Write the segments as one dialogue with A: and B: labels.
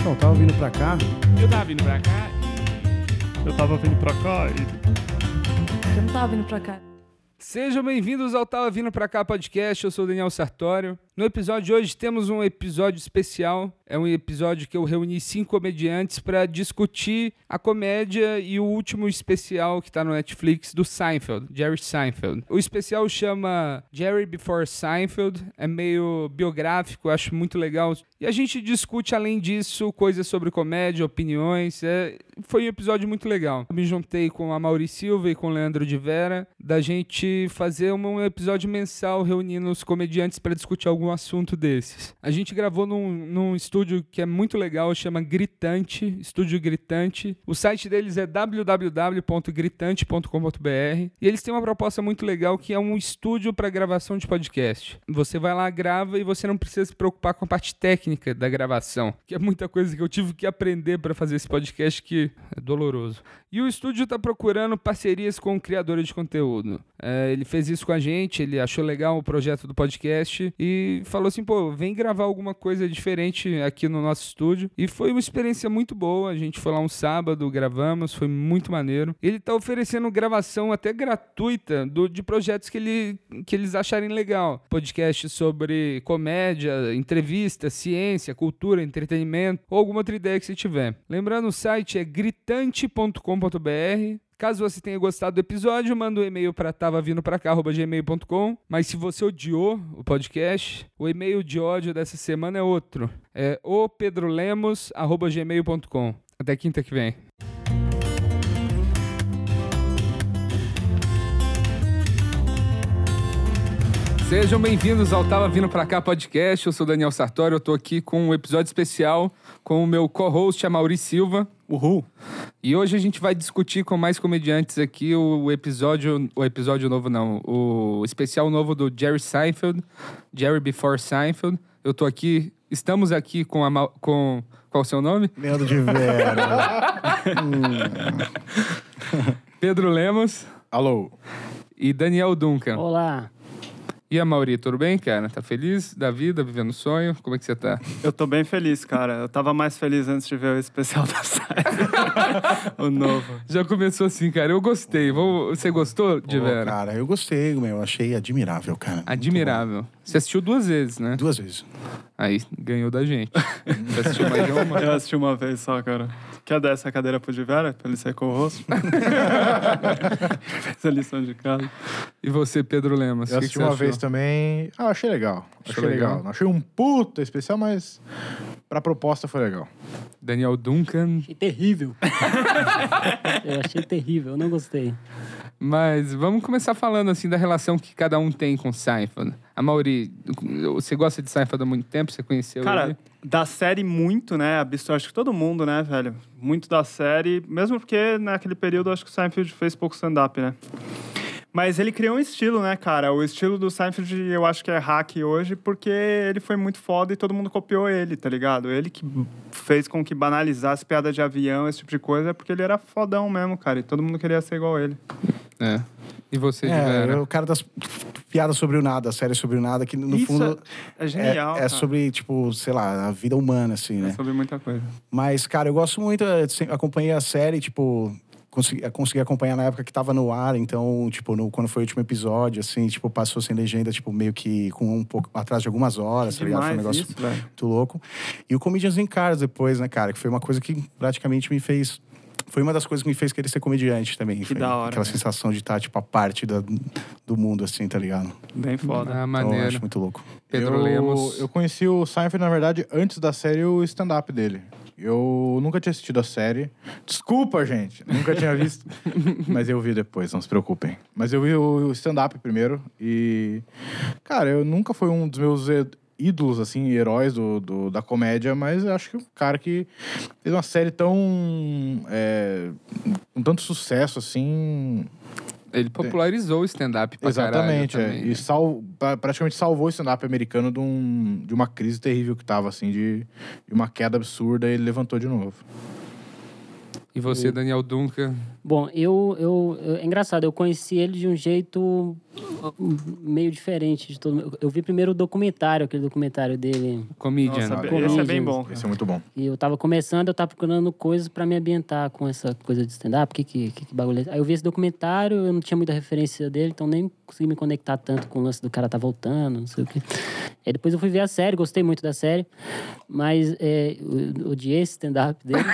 A: Então, tava vindo pra cá.
B: Eu tava vindo pra cá
C: Eu tava vindo pra cá e.
D: Eu não tava vindo pra cá.
B: Sejam bem-vindos ao Tava Vindo Pra Cá podcast, eu sou o Daniel Sartório. No episódio de hoje temos um episódio especial, é um episódio que eu reuni cinco comediantes para discutir a comédia e o último especial que tá no Netflix do Seinfeld, Jerry Seinfeld. O especial chama Jerry Before Seinfeld, é meio biográfico, eu acho muito legal. E a gente discute, além disso, coisas sobre comédia, opiniões, é, foi um episódio muito legal. Eu me juntei com a Mauri Silva e com o Leandro de Vera, da gente fazer um um episódio mensal reunindo os comediantes para discutir algum assunto desses. A gente gravou num, num estúdio que é muito legal, chama Gritante, Estúdio Gritante. O site deles é www.gritante.com.br e eles têm uma proposta muito legal que é um estúdio para gravação de podcast. Você vai lá, grava e você não precisa se preocupar com a parte técnica da gravação, que é muita coisa que eu tive que aprender para fazer esse podcast que é doloroso. E o estúdio está procurando parcerias com criadores de conteúdo. É, ele fez isso com a gente, ele achou legal o projeto do podcast e falou assim: pô, vem gravar alguma coisa diferente aqui no nosso estúdio. E foi uma experiência muito boa. A gente foi lá um sábado, gravamos, foi muito maneiro. Ele tá oferecendo gravação até gratuita do- de projetos que, ele, que eles acharem legal. Podcast sobre comédia, entrevista, ciência, cultura, entretenimento ou alguma outra ideia que você tiver. Lembrando, o site é gritante.com.br. Caso você tenha gostado do episódio, manda um e-mail para tavavindopracá@gmail.com. Mas se você odiou o podcast, o e-mail de ódio dessa semana é outro. É opedrolemos@gmail.com. Até quinta que vem. Sejam bem-vindos ao Tava Vindo Pra Cá podcast. Eu sou Daniel Sartori, eu tô aqui com um episódio especial com o meu co-host, a Mauri Silva.
C: Uhul!
B: E hoje a gente vai discutir com mais comediantes aqui o o episódio, o episódio novo não, o especial novo do Jerry Seinfeld, Jerry Before Seinfeld. Eu tô aqui, estamos aqui com a Ma- com qual o seu nome?
A: Leandro de Vera.
B: Pedro Lemos
C: Alô!
B: e Daniel Duncan.
E: Olá.
B: E a Mauri, tudo bem, cara? Tá feliz da vida, vivendo o sonho? Como é que você tá?
C: Eu tô bem feliz, cara. Eu tava mais feliz antes de ver o especial da série. o novo.
B: Já começou assim, cara. Eu gostei. Vou- Você gostou, de
A: Pô,
C: né?
B: Vera?
A: cara, eu gostei, meu. Achei admirável, cara. Muito
B: Admirável. Você assistiu duas vezes, né?
A: bom. Duas vezes.
B: Aí ganhou da gente. Você assistiu mais de uma?
C: Eu assisti uma vez só, cara. Quer dar essa cadeira pro Divera? Pra ele ser co-host? essa lição de casa.
B: E você, Pedro Lemos? o
F: Eu
B: que que
F: assisti
B: você
F: uma
B: achou?
F: vez também. Ah, achei legal. achei legal.
B: legal?
F: Não achei um puta especial, mas pra proposta foi legal.
B: Daniel Duncan.
E: Achei terrível. eu achei terrível, eu não gostei.
B: Mas vamos começar falando assim da relação que cada um tem com Seinfeld. A Mauri, você gosta de Seinfeld há muito tempo? Você conheceu
C: Cara,
B: ele?
C: da série muito, né? Absurdo. Acho que todo mundo, né, velho? Muito da série. Mesmo porque naquele período acho que o Seinfeld fez pouco stand-up, né? Mas ele criou um estilo, né, cara? O estilo do Seinfeld eu acho que é hack hoje, porque ele foi muito foda e todo mundo copiou ele, tá ligado? Ele que fez com que banalizasse piada de avião, esse tipo de coisa, é porque ele era fodão mesmo, cara. E todo mundo queria ser igual a ele.
B: É. E você,
A: É,
C: né?
B: Vera?
A: o cara das piadas sobre o nada, séries sobre o nada, que no
C: Isso
A: fundo.
C: é, é genial.
A: é,
C: cara.
A: sobre, tipo, sei lá, a vida humana, assim,
C: É
A: né?
C: sobre muita coisa.
A: Mas, cara, eu gosto muito, eu sempre acompanhei a série, tipo, consegui, consegui acompanhar na época que tava no ar, então, tipo, no, quando foi o último episódio, assim, tipo, passou sem legenda, tipo, meio que com um pouco atrás de algumas horas, tá ligado? Foi um
C: Demais
A: negócio
C: isso, velho.
A: muito louco. E o Comedians in Cars depois, né, cara? Que foi uma coisa que praticamente me fez. Foi uma das coisas que me fez querer ser comediante também. Que foi
C: da hora,
A: Aquela
C: né?
A: sensação de estar, tipo, a parte da- do mundo, assim, tá ligado?
C: Bem foda.
B: Ah,
A: Então, eu
B: maneiro.
A: acho muito louco.
B: Pedro
F: eu,
B: Lemos.
F: Eu conheci o Seinfeld, na verdade, antes da série o stand-up dele. Eu nunca tinha assistido a série. Desculpa, gente. Nunca tinha visto. Mas eu vi depois, não se preocupem. Mas eu vi o o stand-up primeiro. E. Cara, eu nunca fui um dos meus e- ídolos, assim, heróis do, do- da comédia, mas eu acho que um cara que fez uma série tão. é, com tanto sucesso, assim.
B: Ele popularizou o stand-up pra
F: Exatamente,
B: caralho
F: é.
B: também, né?
F: E sal, pra- praticamente salvou o stand-up americano de, um, de uma crise terrível que tava, assim, de, de uma queda absurda e ele levantou de novo.
B: E você, Daniel Duncan?
E: Bom, eu, eu, eu- É engraçado, eu conheci ele de um jeito meio diferente de todo mundo. Eu vi primeiro o documentário, aquele documentário dele.
B: Comedian.
C: Nossa, be-
E: Comedians.
C: esse é bem bom.
F: Esse é muito bom.
E: E eu tava começando, eu tava procurando coisas pra me ambientar com essa coisa de stand-up, que, que, que, que bagulho é esse? Aí eu vi esse documentário, eu não tinha muita referência dele, então nem consegui me conectar tanto com o lance do cara tá voltando, não sei o quê. Aí depois eu fui ver a série, gostei muito da série, mas é, eu- eu odiei esse stand-up dele.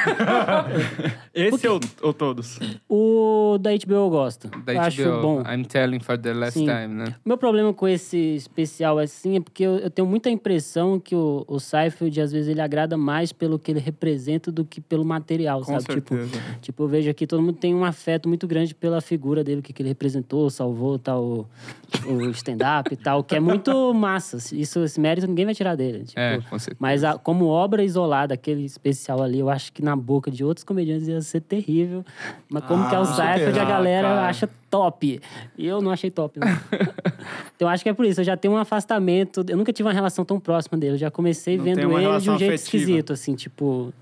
C: Esse ou, ou todos?
E: o da HBO eu gosto.
B: Da
E: eu acho
B: HBO,
E: bom.
B: I'm telling for the last
E: Sim. Tipo,
B: time, né?
E: Meu problema com esse especial, assim, é porque eu, eu tenho muita impressão que o, o Seinfeld, às vezes, ele agrada mais pelo que ele representa do que pelo material,
C: Com
E: sabe? Tipo,
C: certeza.
E: Tipo, eu vejo aqui, todo mundo tem um afeto muito grande pela figura dele, o que, que ele representou, salvou tal, o stand-up e tal, que é muito massa. Isso, esse mérito ninguém vai tirar dele. Tipo,
B: É, com certeza.
E: Mas a- como obra isolada, aquele especial ali, eu acho que na boca de outros comediantes ia ser terrível. Mas como
F: Ah,
E: que é o
F: com
E: Seinfeld, a
C: certeza.
E: galera
C: Ah, cara.
E: acha top. E eu não achei top, não. então eu acho que é por isso, eu já tenho um afastamento. Eu nunca tive uma relação tão próxima dele. Eu já comecei
C: Não
E: vendo
C: tem uma
E: ele de
C: relação
E: um jeito
C: afetiva.
E: esquisito, assim, tipo...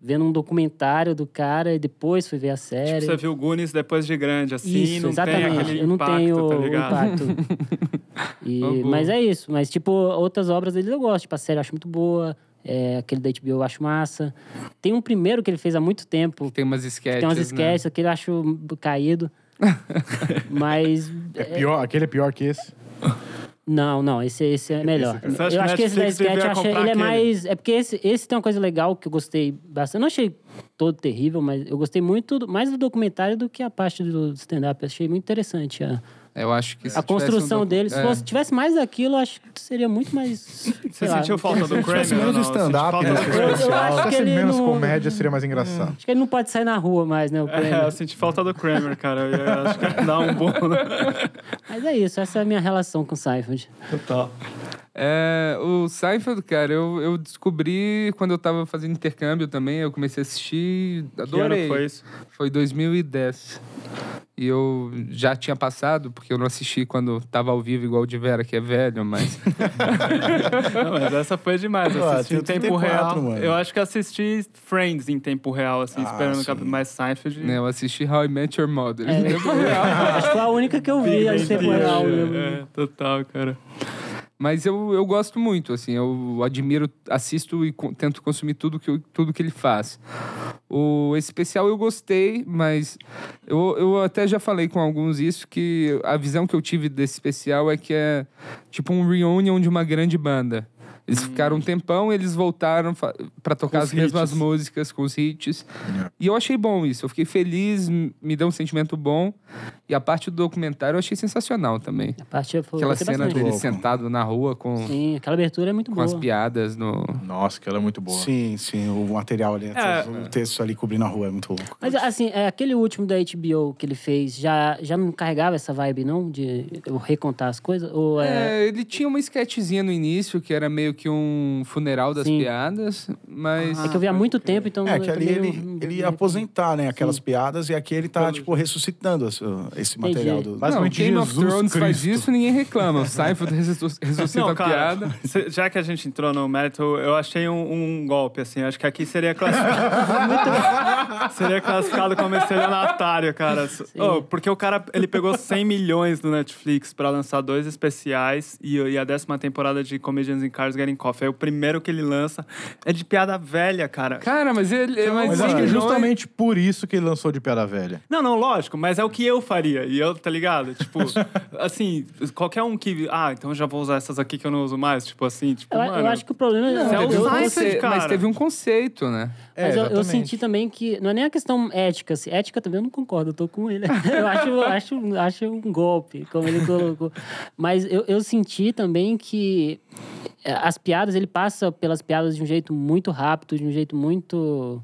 E: Vendo um documentário do cara e depois fui ver a série.
C: Tipo, você viu Goonies depois de grande, assim,
E: Isso,
C: não tem
E: exatamente.
C: aquele
E: eu não
C: impacto,
E: tenho
C: tá
E: o
C: ligado?
E: impacto. E-
B: Uma boa.
E: mas é isso. Mas, tipo, outras obras dele eu gosto. Tipo, a série eu acho muito boa. é, aquele da HBO eu acho massa. Tem um primeiro que ele fez há muito tempo.
B: Tem umas sketches,
E: Tem umas
B: né?
E: sketches, aquele eu acho caído. mas...
F: É pior, aquele é pior que esse.
E: Não, não, esse, esse é melhor.
C: Você acha
E: eu
C: que
E: acho que esse da
C: Netflix
E: sketch, eu
C: devia
E: achei, ele
C: comprar
E: é
C: aquele?
E: mais... É porque esse, esse tem uma coisa legal que eu gostei bastante. Eu não achei todo terrível, mas eu gostei muito... do- Mais do documentário do que a parte do stand-up. Eu achei muito interessante a...
B: Eu acho que se
E: A
B: tivesse um
E: construção
B: docu-
E: dele, se
B: É.
E: fosse- tipo tivesse mais daquilo, acho que seria muito mais.
C: Você
E: sei lá,
C: sentiu falta do Kramer?
A: tivesse menos
C: ou não? Sente
A: stand-up
C: falta do
A: nesse
C: Kramer?
E: especial. Eu acho
F: Se
E: que
F: fosse
E: ele
F: Tá menos
E: não-
F: comédia, seria mais engraçado.
E: Acho que ele não pode sair na rua mais, né? O
C: É,
E: prêmio.
C: eu senti falta do Kramer, cara. Eu acho que dá um bom.
E: Mas é isso, essa é a minha relação com o Seinfeld.
C: Total.
B: É, o Seinfeld, cara, eu, eu descobri quando eu tava fazendo intercâmbio também, eu comecei a assistir,
C: Que ano
B: adorei.
C: foi isso?
B: Foi 2010. E eu já tinha passado, porque eu não assisti quando tava ao vivo, igual o de Vera, que é velho, mas...
C: Não, mas essa foi demais. Eu
A: Ah,
C: assisti em
A: tem
C: tempo
A: 34,
C: real.
A: mano.
C: Eu acho que assisti Friends em tempo real, assim, esperando o capítulo mais Seinfeld.
B: né, eu assisti How I Met Your Mother.
E: É, acho que foi a única que eu vi a temporal.
C: É, é, total, cara.
B: Mas eu, eu gosto muito, assim, eu admiro, assisto e co- tento consumir tudo que, eu- tudo que ele faz. O esse especial eu gostei, mas eu, eu até já falei com alguns isso, que a visão que eu tive desse especial é que é tipo um reunion de uma grande banda. Eles ficaram um tempão, eles voltaram fa- pra tocar
C: Hum. Com
B: as
C: os
B: mesmas
C: hits.
B: músicas com os hits. E eu achei bom isso, eu fiquei feliz, m- me deu um sentimento bom. E a parte do documentário eu achei sensacional também.
E: A parte foi
B: Aquela
E: gostei
B: cena
E: bastante.
B: dele
A: Louco.
B: sentado na rua com,
E: Sim, aquela abertura é muito
B: com
E: boa.
B: as piadas no.
F: Nossa, que ela é muito boa.
A: Sim, sim, o material ali, atrás,
C: É.
A: o texto ali cobrindo a rua é muito louco.
E: Mas assim, é, aquele último da HBO que ele fez, já, já não carregava essa vibe, não? De eu recontar as coisas? Ou é.
B: É, ele tinha uma sketchzinha no início que era meio que um funeral das
E: Sim.
B: piadas, mas.
E: é que eu vi há muito tempo, então.
A: É, que
E: eu
A: ali
E: também
A: ele,
E: não-
A: ele ia aposentar, né? Aquelas piadas, e aqui ele tá, tipo, ressuscitando esse, esse material do.
F: Mas-
B: não,
F: basicamente
B: Game of
F: Jesus
B: Thrones faz
F: Cristo.
B: isso e ninguém reclama. O Seinfeld ressusc- ressuscita a piada.
C: cê- já que a gente entrou no mérito, eu achei um, um golpe, assim. Acho que aqui seria classificado. seria classificado como estelionatário, cara. Ô, porque o cara, ele pegou 100 milhões do Netflix pra lançar dois especiais e, e a décima temporada de Comedians in Cars Getting Coffee. Aí o primeiro que ele lança é de piada velha, cara.
B: Cara, mas ele. mas
F: Mas
B: ele
F: acho que
B: não é-
F: justamente por isso que ele lançou de Piada Velha.
C: Não, não, lógico, mas é o que eu faria. E eu, tá ligado? Tipo, assim, qualquer um que. Ah, então eu já vou usar essas aqui que eu não uso mais. Tipo assim, tipo.
E: Eu, eu
C: mano,
E: acho que o problema
B: é
C: Não,
E: eu-
C: teve
E: eu-
C: um
E: eu-
C: Seinfeld,
B: conce- Mas
C: cara.
B: teve um conceito, né?
F: É,
E: Mas eu- eu,
F: exatamente.
E: senti também que. Não é nem a questão ética. assim, ética também eu não concordo, eu tô com ele. Eu acho, acho, acho um golpe, como ele colocou. Mas eu, eu senti também que eh, as piadas, ele passa pelas piadas de um jeito muito rápido, de um jeito muito.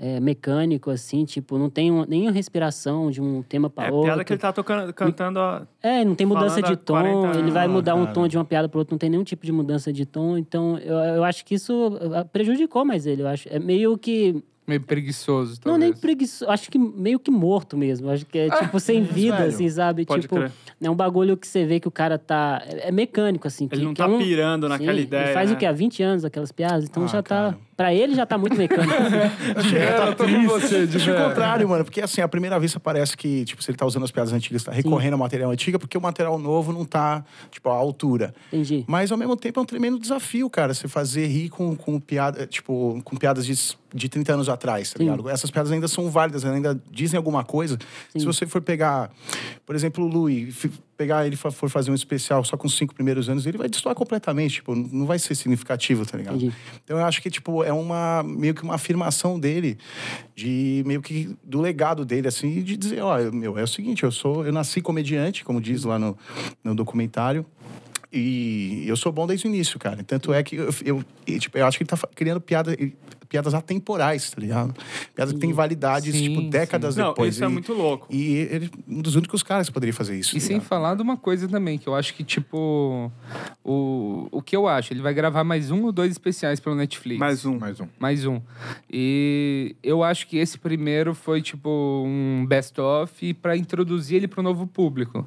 E: eh, mecânico, assim, tipo, não tem um, nenhuma respiração de um tema para
C: É
E: outro.
C: piada que ele tá tocando, cantando. ó.
E: É, não tem mudança
C: Falando há
E: de tom,
C: 40
E: ele vai
C: anos,
E: mudar um
A: cara.
E: tom de uma piada para outra, não tem nenhum tipo ah, de mudança de tom. Então, eu, eu acho que isso eh, prejudicou mais ele, eu acho. É meio que
B: Meio preguiçoso,
E: Não,
B: talvez.
E: nem preguiçoso. Acho que meio que morto mesmo. Acho que é tipo sem vida,
F: velho.
E: assim, sabe?
C: Ah, Pode
E: tipo,
C: crer.
E: é um bagulho que você vê que o cara tá. É é mecânico, assim. que-
C: Ele não
E: que
C: tá
E: é um-
C: pirando
E: Sim,
C: naquela ideia.
E: Ele faz
C: né?
E: o que? Há 20 anos aquelas piadas? Então
A: Ah,
E: já tá.
A: cara.
E: Pra ele já tá muito mecânico. assim.
A: tá
B: É, eu tô com você, de
A: Acho o contrário, mano. Porque, assim, à primeira vista parece que, tipo, se ele tá usando as piadas antigas, tá recorrendo ao material antigo, porque o material novo não tá, tipo, à altura.
E: Entendi.
A: Mas, ao mesmo tempo, é um tremendo desafio, cara. Você fazer rir com, com piada, tipo, com piadas de, de 30 anos atrás, tá ligado? Essas piadas ainda são válidas, ainda dizem alguma coisa. Se você for pegar, por exemplo, o Louis, fi- pegar ele fa- for fazer um especial só com os cinco primeiros anos, ele vai destoar completamente, tipo, n- não vai ser significativo, tá ligado?
E: Entendi.
A: Então eu acho que tipo é uma meio que uma afirmação dele de meio que do legado dele assim de dizer, ó, eu- meu, é o seguinte, eu sou, eu nasci comediante, como diz lá no, no documentário. E eu sou bom desde o início, cara. Tanto é que eu, eu- e, tipo, eu acho que ele tá fa- criando piada, e- piadas atemporais, tá ligado? Piadas que têm validades,
B: Sim,
A: tipo, décadas
C: Hum, Não,
A: depois.
C: isso é
A: E-
C: muito louco.
A: E ele, um dos únicos caras que poderia fazer isso.
B: E
A: tá
B: sem
A: ligado?
B: falar de uma coisa também, que eu acho que, tipo, o, o que eu acho, ele vai gravar mais um ou dois especiais pelo Netflix.
C: Mais um.
F: Mais um.
B: Mais um. E eu acho que esse primeiro foi, tipo, um best-of pra introduzir ele pro novo público.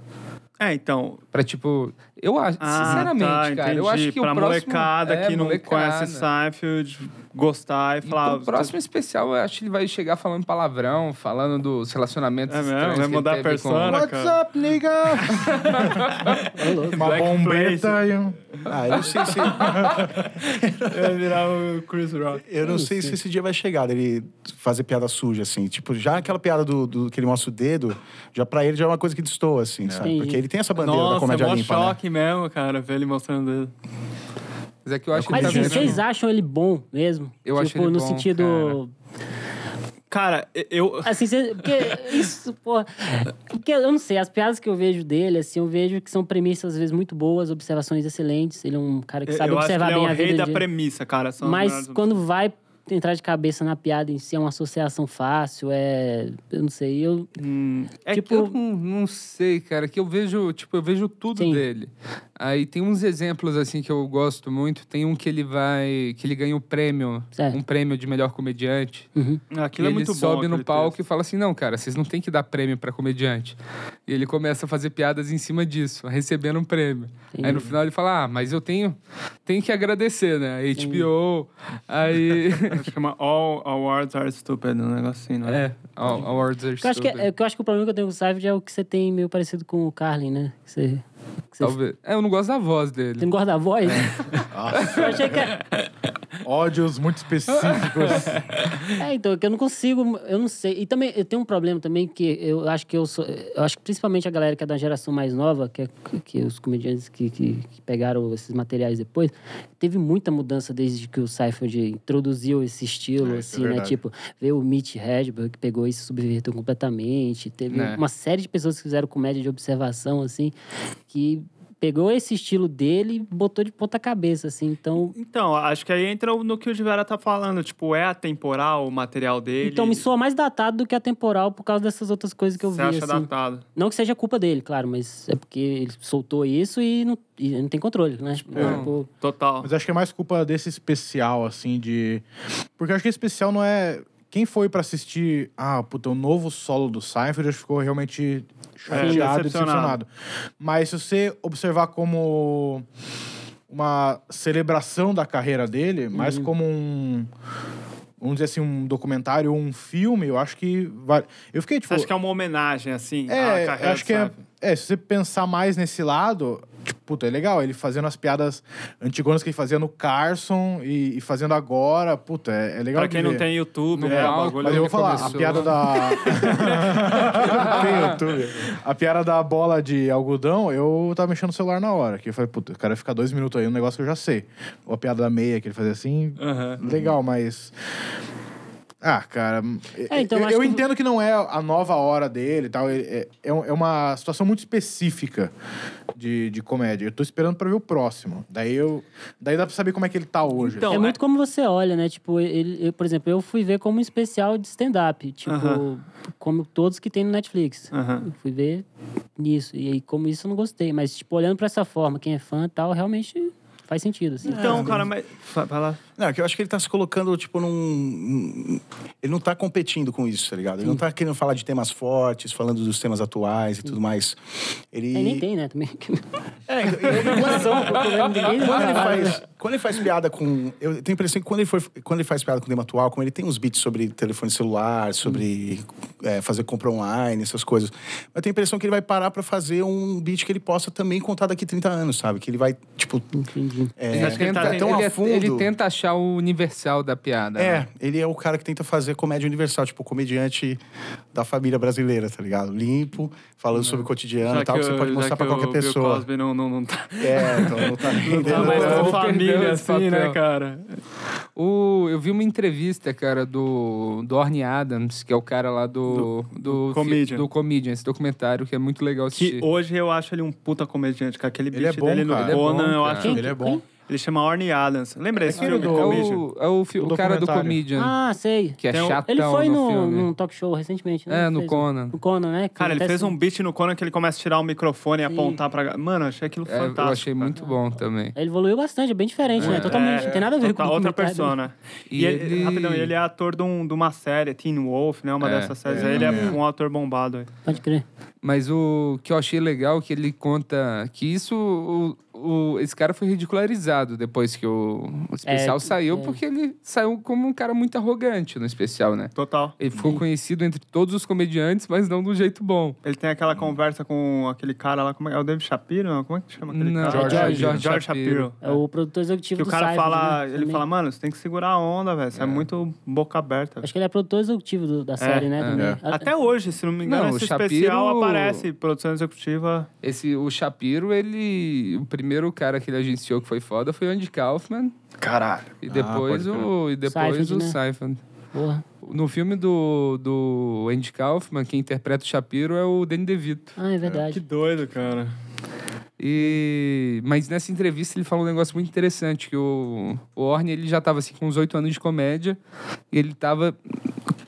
C: É, então.
B: Pra, tipo, eu acho,
C: Ah,
B: sinceramente,
C: tá,
B: cara, eu
C: entendi.
B: acho que
C: pra
B: o próximo...
C: molecada
B: é,
C: que não
B: molecada.
C: conhece Seinfeld gostar e falar.
B: Então, o próximo especial, eu acho que ele vai chegar falando palavrão, falando dos relacionamentos
C: É mesmo?
B: estranhos
C: Vai
B: que ele
C: mudar a
B: teve com-
C: persona? Cara,
F: What's
C: cara.
F: up, nigga? Uma
C: Black
F: bombeta e um...
A: Ah, eu não sei se.
C: Vai virar o Chris Rock.
A: Eu
E: É
A: não sei se esse dia vai chegar, dele fazer piada suja, assim. Tipo, já aquela piada do, do que ele mostra o dedo, já pra ele já é uma coisa que destoa, assim, sabe?
E: Entendi.
A: Porque ele tem essa bandeira da
C: Nossa, é
A: comédia
C: mó
A: limpa, né?
C: choque mesmo, cara, ver ele mostrando ele.
B: Mas é que eu acho que
E: Mas
B: ele tá
E: assim,
B: virando-
E: vocês acham ele bom mesmo?
B: Eu
E: tipo,
B: acho ele
E: no
B: bom,
E: sentido.
C: Cara, eu.
B: É,
E: Assim, cê- porque isso, porra. Porque eu não sei, as piadas que eu vejo dele, assim, eu vejo que são premissas às vezes muito boas, observações excelentes. Ele é um cara que
C: Eu,
E: sabe
C: eu acho que ele
E: observar
C: é
E: bem
C: o
E: a
C: rei
E: vida.
C: da
E: de-
C: premissa, cara. são as
E: Mas
C: melhores-
E: quando vai entrar de cabeça na piada em si, é uma associação fácil, é. Eu não sei, eu.
C: Hum, é
E: tipo,
B: Que eu não, não sei, cara, que eu vejo, tipo, eu vejo tudo
E: Sim.
B: dele. Aí tem uns exemplos assim que eu gosto muito, tem um que ele vai, que ele ganha o prêmio,
E: Certo. Uhum.
B: um prêmio de melhor comediante.
C: que aquilo é
B: e ele
C: muito bom.
B: sobe no
C: aquele
B: palco
C: texto.
B: e fala assim: "Não, cara, vocês não têm que dar prêmio pra comediante". E ele começa a fazer piadas em cima disso, recebendo um prêmio. Aí no final ele fala: "Ah, mas eu tenho, tenho que agradecer, né? HBO". Aí
C: Chama All Awards Are Stupid, um negocinho, né?
B: é, all- awards are
E: Eu acho, que,
B: stupid.
E: é, é que eu acho que o problema que eu tenho com o Seinfeld é o que você tem meio parecido com o Carlin, né? Que você, que você,
B: Talvez. É, eu não gosto da voz dele.
E: você não gosta da voz?
C: É.
E: eu achei que.
F: Ódios muito específicos.
E: É, então, é que eu não consigo, eu não sei. E também, eu tenho um problema também que eu acho que eu sou. Eu acho que principalmente a galera que é da geração mais nova, que, é, que os comediantes que, que, que pegaram esses materiais depois, teve muita mudança desde que o Seinfeld introduziu esse estilo,
F: É, isso é
E: assim, né?
F: verdade.
E: Tipo, veio o Mitch Hedberg, que pegou isso e subverteu completamente. Teve
F: É.
B: Né.
E: uma série de pessoas que fizeram comédia de observação, assim, que pegou esse estilo dele e botou de ponta cabeça, assim. Então,
C: Então, acho que aí entra no que o Divera tá falando. Tipo, é atemporal o material dele.
E: Então me soa mais datado do que atemporal por causa dessas outras coisas que eu
C: Você
E: vi.
C: acha
E: assim.
C: datado.
E: Não que seja culpa dele, claro, mas é porque ele soltou isso e não, e não tem controle, né? Tipo,
B: não.
E: tipo,
C: Total.
F: Mas acho que é mais culpa desse especial, assim, de. Porque acho que esse especial não é. Quem foi pra assistir, ah, puta, o novo solo do Seinfeld, acho que ficou realmente chateado,
C: É, decepcionado.
F: e decepcionado. Mas se você observar como uma celebração da carreira dele, mais
C: Uhum.
F: como um. Vamos dizer assim, um documentário ou um filme, eu acho que. Vale... Eu fiquei, tipo.
C: Você acha que é uma homenagem, assim, à
F: É,
C: carreira
F: acho
C: do
F: que é,
C: Seinfeld?
F: é, se você pensar mais nesse lado, tipo, puta, é legal. Ele fazendo as piadas antigonas que ele fazia no Carson e, e fazendo agora, puta, é, é legal.
C: Pra
F: de
C: quem não
F: ver.
C: tem YouTube,
B: No
C: né?
B: palco,
C: o bagulho
F: Mas eu vou
B: que
F: falar,
B: começou.
F: a piada da. Quem não tem YouTube. A piada da bola de algodão, eu tava mexendo no celular na hora. Que eu falei, puta, o cara vai ficar dois minutos aí, um negócio que eu já sei. Ou a piada da meia que ele fazia assim,
C: Aham.
F: Legal, mas. Ah, cara.
E: É, então,
F: eu
E: acho
F: eu
E: que-
F: entendo que não é a nova hora dele e tal. ele- É, é, um- é uma situação muito específica de, de comédia. Eu tô esperando pra ver o próximo. Daí eu. Daí dá pra saber como é que ele tá hoje.
C: Então,
E: é
C: é-
E: muito como você olha, né? Tipo, ele, eu, por exemplo, eu fui ver como um especial de stand-up. Tipo,
C: Aham. Ah.
E: como todos que tem no Netflix.
C: Aham.
E: Eu fui ver nisso. E aí, como isso, eu não gostei. Mas, tipo, olhando pra essa forma, quem é fã e tal, realmente Faz sentido, assim.
C: Então, cara, mas. fa- Vai lá.
A: Não, é que eu acho que ele tá se colocando, tipo, num. Ele não tá competindo com isso, tá ligado? Ele não tá querendo falar de temas fortes, falando dos temas atuais e tudo mais. Ele.
E: Aí nem tem, né? Também.
A: É, então, ele-
E: Obrigação, porque ninguém
A: Quando ele,
C: Ah,
E: trabalha.
A: faz, quando ele faz piada com. Eu tenho a impressão que quando ele, foi, quando ele faz piada com o tema atual, como ele tem uns beats sobre telefone celular, sobre
C: Hum.
A: é, fazer compra online, essas coisas. Mas eu tenho a impressão que ele vai parar pra fazer um beat que ele possa também contar daqui 30 anos, sabe? Que ele vai, tipo.
E: Entendi.
A: é,
C: Você acha que Hum. ele tá
A: entrar tão a
B: ele, é,
A: fundo.
B: ele tenta achar o universal da piada. né?
A: É, ele é o cara que tenta fazer comédia universal, tipo, comediante da família brasileira, tá ligado? Limpo, falando sobre o cotidiano e tal, que, tá, você pode
C: o- Hum. já
A: mostrar pra
C: que
A: qualquer
C: o Bill
A: pessoa.
C: Cosby não, não, não tá.
A: É, então não tá rendendo.
C: Não, mas
B: eu
C: é
B: vou perder
C: família,
B: esse
C: assim, né,
B: papel.
C: cara?
B: O, eu vi uma entrevista, cara, do, do Orny Adams, que é o cara lá do. Do,
C: Comedian.
B: do Comedian, esse documentário que é muito legal assistir.
C: Que hoje eu acho ele um puta comediante, cara. Aquele
F: Ele é
C: beat
F: bom,
C: dele no
F: cara. Ele
B: é bom,
C: Conan, eu
B: cara.
C: acho.
E: Quem?
F: Ele é bom.
C: Ele chama Orny Adams. Lembra esse
F: aquele
C: filme,
B: é
C: Comedian?
B: o, é o, fi-
F: O
B: o cara do
F: documentário.
B: Comedian,
E: Ah, sei.
B: que é
C: Tem um-
B: chatão
E: Ele foi
B: no,
E: no,
B: filme.
E: num talk show recentemente,
B: É,
E: né? Ele
B: no
E: fez um-
B: Conan.
E: No Conan, né? Que
C: Cara, ele
E: acontece-
C: fez um beat no Conan que ele começa a tirar o microfone e apontar pra. ga- Mano, eu achei aquilo
B: É,
C: fantástico.
B: eu achei
C: cara.
B: muito bom também.
E: Ele evoluiu bastante, é bem diferente, né? Totalmente. não tem nada a ver
C: é, total,
E: com o
C: outra
E: documentário.
C: persona.
B: E
C: E, ele,
B: ele-
C: rapidão, ele é ator de, um- de uma série, Teen Wolf, né? Uma
B: É,
C: dessas séries.
F: é,
C: aí ele é,
F: é.
C: um ator bombado. aí.
E: Pode crer.
B: Mas o que eu achei legal é que ele conta que isso. o- o- esse cara foi ridicularizado depois que o, o especial
E: É,
B: saiu,
E: é.
B: porque ele saiu como um cara muito arrogante no especial, né?
C: Total.
B: Ele ficou conhecido entre todos os comediantes, mas não do jeito bom.
C: Ele tem aquela conversa com aquele cara lá, como é, é o David Shapiro? Como é que chama aquele
B: Não,
C: cara?
B: George-
E: George-
B: George
C: George
B: Shapiro.
C: Shapiro.
E: É o produtor executivo
C: Que o
E: do
C: cara
E: Seinfeld,
C: fala,
E: né?
C: ele
E: Também.
C: fala, mano, você tem que segurar a onda, velho. Você é. muito boca aberta.
E: Acho que ele é produtor executivo do- da série, né? também.
F: é.
E: A-
C: Até hoje, se não me engano,
B: Não,
C: esse
B: o Shapiro-
C: especial aparece, produção executiva.
B: Esse, o Shapiro, ele. O primeiro cara que ele agenciou que foi foda foi o Andy Kaufman.
C: Caralho.
B: E depois
F: pode
B: o. E depois
E: Seinfeld,
B: o
E: né?
B: Seinfeld.
E: Porra.
B: No filme do, do Andy Kaufman, quem interpreta o Shapiro é o Danny DeVito.
E: Ah, é
C: Que
E: verdade.
C: doido, cara.
B: E... Mas nessa entrevista ele fala um negócio muito interessante, que o, o Orne ele já estava assim, com uns oito anos de comédia, e ele estava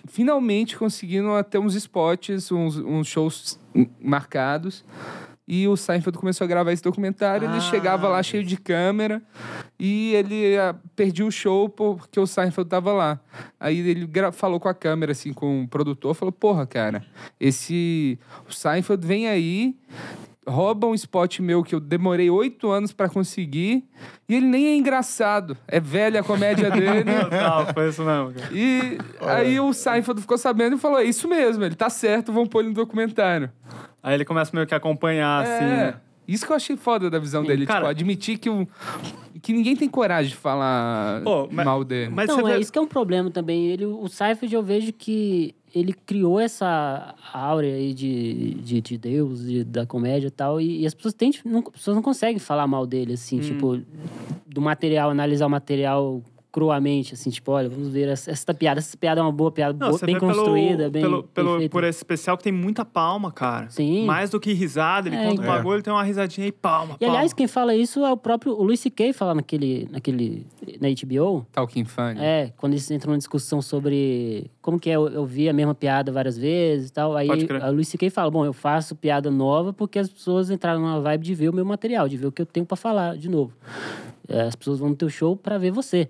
B: finalmente conseguindo até uns spots, uns, uns shows marcados. E o Seinfeld começou a gravar esse documentário, ele
C: Ah.
B: chegava lá cheio de câmera e ele ah, perdia o show porque o Seinfeld tava lá. Aí ele gra- falou com a câmera, assim, com o produtor, falou, porra, cara, esse... O Seinfeld vem aí, rouba um spot meu que eu demorei oito anos pra conseguir e ele nem é engraçado. É velha a comédia dele.
C: Total, foi isso mesmo, cara.
B: E aí o Seinfeld ficou sabendo e falou: é isso mesmo, ele tá certo, vamos pôr ele no documentário.
C: Aí ele começa meio que a acompanhar, assim,
B: É,
C: né?
B: Isso que eu achei foda da visão dele,
C: cara-
B: tipo, admitir que, o, que ninguém tem coragem de falar
C: Pô, mas-
B: mal dele.
C: Mas
E: Então,
C: você
E: é
C: vê-
E: isso que é um problema também. Ele, o Seinfeld, eu vejo que ele criou essa áurea aí de, de, de Deus, de- da comédia e tal, e, e as pessoas têm, não, as pessoas não conseguem falar mal dele,
C: Hum.
E: assim, tipo, do material, analisar o material cruamente, assim, tipo, olha, vamos ver essa, essa piada, essa piada é uma boa piada, boa-
C: você
E: bem
C: vê pelo-
E: construída, bem,
C: pelo, pelo-
E: bem feita.
C: Por esse especial que tem muita palma, cara.
E: Sim.
C: Mais do que risada, ele
E: É,
C: conta
E: então.
C: um bagulho, tem uma risadinha e palma,
E: E,
C: palma.
E: aliás, quem fala isso é o próprio... O Luis C.K. fala naquele, naquele... Na HBO.
B: Talking Funny.
E: É, quando eles entram numa discussão sobre... Como que é, eu, eu vi a mesma piada várias vezes e tal. Aí
C: Pode crer.
E: a Luis C.K. fala, bom, eu faço piada nova porque as pessoas entraram numa vibe de ver o meu material, de ver o que eu tenho pra falar de novo. É, As pessoas vão no teu show pra ver você.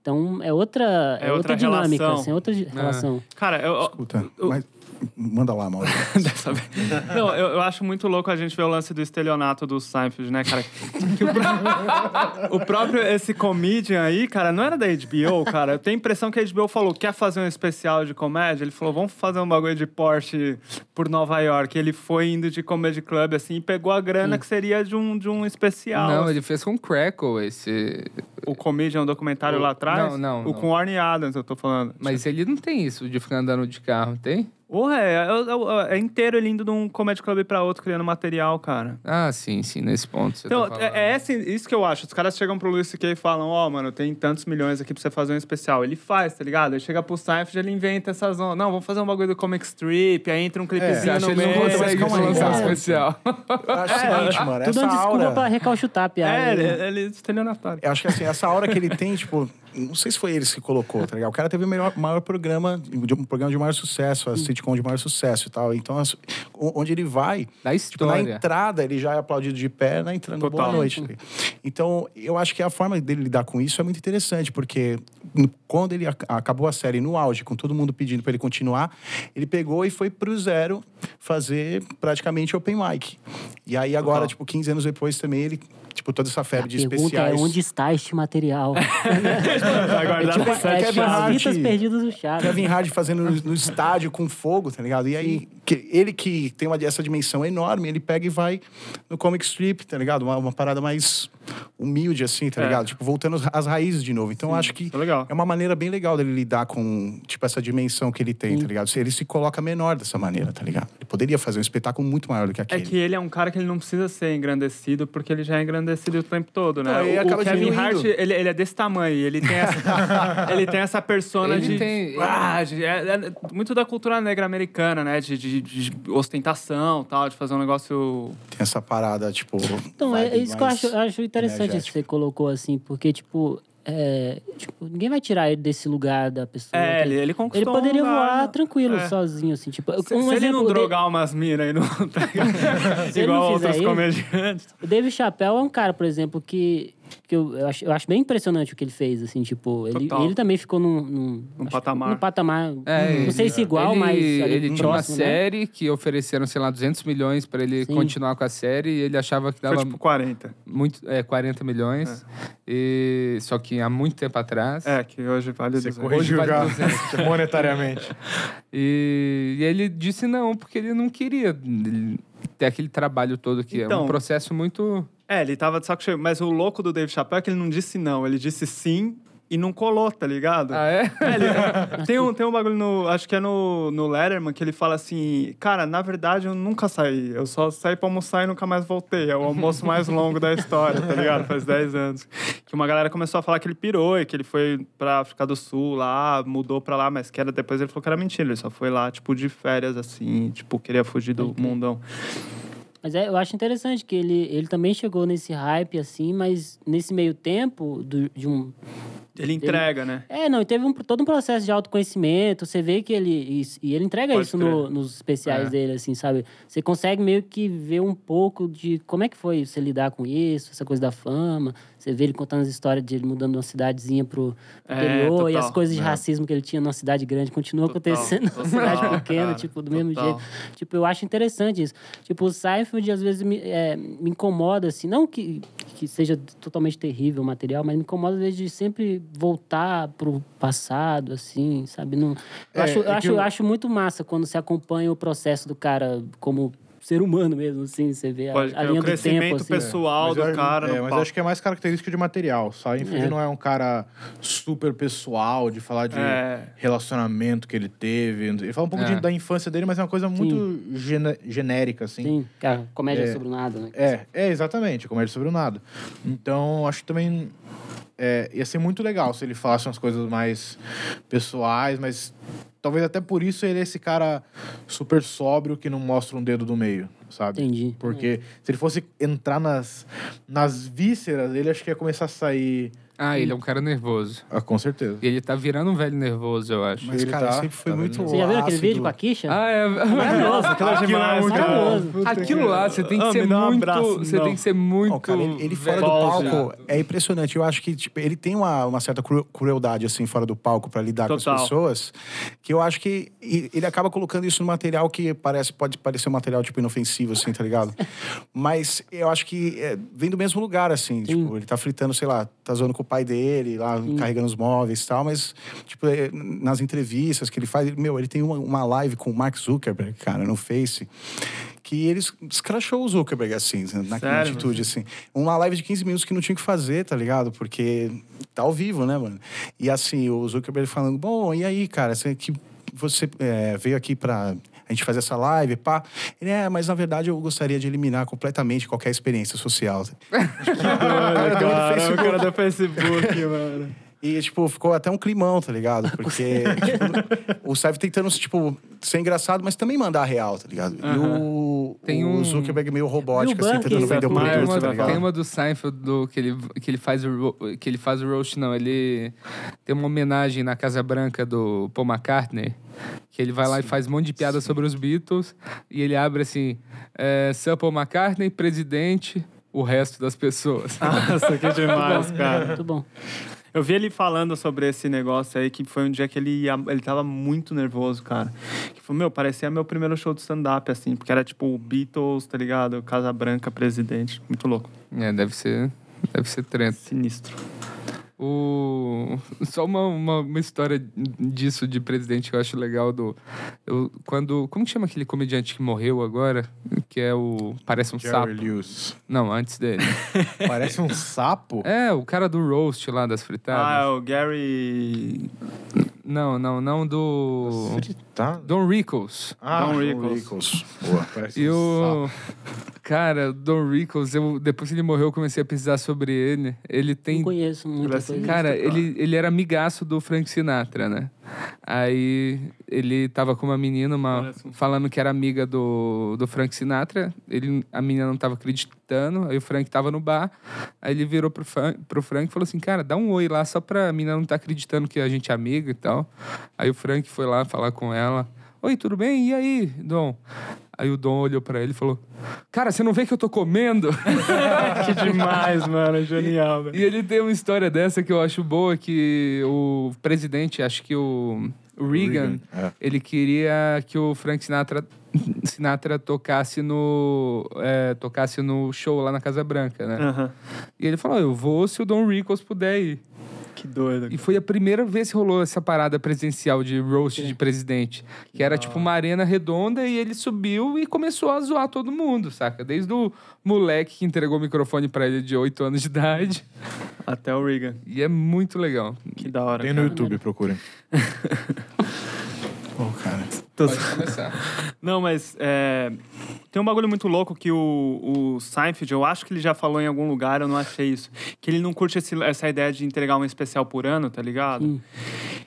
E: Então, é outra, é
C: É outra
E: outra, dinâmica,
C: relação.
E: assim, é outra di- relação.
C: Cara, eu, eu-
A: Puta, mas manda lá, Mauro.
C: Dessa vez. Não, eu, eu acho muito louco a gente ver o lance do estelionato do Seinfeld, né, cara? Que o, pró- o próprio, esse comedian aí, cara, não era da HBO, cara. Eu tenho a impressão que a HBO falou, quer fazer um especial de comédia? Ele falou, vamos fazer um bagulho de Porsche por Nova York. Ele foi indo de comedy club, assim, e pegou a grana que seria de um, de um especial.
B: Não,
C: assim.
B: ele fez com Crackle esse.
C: O comedian, um documentário lá atrás?
B: Não, não,
C: O
B: não.
C: com Orny Adams, eu tô falando.
B: Mas ele não tem isso de ficar andando de carro, tem?
C: Porra, é, é- é- é inteiro ele indo de um comedy club pra outro, criando material, cara.
B: Ah, sim, sim, nesse ponto. Você
C: Então,
B: tá falando.
C: é, é esse- isso que eu acho. Os caras chegam pro Luis C.K. e falam, ó, mano, tem tantos milhões aqui pra você fazer um especial. Ele faz, tá ligado? Aí chega pro Seinfeld, ele inventa essa zona. Não, vamos fazer um bagulho do Comic Strip, aí entra um
B: É. Você
C: clipezinho
B: acha
C: no
B: que ele não
C: meio.
B: consegue
A: calma aí,
B: lançar um
A: cara.
B: especial?
A: Eu acho o seguinte, mano,
E: Tudo é
A: essa
E: uma desculpa
A: aura...
E: pra recalchutar a piada.
C: É,
E: né?
C: ele, ele é estelionatário.
A: Eu acho que assim, essa aura que ele tem, tipo, Não sei se foi eles que colocou, tá ligado? O cara teve o melhor, maior programa, de- um programa de maior sucesso, a sitcom de maior sucesso e tal. Então, as- o- onde ele vai,
B: Da
A: tipo, na
B: história.
A: entrada, ele já é aplaudido de pé, na entrada, no boa
C: Total.
A: noite. tá ligado? Então, eu acho que a forma dele lidar com isso é muito interessante, porque no- quando ele ac- acabou a série no auge, com todo mundo pedindo pra ele continuar, ele pegou e foi pro zero fazer praticamente open mic. E aí, agora,
C: Total.
A: tipo, 15 anos depois também, ele, tipo, toda essa febre
E: A
A: de
E: pergunta
A: especiais.
E: é onde está este material?
C: Vai guardar
A: tipo,
C: no
A: é
E: é
C: set.
E: tipo
A: Kevin
E: as
A: Hart.
E: fitas perdidas do Chaves.
A: Kevin Hart fazendo no, no estádio com fogo, tá ligado? E aí, que- ele que tem uma, essa dimensão enorme, ele pega e vai no comic strip, tá ligado? Uma, uma parada mais humilde, assim, tá
C: É.
A: ligado? Tipo, voltando às raízes de novo. Então, eu acho que
E: Tá
C: isso é legal.
A: uma maneira bem legal dele lidar com, tipo, essa dimensão que ele tem, tá ligado? Ele se coloca menor dessa maneira, tá ligado? Ele poderia fazer um espetáculo muito maior do que
C: É
A: aquele.
C: que ele é um cara que ele não precisa ser engrandecido, porque ele já é engrandecido o tempo todo, né?
A: Não, ele
C: o, o
A: acaba
C: Kevin
A: diminuindo.
C: Hart, ele, ele é desse tamanho, ele tem essa, ele tem essa persona
B: Ele
C: de...
B: tem-
C: Ah, de- é- é muito da cultura negra americana, né? De, de- de ostentação tal, de fazer um negócio...
A: Tem essa parada, tipo.
E: Então, é, é
A: vibe
E: isso que eu
A: mais
E: acho, eu acho interessante isso que
A: energética.
E: você colocou, assim, porque, tipo, é, tipo, ninguém vai tirar ele desse lugar da pessoa.
C: É,
E: que-
C: ele, ele conquistou
E: Ele poderia
C: um lugar,
E: voar
C: né?
E: tranquilo,
C: É.
E: sozinho, assim. Tipo,
C: Se, se ele não
E: de-
C: drogar umas minas aí, não, tá ligado?
E: Se ele
C: igual
E: não fizer
C: outros
E: isso-
C: comediantes.
E: O David Chappelle é um cara, por exemplo, que, que eu, eu acho, eu acho bem impressionante o que ele fez, assim, tipo... Ele,
C: Total. Um
E: ele também ficou num... Num, acho que
C: patamar.
E: num patamar,
B: É,
E: não
B: ele-
E: sei se igual,
B: ele,
E: mas... ali
B: Ele tinha uma
E: próximo, né?
B: série que ofereceram, sei lá, 200 milhões pra ele
E: Sim.
B: continuar com a série e ele achava que
C: Foi
B: dava
C: tipo 40.
B: muito, é, 40 milhões. E, só que há muito tempo atrás.
C: É, que hoje vale
F: Você
C: 200.
F: corrigiu
B: Hoje
F: já
B: vale
F: monetariamente.
B: E, e ele disse não, porque ele não queria ele- ter aquele trabalho todo que é
C: Então.
B: um processo muito.
C: É, ele tava de saco cheio. Mas o louco do Dave Chappelle é que ele não disse não, ele disse sim e não colou, tá ligado?
B: Ah, é?
C: É, ele- tem, um, tem um bagulho no. Acho que é no, no Letterman que ele fala assim: Cara, na verdade eu nunca saí. Eu só saí pra almoçar e nunca mais voltei. É o almoço mais longo da história, tá ligado? Faz 10 anos. Que uma galera começou a falar que ele pirou e que ele foi pra África do Sul lá, mudou pra lá, mas que era depois ele falou que era mentira. Ele só foi lá, tipo, de férias assim, tipo, queria fugir do mundão.
E: Mas é, eu acho interessante que ele, ele também chegou nesse hype, assim, mas nesse meio tempo do- de um...
C: Ele entrega, né?
E: É, não, e teve um- todo um processo de autoconhecimento. Você vê que ele. isso- E ele entrega
C: Pode
E: isso
C: crer.
E: no- nos especiais
B: É.
E: dele, assim, sabe? Você consegue meio que ver um pouco de como é que foi você lidar com isso, essa coisa da fama. Você vê ele contando as histórias de ele mudando de uma cidadezinha pro
C: É,
E: interior e
C: total. É.
E: as coisas de racismo que ele tinha numa cidade grande continuam
C: Total,
E: acontecendo
C: total,
E: numa cidade pequena,
C: cara,
E: tipo, do mesmo
C: total.
E: jeito. Tipo, eu acho interessante isso. Tipo, o Seinfeld às vezes me, é, me incomoda, assim, não que, que seja totalmente terrível o material, mas me incomoda às vezes de sempre voltar pro passado, assim, sabe? Não, eu,
F: É,
E: acho,
F: é
E: eu,
F: que
E: acho,
F: eu-
E: eu acho muito massa quando você acompanha o processo do cara como ser humano mesmo, assim, você vê a,
C: Pode
E: a
C: crer,
E: linha
C: o
E: do
C: crescimento
E: tempo, assim.
C: pessoal
F: Mas
C: do
F: eu acho-
C: cara.
F: É,
C: no
F: mas eu
C: palco.
F: acho que é mais característica de material. Seinfeld
E: É.
F: não é um cara super pessoal de falar de
C: É.
F: relacionamento que ele teve. Ele fala um pouco
B: É.
F: de- da infância dele, mas é uma coisa muito gene- genérica, assim.
E: Sim, cara, comédia
F: É.
E: sobre o nada, né?
F: É, é, exatamente, comédia sobre o nada. Então, acho que também é, ia ser muito legal se ele falasse umas coisas mais pessoais, mas talvez até por isso ele é esse cara super sóbrio que não mostra um dedo do meio, sabe?
E: Entendi.
B: É.
F: Porque se ele fosse entrar nas, nas vísceras, ele acho que ia começar a sair.
B: Ah, ele é um cara nervoso.
F: Ah, com certeza.
B: E ele tá virando um velho nervoso, eu acho.
A: Mas,
F: Ele
A: cara,
F: tá-
A: sempre foi
F: tá
A: muito.
E: Você já viu aquele
A: ácido.
E: vídeo com a Kisha?
B: Ah, é.
E: Maravilhoso, aquilo
C: é demais, cara.
E: Maravilhoso.
B: Aquilo lá, você tem que
C: Ah,
B: ser
C: me dá um
B: muito.
C: abraço,
B: você
C: não.
B: tem que ser muito.
A: Não, cara, ele, ele fora do
B: velho.
A: palco é impressionante. Eu acho que tipo, ele tem uma, uma certa cru- crueldade assim fora do palco pra lidar com
C: Total.
A: as pessoas, que eu acho que e- ele acaba colocando isso no material que parece pode parecer um material tipo inofensivo assim, tá ligado? Mas eu acho que é, vem do mesmo lugar assim, tipo, ele tá fritando, sei lá, tá zoando com o pai dele, lá carregando os móveis e tal, mas tipo, é, nas entrevistas que ele faz, ele- meu, ele tem uma, uma live com o Mark Zuckerberg, cara, no Face, que ele es- escrachou o Zuckerberg assim, na, na atitude
C: Sério?
A: atitude, assim. Uma live de 15 minutos que não tinha o que fazer, tá ligado? Porque tá ao vivo, né, mano? E assim, o Zuckerberg falando, bom, e aí, cara, você, que você é, veio aqui pra a gente fazer essa live, pá. Ele, é, mas na verdade eu gostaria de eliminar completamente qualquer experiência social.
C: Olha,
A: do
C: cara, é o
A: Facebook.
C: cara do Facebook, mano.
A: E, tipo, ficou até um climão, tá ligado? Porque tipo, o Sérgio tentando, tipo, ser engraçado, mas também mandar a real, tá ligado? E o,
B: Tem
A: o
B: um-
A: Zuckerberg meio robótico,
E: E o
A: assim,
E: Buck?
A: tentando vender o
C: Exato,
B: Tem
A: produto,
B: uma,
A: tá
B: tem
A: ligado?
B: uma do Seinfeld do, que, ele, que, ele faz o, ro- que ele faz o roast, não. Ele tem uma homenagem na Casa Branca do Paul McCartney. Que ele vai lá e faz um monte de piada sobre os Beatles. E ele abre assim: é, Sir Paul McCartney, presidente, o resto das pessoas.
C: Ah. Nossa, que demais, cara.
E: Muito bom.
C: Eu vi ele falando sobre esse negócio aí, que foi um dia que ele, ia- ele tava muito nervoso, cara. Que foi, meu, parecia meu primeiro show de stand-up, assim, porque era tipo o Beatles, tá ligado? Casa Branca, presidente. Muito louco.
B: é, deve ser. Deve ser treta.
C: Sinistro.
B: O... Só uma, uma, uma história disso de presidente que eu acho legal do. eu- quando. Como que chama aquele comediante que morreu agora? Que é o. Parece um sapo.
F: Jerry Lewis.
B: Não, antes dele.
F: Parece um sapo.
B: É, o cara do roast lá das
C: Ah, é
B: fritadas.
C: o Gary.
B: Não, não, não do.
F: Tá?
B: Don Rickles.
F: Ah,
C: Don
F: Don
C: Rickles.
F: Rickles. Boa, parece
B: E
F: um
B: o. Cara, o Don Rickles, eu, depois que ele morreu, eu comecei a pesquisar sobre ele. Ele tem.
E: Não conheço muita
C: Parece-
E: coisa. É,
B: Cara,
C: cara.
B: ele, ele era amigaço do Frank Sinatra, né? Aí ele tava com uma menina, uma,
C: Parece um-
B: falando que era amiga do, do Frank Sinatra. Ele, a menina não tava acreditando, aí o Frank tava no bar. Aí ele virou pro, Fran- pro Frank e falou assim: Cara, dá um oi lá só pra menina não tá acreditando que a gente é amiga e tal. Aí o Frank foi lá falar com ela: Oi, tudo bem? E aí, Dom? Aí o Dom olhou pra ele e falou: Cara, você não vê que eu tô comendo?
C: que demais, mano. Genial, velho.
B: E ele tem uma história dessa que eu acho boa, que o presidente, acho que o, o Reagan,
F: é.
B: ele queria que o Frank Sinatra, Sinatra tocasse, no, é, tocasse no show lá na Casa Branca, né?
C: Aham.
B: E ele falou, "Ó, eu vou se o Don Rickles puder ir.
C: Que doido.
B: E foi a primeira vez que rolou essa parada presidencial de roast de presidente. Que era tipo uma arena redonda e ele subiu e começou a zoar todo mundo, saca? Desde o moleque que entregou o microfone pra ele de 8 anos de idade.
C: Até o Reagan.
B: E é muito legal.
C: Que da hora.
F: Tem no YouTube, procurem.
A: Pô, cara.
C: Tô-
B: começar.
C: Não, mas é, tem um bagulho muito louco que o, o Seinfeld, eu acho que ele já falou em algum lugar, eu não achei isso. Que ele não curte esse- essa ideia de entregar um especial por ano, tá ligado?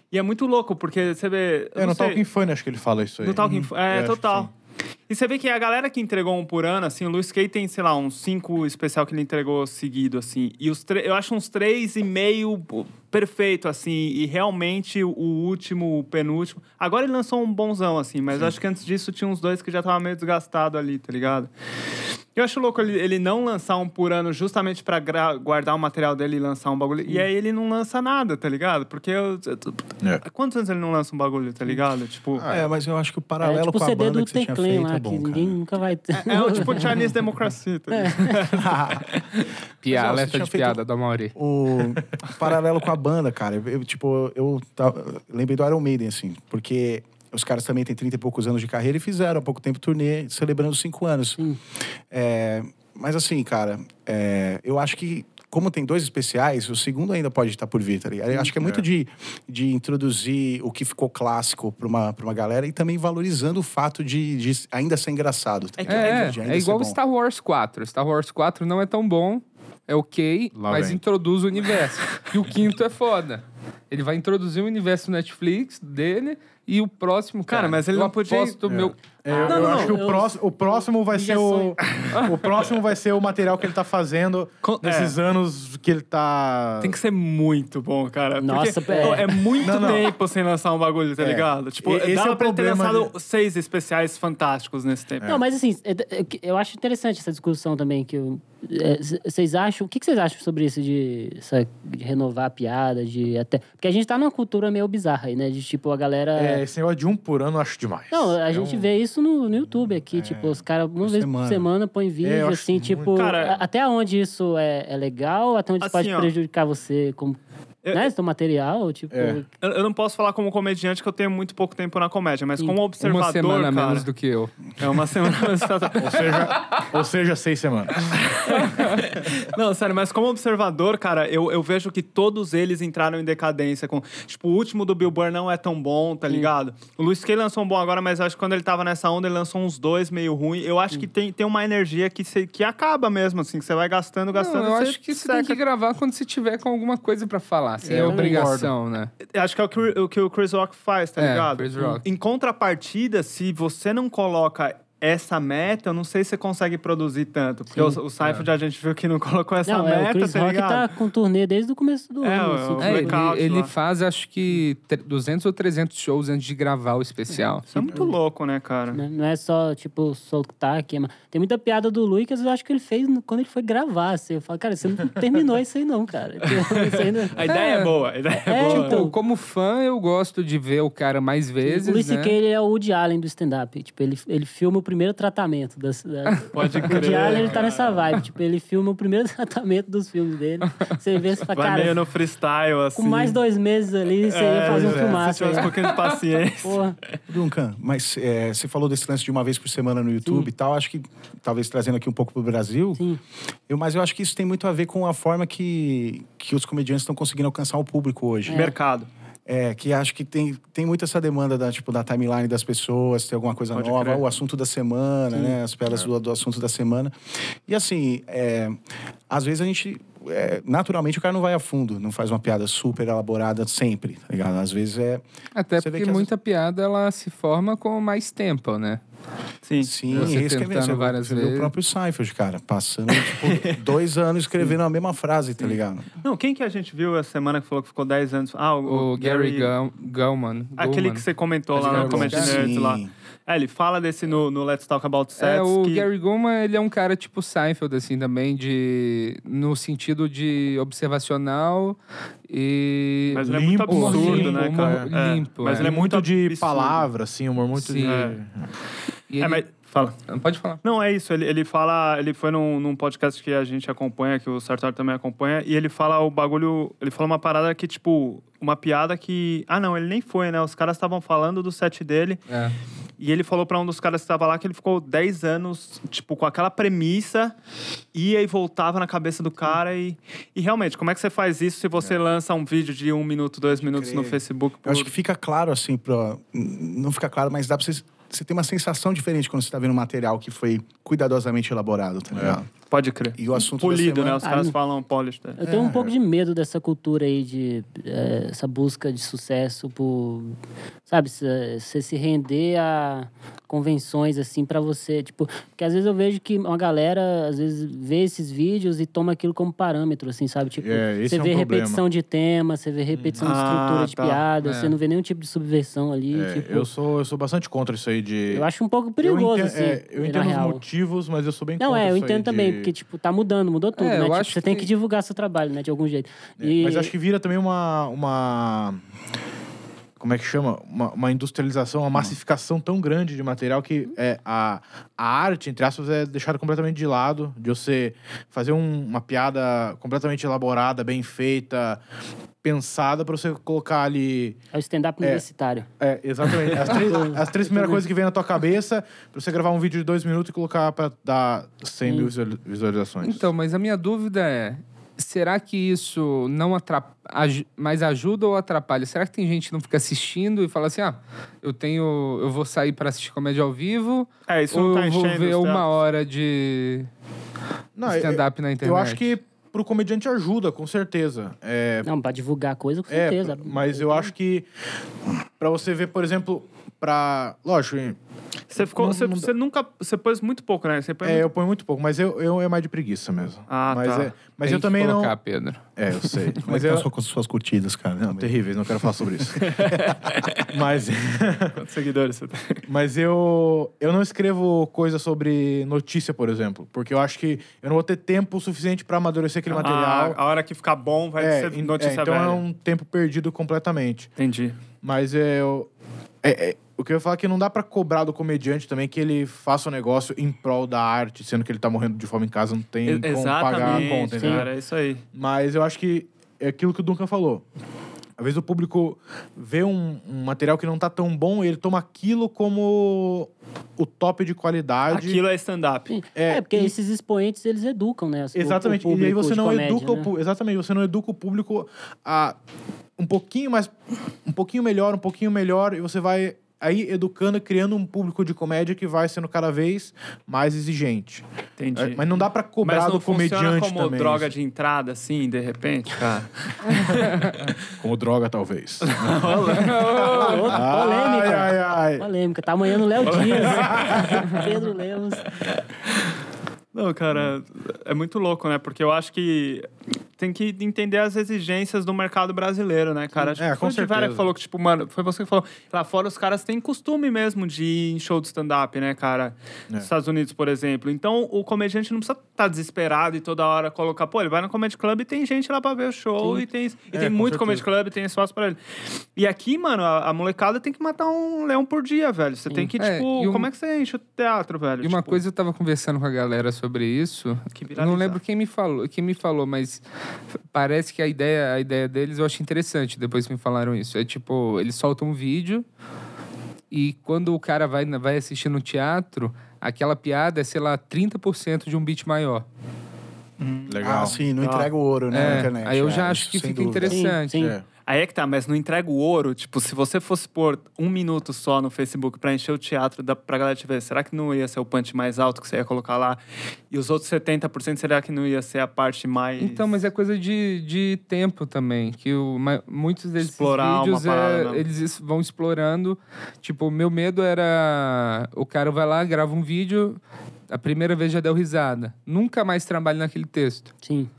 C: E é muito louco, porque você vê. eu
F: É, no
C: sei,
F: Talking Funny acho que ele fala isso aí. Uhum.
C: no
B: Uhum.
C: Talking Fu- É,
F: eu acho que
C: total.
F: sim.
C: E você vê que a galera que entregou um por ano, assim, o Luiz Kay tem, sei lá, uns cinco especial que ele entregou seguido, assim. E os tre- eu acho uns três e meio pô, perfeito, assim. E realmente o último, o penúltimo. Agora ele lançou um bonzão, assim, mas eu acho que antes disso tinha uns dois que já tava meio desgastado ali, tá ligado? Eu acho louco ele, ele não lançar um por ano justamente pra gra- guardar o material dele e lançar um bagulho. E aí ele não lança nada, tá ligado? Porque. Eu,
F: É. Ah,
C: há quantos anos ele não lança um bagulho, tá ligado? Tipo.
A: É, mas eu acho que o
E: É
A: paralelo
E: tipo o
A: com a
E: CD
A: banda
E: do
A: que você tinha
E: Teclan
A: feito
E: lá,
A: é
E: que
A: bom, cara.
E: ninguém nunca vai ter.
C: É o tipo Chinese Democracy.
B: É.
C: Tá ligado?
A: Mas,
B: Pia,
A: ó,
B: alerta
A: você tinha
B: de
A: feito-
B: piada da Mauri.
A: o paralelo com a banda, cara. Eu, tipo, eu tava- lembrei do Iron Maiden, assim, porque os caras também têm 30 e poucos anos de carreira e fizeram há pouco tempo turnê celebrando os cinco anos. É, mas assim, cara, é, eu acho que. Como tem dois especiais, o segundo ainda pode estar por vir, tá ligado? Eu acho que é muito de, de introduzir o que ficou clássico para uma, pra uma galera e também valorizando o fato de, de ainda ser engraçado. tá
C: É que-
A: ligado?
B: É,
A: De ainda
B: é
A: ser
B: igual
A: bom.
B: Star Wars 4. Star Wars 4 não é tão bom, é ok,
F: Lá
B: mas
F: vem.
B: introduz o universo. e o quinto é foda. Ele vai introduzir o universo Netflix dele e o próximo, cara.
C: Cara, mas ele
B: eu
C: não podia-
B: aposto o meu.
F: É, eu, eu acho que o, próximo, o próximo vai ser o. o próximo vai ser o material que ele tá fazendo
C: Co- é.
F: nesses anos que ele tá.
C: Tem que ser muito bom, cara.
E: Nossa,
C: porque,
E: é.
C: pô, é muito
F: Não, não.
C: tempo sem lançar um bagulho, tá
F: É.
C: ligado? Tipo,
F: E- esse
C: dava
F: é o
C: pra ter
F: problema
C: lançado seis especiais fantásticos nesse tempo.
E: Não, mas assim, é- é que eu acho interessante essa discussão também que eu- é, c- vocês acham, o que que vocês acham sobre isso de, essa- de renovar a piada, de até, porque a gente tá numa cultura meio bizarra aí, né, de tipo a galera
F: É, esse negócio de um por ano eu acho demais.
E: Não, a
F: É
E: gente
F: um-
E: vê isso no, no YouTube aqui, tipo, os caras uma
A: por
E: vez
A: semana.
E: por semana põem vídeo,
F: É, eu acho
E: assim,
F: muito-
E: tipo,
C: Cara-
E: a- até onde isso é, é legal, até onde isso
C: Assim,
E: pode
C: ó.
E: prejudicar você como,
C: Eu-
E: né, seu material, tipo...
F: É.
C: Eu, eu não posso falar como comediante que eu tenho muito pouco tempo na comédia, mas como observador,
B: Uma semana
C: cara,
B: menos do que eu.
C: É uma semana menos que eu-
F: Ou seja, ou seja, seis semanas.
C: É. Não, sério, mas como observador, cara, eu, eu vejo que todos eles entraram em decadência. Com, tipo, o último do Bill Burr não é tão bom, tá ligado? O Luiz Kay lançou um bom agora, mas eu acho que quando ele tava nessa onda, ele lançou uns dois meio ruim. Eu acho que tem, tem uma energia que, cê- que acaba mesmo, assim, que você vai gastando, gastando.
B: Não, eu
C: cê
B: acho que você tem que
C: seca.
B: gravar quando você tiver com alguma coisa pra falar, sem
F: É, eu
B: obrigação, né?
C: Acho que é o que o, o que o Chris Rock faz, tá
B: É,
C: ligado?
B: Chris Rock.
C: Em contrapartida, se você não coloca essa meta, eu não sei se você consegue produzir tanto. Porque o, o
B: é.
C: Seinfeld a gente viu que não colocou essa
E: Não, é, o
C: meta,
E: Chris
C: tá
E: Rock tá
C: ligado?
E: com turnê desde o começo do
C: É,
E: ano.
C: o-
E: assim,
C: o
E: tipo,
B: É, ele,
C: blackout
B: ele
C: lá.
B: faz, acho que, tre- 200 ou 300 shows antes de gravar o especial.
C: Isso é muito louco, né, cara?
E: né? Não é só, tipo, soltar aqui. Mas... Tem muita piada do Lui que eu acho que ele fez no- quando ele foi gravar. Assim. Eu falo, cara, você não terminou isso aí não, cara. Tipo, Isso aí não-
C: A ideia é,
B: É.
C: boa, a ideia é,
E: É,
C: boa.
E: então,
B: Pô, como fã, eu gosto de ver o cara mais vezes,
E: o Luis
B: né?
E: C.K. ele é o Woody Allen do stand-up. Tipo, ele, ele filma o primeiro tratamento. Das, da...
C: Pode
E: O Woody
C: crer,
E: Allen, ele tá
C: cara.
E: nessa vibe. Tipo, ele filma o primeiro tratamento dos filmes dele. Você vê, você fala,
C: Vai meio
E: cara,
C: no freestyle, assim.
E: com mais dois meses ali, você ia fazer um
C: é, Se
E: filmaço.
C: tivesse um
E: aí.
C: pouquinho de paciência.
E: Porra.
A: Duncan, mas é, você falou desse lance de uma vez por semana no YouTube e tal. Acho que, talvez trazendo aqui um pouco pro Brasil,
E: Sim.
A: eu, mas eu acho que isso tem muito a ver com a forma que, que os comediantes estão conseguindo alcançar o público hoje.
C: Mercado.
A: É, que acho que tem, tem muito essa demanda da, tipo, da timeline das pessoas, tem alguma coisa
C: Pode
A: nova,
C: crer. É.
A: o assunto da semana, né? As pedras do, do assunto da semana. E assim, é, às vezes a gente. é, naturalmente o cara não vai a fundo, não faz uma piada super elaborada sempre, tá ligado? Às vezes é.
B: Até
A: Você vê
B: porque
A: que as-
B: muita piada ela se forma com mais tempo, né?
C: Sim.
A: Sim,
B: Você
A: reescrevendo.
B: tentando
A: Você,
B: várias
A: você vê
B: vezes.
A: o próprio Seinfeld, cara, passando tipo, dois anos escrevendo a mesma frase, tá ligado?
C: Não, quem que a gente viu essa semana que falou que ficou 10 anos? Ah, o,
B: O Gary Gal- Gallman.
C: Aquele
B: Goldman.
C: que você comentou
B: Mas
A: Então,
C: lá no
B: Gary
C: Comedy
A: assim,
B: Goldman.
C: Nerd lá.
A: Sim.
C: É, ele fala desse no, no Let's Talk About Sets.
B: É, o
C: que...
B: Gary Goldman, ele é um cara tipo Seinfeld, assim, também, de... No sentido de observacional e...
C: Mas ele é muito
F: Limpo,
C: absurdo,
B: limpo,
C: né, cara?
B: humor
C: É,
B: limpo,
C: Mas
B: é.
C: ele é muito
F: muito de
C: absurdo.
F: palavra, assim, humor muito
B: Sim.
F: de...
C: É.
B: e ele-
C: É,
B: Ah,
C: mas... Fala.
B: Pode falar.
C: Não, é isso. Ele, ele fala. Ele foi num, num podcast que a gente acompanha, que o Sartori também acompanha, e ele fala o bagulho. Ele fala uma parada que, tipo, uma piada que. Ah, não, ele nem foi, né? Os caras estavam falando do set dele.
B: É.
C: E ele falou pra um dos caras que tava lá que ele ficou 10 anos, tipo, com aquela premissa, ia e voltava na cabeça do cara. E, e realmente, como é que você faz isso se você lança um vídeo de um minuto, dois minutos no
A: crer.
C: Facebook?
A: Eu acho que fica claro, assim, pra... não fica claro, mas dá pra você. Você tem uma sensação diferente quando você tá vendo um material que foi cuidadosamente elaborado,
B: É.
A: tá ligado?
C: Pode crer.
A: E o assunto da
C: Polido, né?
A: semana-
C: Os caras
E: Ah,
C: falam polished. né?
E: Eu tenho um pouco de medo dessa cultura aí de eh, essa busca de sucesso por, sabe, se- você se render a convenções assim pra você, tipo, porque às vezes eu vejo que uma galera às vezes vê esses vídeos e toma aquilo como parâmetro, assim, sabe, tipo,
F: É, esse
E: você
F: é um
E: vê
F: problema.
E: repetição de tema, você vê repetição de
C: Ah,
E: estrutura de
C: tá.
E: piada,
B: Hum. É.
E: você não vê nenhum tipo de subversão ali,
F: É,
E: tipo,
F: eu, sou, eu sou bastante contra isso aí de...
E: eu acho um pouco perigoso,
F: eu entendo,
E: assim,
F: é, eu
E: na
F: entendo os
E: real.
F: motivos, mas eu sou bem
E: Não,
F: contra
E: é, eu
F: isso aí
E: entendo também,
F: de-
E: porque, tipo, tá mudando, mudou tudo,
B: É,
E: né?
B: eu
E: Tipo,
B: acho
E: você tem
B: que-
E: que divulgar seu trabalho, né, de algum jeito.
F: É,
E: E-
F: Mas acho que vira também uma. uma... Como é que chama? Uma, uma industrialização, uma massificação tão grande de material que é, a, a arte, entre aspas, é deixada completamente de lado. De você fazer um- uma piada completamente elaborada, bem feita, pensada, pra você colocar ali.
E: É o stand-up
F: É.
E: universitário.
F: É, exatamente. As três, as três primeiras coisas que vem na tua cabeça, pra você gravar um vídeo de dois minutos e colocar pra dar 100 mil visual- visualizações.
B: Então, mas a minha dúvida é: será que isso não atrapalha, mas ajuda ou atrapalha? Será que tem gente que não fica assistindo e fala assim: ah, eu tenho. eu vou sair pra assistir comédia ao vivo?
C: É, isso
B: ou
C: não tá
B: eu vou
C: enchendo
B: ver
C: os
B: uma
C: teatros.
B: hora de
F: Não, eu-
B: stand-up na internet?
F: Eu acho que pro comediante ajuda, com certeza. É,
E: Não, pra divulgar coisa, com
F: é,
E: certeza.
F: mas eu acho que pra você ver, por exemplo, pra. Lógico, é,
C: Você ficou.
F: Não-
C: Você,
F: não dá.
C: você nunca. Você pôs muito pouco, né? Você
A: É,
C: põe muito
F: eu ponho muito pouco, mas eu, eu é mais de preguiça mesmo.
C: Ah,
F: mas
C: tá.
F: é- mas
B: Tem
F: eu
B: que
F: também
B: colocar,
F: não.
B: Pedro.
F: É, eu sei.
A: Como é
F: mas
A: que tá
F: eu.
A: sua- com as suas curtidas, cara? Não,
F: Terríveis, não quero falar sobre isso. mas.
C: Quantos seguidores você tem?
F: Mas eu, eu não escrevo coisa sobre notícia, por exemplo, porque eu acho que eu não vou ter tempo suficiente pra amadurecer aquele material.
C: Ah, a hora que ficar bom vai
F: É,
C: ser
F: en-
C: notícia
F: é, então
C: velha.
F: é um tempo perdido completamente.
C: Entendi.
F: Mas é, eu. É, é, o que eu ia falar é que não dá pra cobrar do comediante também que ele faça um negócio em prol da arte, sendo que ele tá morrendo de fome em casa, não tem
C: E-
F: como pagar a conta,
C: Exatamente,
F: entendeu?
C: cara. É isso aí.
F: Mas eu acho que é aquilo que o Duncan falou. Às vezes o público vê um, um material que não tá tão bom e ele toma aquilo como o top de qualidade.
C: Aquilo é stand-up.
E: Sim.
F: É,
E: É, porque
F: e-
E: esses expoentes, eles educam, né? as- o-
F: Exatamente.
E: o
F: e aí
E: público
F: você
E: de
F: não
E: comédia,
F: educa
E: né?
F: o público. Exatamente, você não educa o público a um pouquinho mais. Um pouquinho melhor, um pouquinho melhor, e você vai aí educando, criando um público de comédia que vai sendo cada vez mais exigente.
C: Entendi.
F: É, Mas não dá pra cobrar
C: Mas não
F: do comediante
C: funciona como
F: também.
C: droga
F: isso.
C: de entrada, assim, de repente, cara.
F: Como droga, talvez.
E: Ah, outra polêmica.
F: Ai, ai, ai.
E: polêmica. Tá amanhã no Léo Dias. Pedro Lemos.
C: Não, cara,
B: Uhum.
C: é muito louco, né? Porque eu acho que tem que entender as exigências do mercado brasileiro, né, cara? Acho
F: É,
C: que foi
F: com
C: o Tivera
F: certeza.
C: que falou que, tipo, mano, foi você que falou. Lá fora os caras têm costume mesmo de ir em show de stand-up, né, cara?
B: É.
C: Nos Estados Unidos, por exemplo. Então, o comediante não precisa estar desesperado e toda hora colocar, pô, ele vai no comedy club e tem gente lá pra ver o show e tem, e
B: É,
C: tem
F: com
C: muito
F: certeza.
C: comedy club, tem espaço pra ele. E aqui, mano, a, a molecada tem que matar um leão por dia, velho. Você tem que,
B: É, e
C: tipo,
B: um-
C: como é que você enche o teatro, velho?
B: E uma
C: Tipo,
B: coisa eu tava conversando com a galera sobre isso.
C: que
B: Eu
C: viralizar.
B: não lembro quem me falou, quem me falou, mas f- parece que a ideia, a ideia deles eu achei interessante depois que me falaram isso. É tipo, eles soltam um vídeo e quando o cara vai, na- vai assistir no teatro, aquela piada é, sei lá, 30% de um beat maior.
F: Legal.
A: Ah, sim, não entrega o ouro, né? na
B: Tá. É,
A: internet.
B: aí eu
A: é,
B: já acho que
A: sem
B: fica
A: dúvida.
B: interessante.
E: Sim, sim.
F: É.
C: Aí é que tá, mas não entrega o ouro. Tipo, se você fosse pôr um minuto só no Facebook pra encher o teatro da, pra galera te ver, será que não ia ser o punch mais alto que você ia colocar lá? E os outros 70%, será que não ia ser a parte mais.
B: Então, mas é coisa de, de tempo também, que o, ma- muitos desses
C: Explorar uma
B: vídeos é-
C: parada, né?
B: eles es- vão explorando. Tipo, o meu medo era o cara vai lá, grava um vídeo, a primeira vez já deu risada, nunca mais trabalha naquele texto.
E: sim.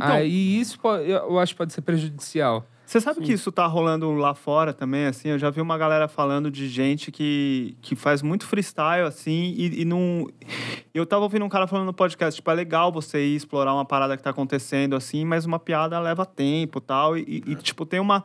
B: Aí isso po- eu eu acho que pode ser prejudicial.
C: Você sabe que isso tá rolando lá fora também, assim? Eu já vi uma galera falando de gente que, que faz muito freestyle, assim, e, e não. Eu tava ouvindo um cara falando no podcast, tipo, é legal você ir explorar uma parada que tá acontecendo, assim, mas uma piada leva tempo tal, e tal. E, tipo, tem uma.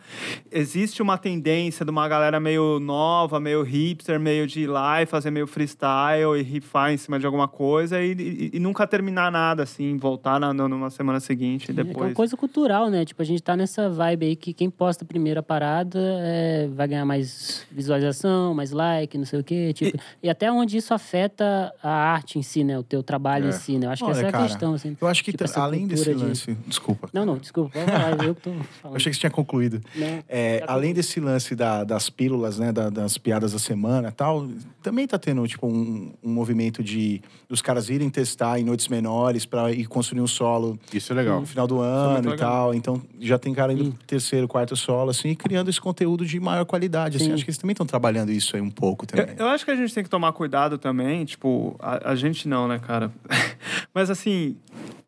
C: Existe uma tendência de uma galera meio nova, meio hipster, meio de ir lá e fazer meio freestyle e rifar em cima de alguma coisa e, e- e nunca terminar nada, assim, voltar na, numa semana seguinte,
E: É uma
C: depois.
E: coisa cultural, né? Tipo, a gente tá nessa vibe aí que quem posta primeiro a parada é, vai ganhar mais visualização, mais like, não sei o quê. Tipo, e... até onde isso afeta a arte em si, né? O teu trabalho em si, né? Eu acho que
A: Olha,
E: essa é a
A: cara,
E: questão, assim.
A: Eu acho que,
F: tá-
E: Tipo,
A: t-
E: essa
A: além desse
E: cultura de-
A: lance. Desculpa.
E: Não, não, desculpa. Vamos falar, eu que tô
A: Eu
E: falando.
A: achei que você tinha concluído.
C: Né?
E: Não,
A: É,
C: Tá
E: já tô-
A: além desse lance da- das pílulas, né, da- das piadas da semana e tal, também tá tendo tipo um, um movimento de dos caras irem testar em noites menores para ir construir um solo
F: Isso é legal.
A: no final do
C: é muito
A: ano e
C: legal.
A: tal. Então já tem cara indo pro terceiro, quarto solo assim, e criando esse conteúdo de maior qualidade. Assim.
E: Sim.
A: Acho que eles também estão trabalhando isso aí um pouco
C: Eu,
A: também.
C: eu acho que a gente tem que tomar cuidado também, tipo, a, a gente não, né, cara? Mas assim,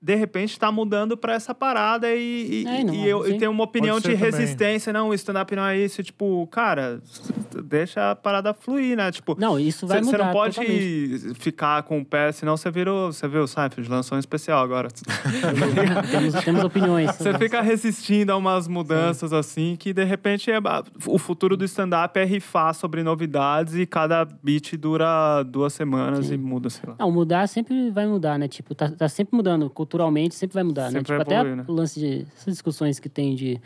C: de repente tá mudando pra essa parada e, e,
E: É, não,
C: e eu,
E: sim.
C: eu tenho uma opinião
F: Pode
C: de
F: ser também.
C: resistência, não, o stand-up não é isso, tipo, cara, deixa a parada fluir, né? Tipo,
E: Não, isso vai
C: cê- cê
E: mudar
C: não pode
E: totalmente.
C: ficar com o pé, senão você virou, você viu, Seinfeld lançou um especial agora.
E: temos, temos opiniões.
C: Você fica resistindo a umas mudanças assim que de repente é- o futuro do stand-up é rifar sobre novidades e cada beat dura duas semanas e muda, sei lá.
E: Não, mudar sempre vai mudar, né? Tipo, tá, tá sempre mudando. Culturalmente sempre vai mudar,
C: Sempre
E: né? Tipo,
C: vai
E: até
C: evoluir, né?
E: o lance de essas discussões que tem de,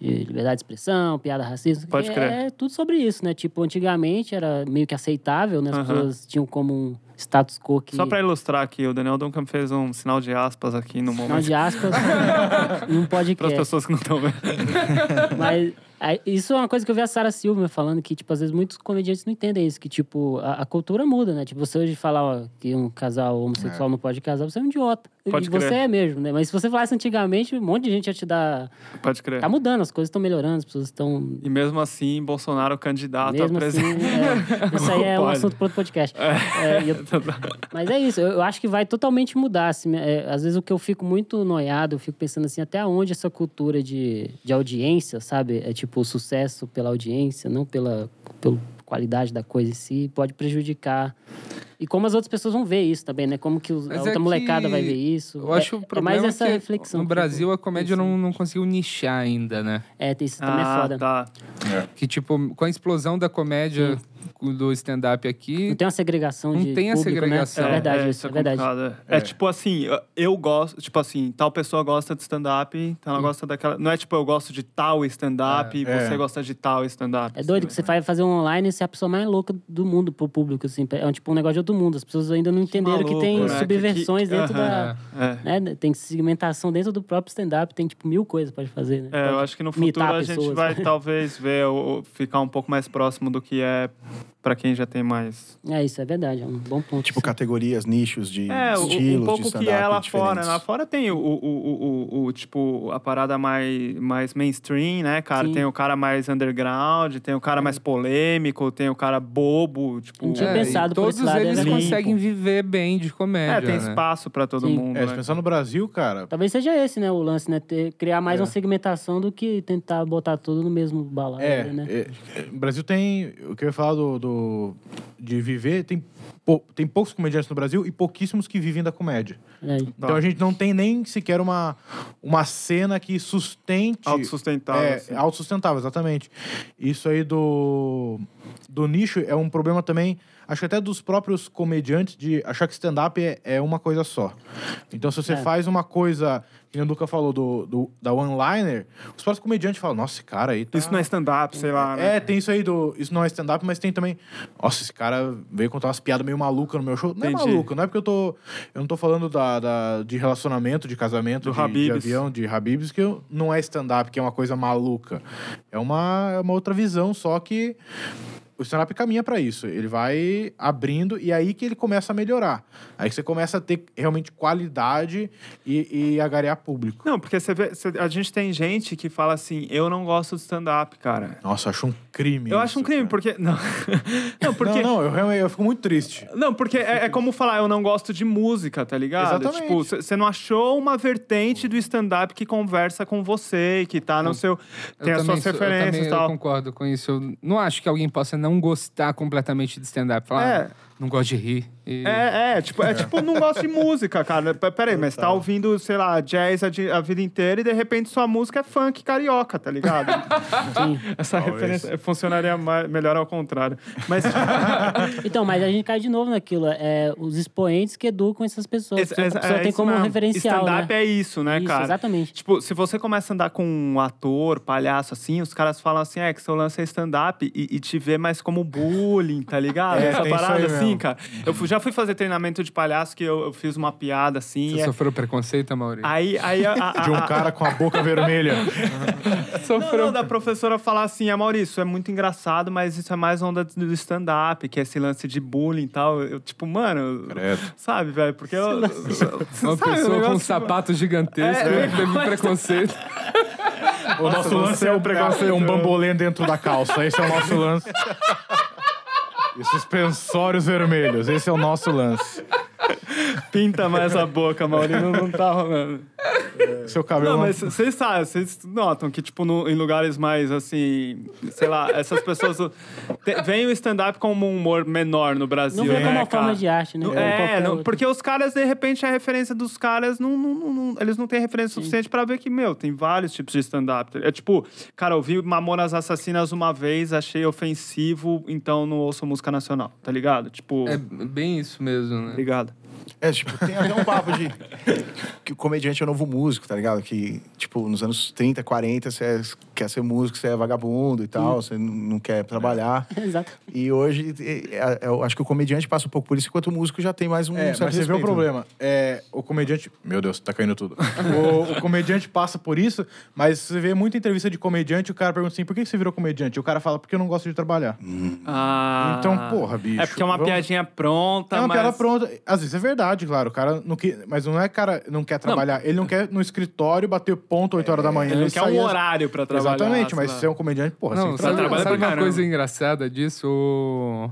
E: de liberdade de expressão, piada racista.
C: Pode
E: é,
C: crer.
E: É tudo sobre isso, né? Tipo, antigamente era meio que aceitável, né? As
C: Aham.
E: pessoas tinham como um status quo que.
C: Só pra ilustrar aqui, o Daniel Duncan fez um sinal de aspas aqui no
E: Não,
C: momento.
E: de é. aspas, num
C: Para as
E: podcast.
C: pessoas que não estão vendo.
E: Mas aí, isso é uma coisa que eu vi a Sarah Silva falando que, tipo, às vezes muitos comediantes não entendem isso, que, tipo, a, a cultura muda, né? Tipo, você hoje falar ó, que um casal homossexual não pode casar, você é um idiota.
C: Pode
E: e
C: crer.
E: você é mesmo, né? Mas se você falasse antigamente, um monte de gente ia te dar.
C: Pode crer.
E: Tá mudando, as coisas estão melhorando, as pessoas estão.
C: E mesmo assim, Bolsonaro candidato
E: mesmo
C: a
E: assim,
C: presidente.
E: é, isso aí é um
C: Pode.
E: assunto para outro podcast. É, e eu- mas é isso, eu eu acho que vai totalmente mudar. Assim, é, às vezes o que eu fico muito noiado, eu fico pensando assim, até onde essa cultura de, de audiência, sabe? É tipo, o sucesso pela audiência, não pela, pela qualidade da coisa em si, pode prejudicar. E como as outras pessoas vão ver isso também, né? Como que os- a
B: Mas
E: outra
B: é que
E: molecada vai ver isso.
B: Eu acho
E: é,
B: o
E: é
B: problema
E: mais essa
B: que
E: reflexão.
B: no
E: que eu fico
B: Brasil a comédia
E: pensando.
B: não, não conseguiu nichar ainda, né?
E: É, tem- isso também é
C: Ah,
E: foda.
C: tá.
B: Que tipo, com a explosão da comédia do stand-up aqui,
E: Não tem uma segregação
B: Não
E: de
B: tem a
E: público,
B: segregação.
E: Né? É verdade,
C: é,
E: isso, é
C: é
E: verdade.
C: complicado, é. É, tipo assim, eu- eu gosto, tipo assim, tal pessoa gosta de stand-up, então ela gosta daquela. Não é tipo, eu gosto de tal stand-up e
F: É.
C: você gosta de tal stand-up.
E: É doido que você vai fazer um online e você é a pessoa mais louca do mundo pro público, assim. É tipo um negócio de outro mundo. As pessoas ainda não entenderam que,
C: maluco,
E: tem
C: né? Que-
E: subversões
C: que-
E: dentro
B: aham.
E: da...
C: É.
E: né? Tem segmentação dentro do próprio stand-up. Tem, tipo, mil coisas pra fazer, né?
C: É, eu
E: Pode
C: acho que no
E: imitar
C: futuro a gente
E: pessoas.
C: vai talvez ver o- o- ficar um pouco mais próximo do que é pra quem já tem mais.
E: É, isso é verdade, é um bom ponto.
A: Tipo, categorias, nichos de
C: É, o- o,
A: estilos
C: um
A: de
C: pouco
A: stand-up
C: que é lá fora.
A: diferentes.
C: né? Lá fora tem o, o, o, o- o, tipo, a parada mais, mais mainstream, né, cara?
E: Sim.
C: Tem o cara mais underground, tem o cara mais polêmico, tem o cara bobo,
E: Não
C: tipo.
E: tinha
B: É,
C: é,
E: pensado
B: e
E: por
B: todos
E: esse lado, é
B: eles
E: verdade.
B: conseguem viver bem de comédia.
C: tem
B: né?
C: espaço pra todo
E: Sim.
C: mundo.
F: É, se
C: né?
F: pensar no Brasil, cara,
E: Talvez seja esse, né, o lance, né? Ter, criar mais
F: É.
E: uma segmentação do que tentar botar tudo no mesmo balado,
F: É,
E: né?
F: é, é, o Brasil tem. O que eu ia falar do, do- de viver, tem, pou- tem poucos comediantes no Brasil e pouquíssimos que vivem da comédia.
E: É.
F: Então
C: Tá.
F: a gente não tem nem sequer uma, uma cena que sustente.
C: Autossustentável.
F: É,
C: assim.
F: autossustentável, exatamente. Isso aí do, do nicho é um problema também, acho que até dos próprios comediantes, de achar que stand-up é, é uma coisa só. Então, se você
E: É.
F: faz uma coisa, que nem o Duca falou, do, do- da one-liner, os próprios comediantes falam, nossa, esse cara aí tá...
C: Isso não é stand-up, sei lá. né?
F: É, tem isso aí do. Isso não é stand-up, mas tem também. Nossa, esse cara veio contar umas piadas meio malucas no meu show. Não
C: Entendi.
F: é maluco, não é porque eu tô. Eu não tô falando da, da- de relacionamento, de casamento,
C: Do
F: de, de
C: Habib's.
F: avião, de Habibs, que eu- não é stand-up, que é uma coisa maluca. É uma, é uma outra visão, só que. O stand-up caminha pra isso. Ele vai abrindo e é aí que ele começa a melhorar. Aí que você começa a ter realmente qualidade e, e agarrar público.
C: Não, porque você vê, você- a gente tem gente que fala assim, eu não gosto de stand-up, cara.
F: Nossa, eu acho um crime.
C: Eu acho um
F: isso,
C: crime,
F: cara.
C: porque. Não, não porque.
F: Não, não, eu, realmente- eu fico muito triste.
C: Não, porque é, é como falar, eu não gosto de música, tá ligado?
F: Exatamente.
C: Tipo, você não achou uma vertente do stand-up que conversa com você, que tá no seu.
B: Eu
C: Tem as
B: também
C: suas
B: sou- eu
C: referências
B: também
C: e
B: Eu
C: tal.
B: concordo com isso. Eu não acho que alguém possa não gostar completamente de stand-up. Falar,
C: É.
B: "Ah, não gosto de rir. E-
C: É, é, tipo, é tipo, não gosto de música, cara. P- Peraí, mas tá ouvindo, sei lá, jazz a, di- a vida inteira e de repente sua música é funk carioca, tá ligado? Essa referência funcionaria mais- melhor ao contrário. Mas.
E: Então, mas a gente cai de novo naquilo. É os expoentes que educam essas pessoas.
C: Esse-
E: Então,
C: esse-
E: a pessoa
C: é
E: tem
C: isso
E: como
C: mesmo.
E: referencial,
C: Stand-up
E: né?
C: é isso, né,
E: Isso,
C: cara?
E: exatamente.
C: Tipo, se você começa a andar com um ator, palhaço, assim, os caras falam assim, é, que seu lance é stand-up e, e te vê mais como bullying, tá ligado?
F: É,
C: Essa
F: tem isso
C: parada,
F: aí
C: assim,
F: mesmo.
C: cara. Eu fui- já fui fazer treinamento de palhaço que eu, eu fiz uma piada, assim.
B: Você
C: é-
B: sofreu preconceito, Mauri?
C: Aí, aí a, a- a-
F: De um cara com a boca vermelha.
C: Não, não, da professora falar assim, ah, Maurício, isso é muito engraçado, mas isso é mais onda do stand-up, que é esse lance de bullying e tal. Eu, tipo, mano, sabe, velho? Porque eu.
B: Uma
C: sabe, o
B: pessoa com um
C: negócio, tipo,
B: sapato gigantesco
C: É,
B: né, que teve preconceito.
F: O nosso lance é um, é um bambolê dentro da calça. Esse é o nosso lance. E suspensórios vermelhos. Esse é o nosso lance.
C: Pinta mais a boca, Maurício, não, não tá rolando.
F: Seu cabelo
C: Não,
F: não-
C: mas vocês sabem, vocês notam que, tipo, no- em lugares mais assim, sei lá, essas pessoas. te- Vem o stand-up como um humor menor no Brasil.
E: Não vê
C: né,
E: como uma
C: cara?
E: forma de arte, né?
C: Não-
E: Como
C: É,
E: qualquer
C: não-
E: outra.
C: porque os caras, de repente, a referência dos caras, não, não- não- não- eles não têm referência suficiente pra ver que, meu, tem vários tipos de stand-up. É tipo, cara, eu vi Mamonas Assassinas uma vez, achei ofensivo, então não ouço música nacional, tá ligado? Tipo,
B: É bem isso mesmo, né?
C: obrigado.
A: É, tipo, tem até um papo de que o comediante é o novo músico, tá ligado? Que, tipo, nos anos 30, 40, você é- quer ser músico, você é vagabundo e tal, você não- não quer trabalhar.
E: Exato.
A: E hoje, e- é- eu acho que o comediante passa um pouco por isso, enquanto o músico já tem mais um
F: É, mas
A: certo
F: você vê o
A: respeito, né?
F: problema. É, o comediante. Meu Deus, tá caindo tudo. O, o comediante passa por isso, mas você vê muita entrevista de comediante, o cara pergunta assim: por que você virou comediante? E o cara fala, porque eu não gosto de trabalhar.
C: Ah,
F: Então, porra, bicho,
C: É porque é uma
F: vamos-
C: piadinha pronta,
F: É
C: Tá,
F: uma
C: mas...
F: piada pronta. Às vezes é verdade, claro. O cara não que, mas não é cara não quer trabalhar. Ele não quer no escritório bater ponto 8 horas da manhã.
C: Ele não
F: e
C: quer
F: sair
C: um
F: às-
C: horário pra trabalhar.
F: é Exatamente,
C: sei
F: mas
C: lá.
F: se é um comediante, porra,
B: Não,
F: assim,
B: sabe,
C: trabalha
B: sabe
C: pra
B: uma
C: caramba.
B: coisa engraçada disso? O-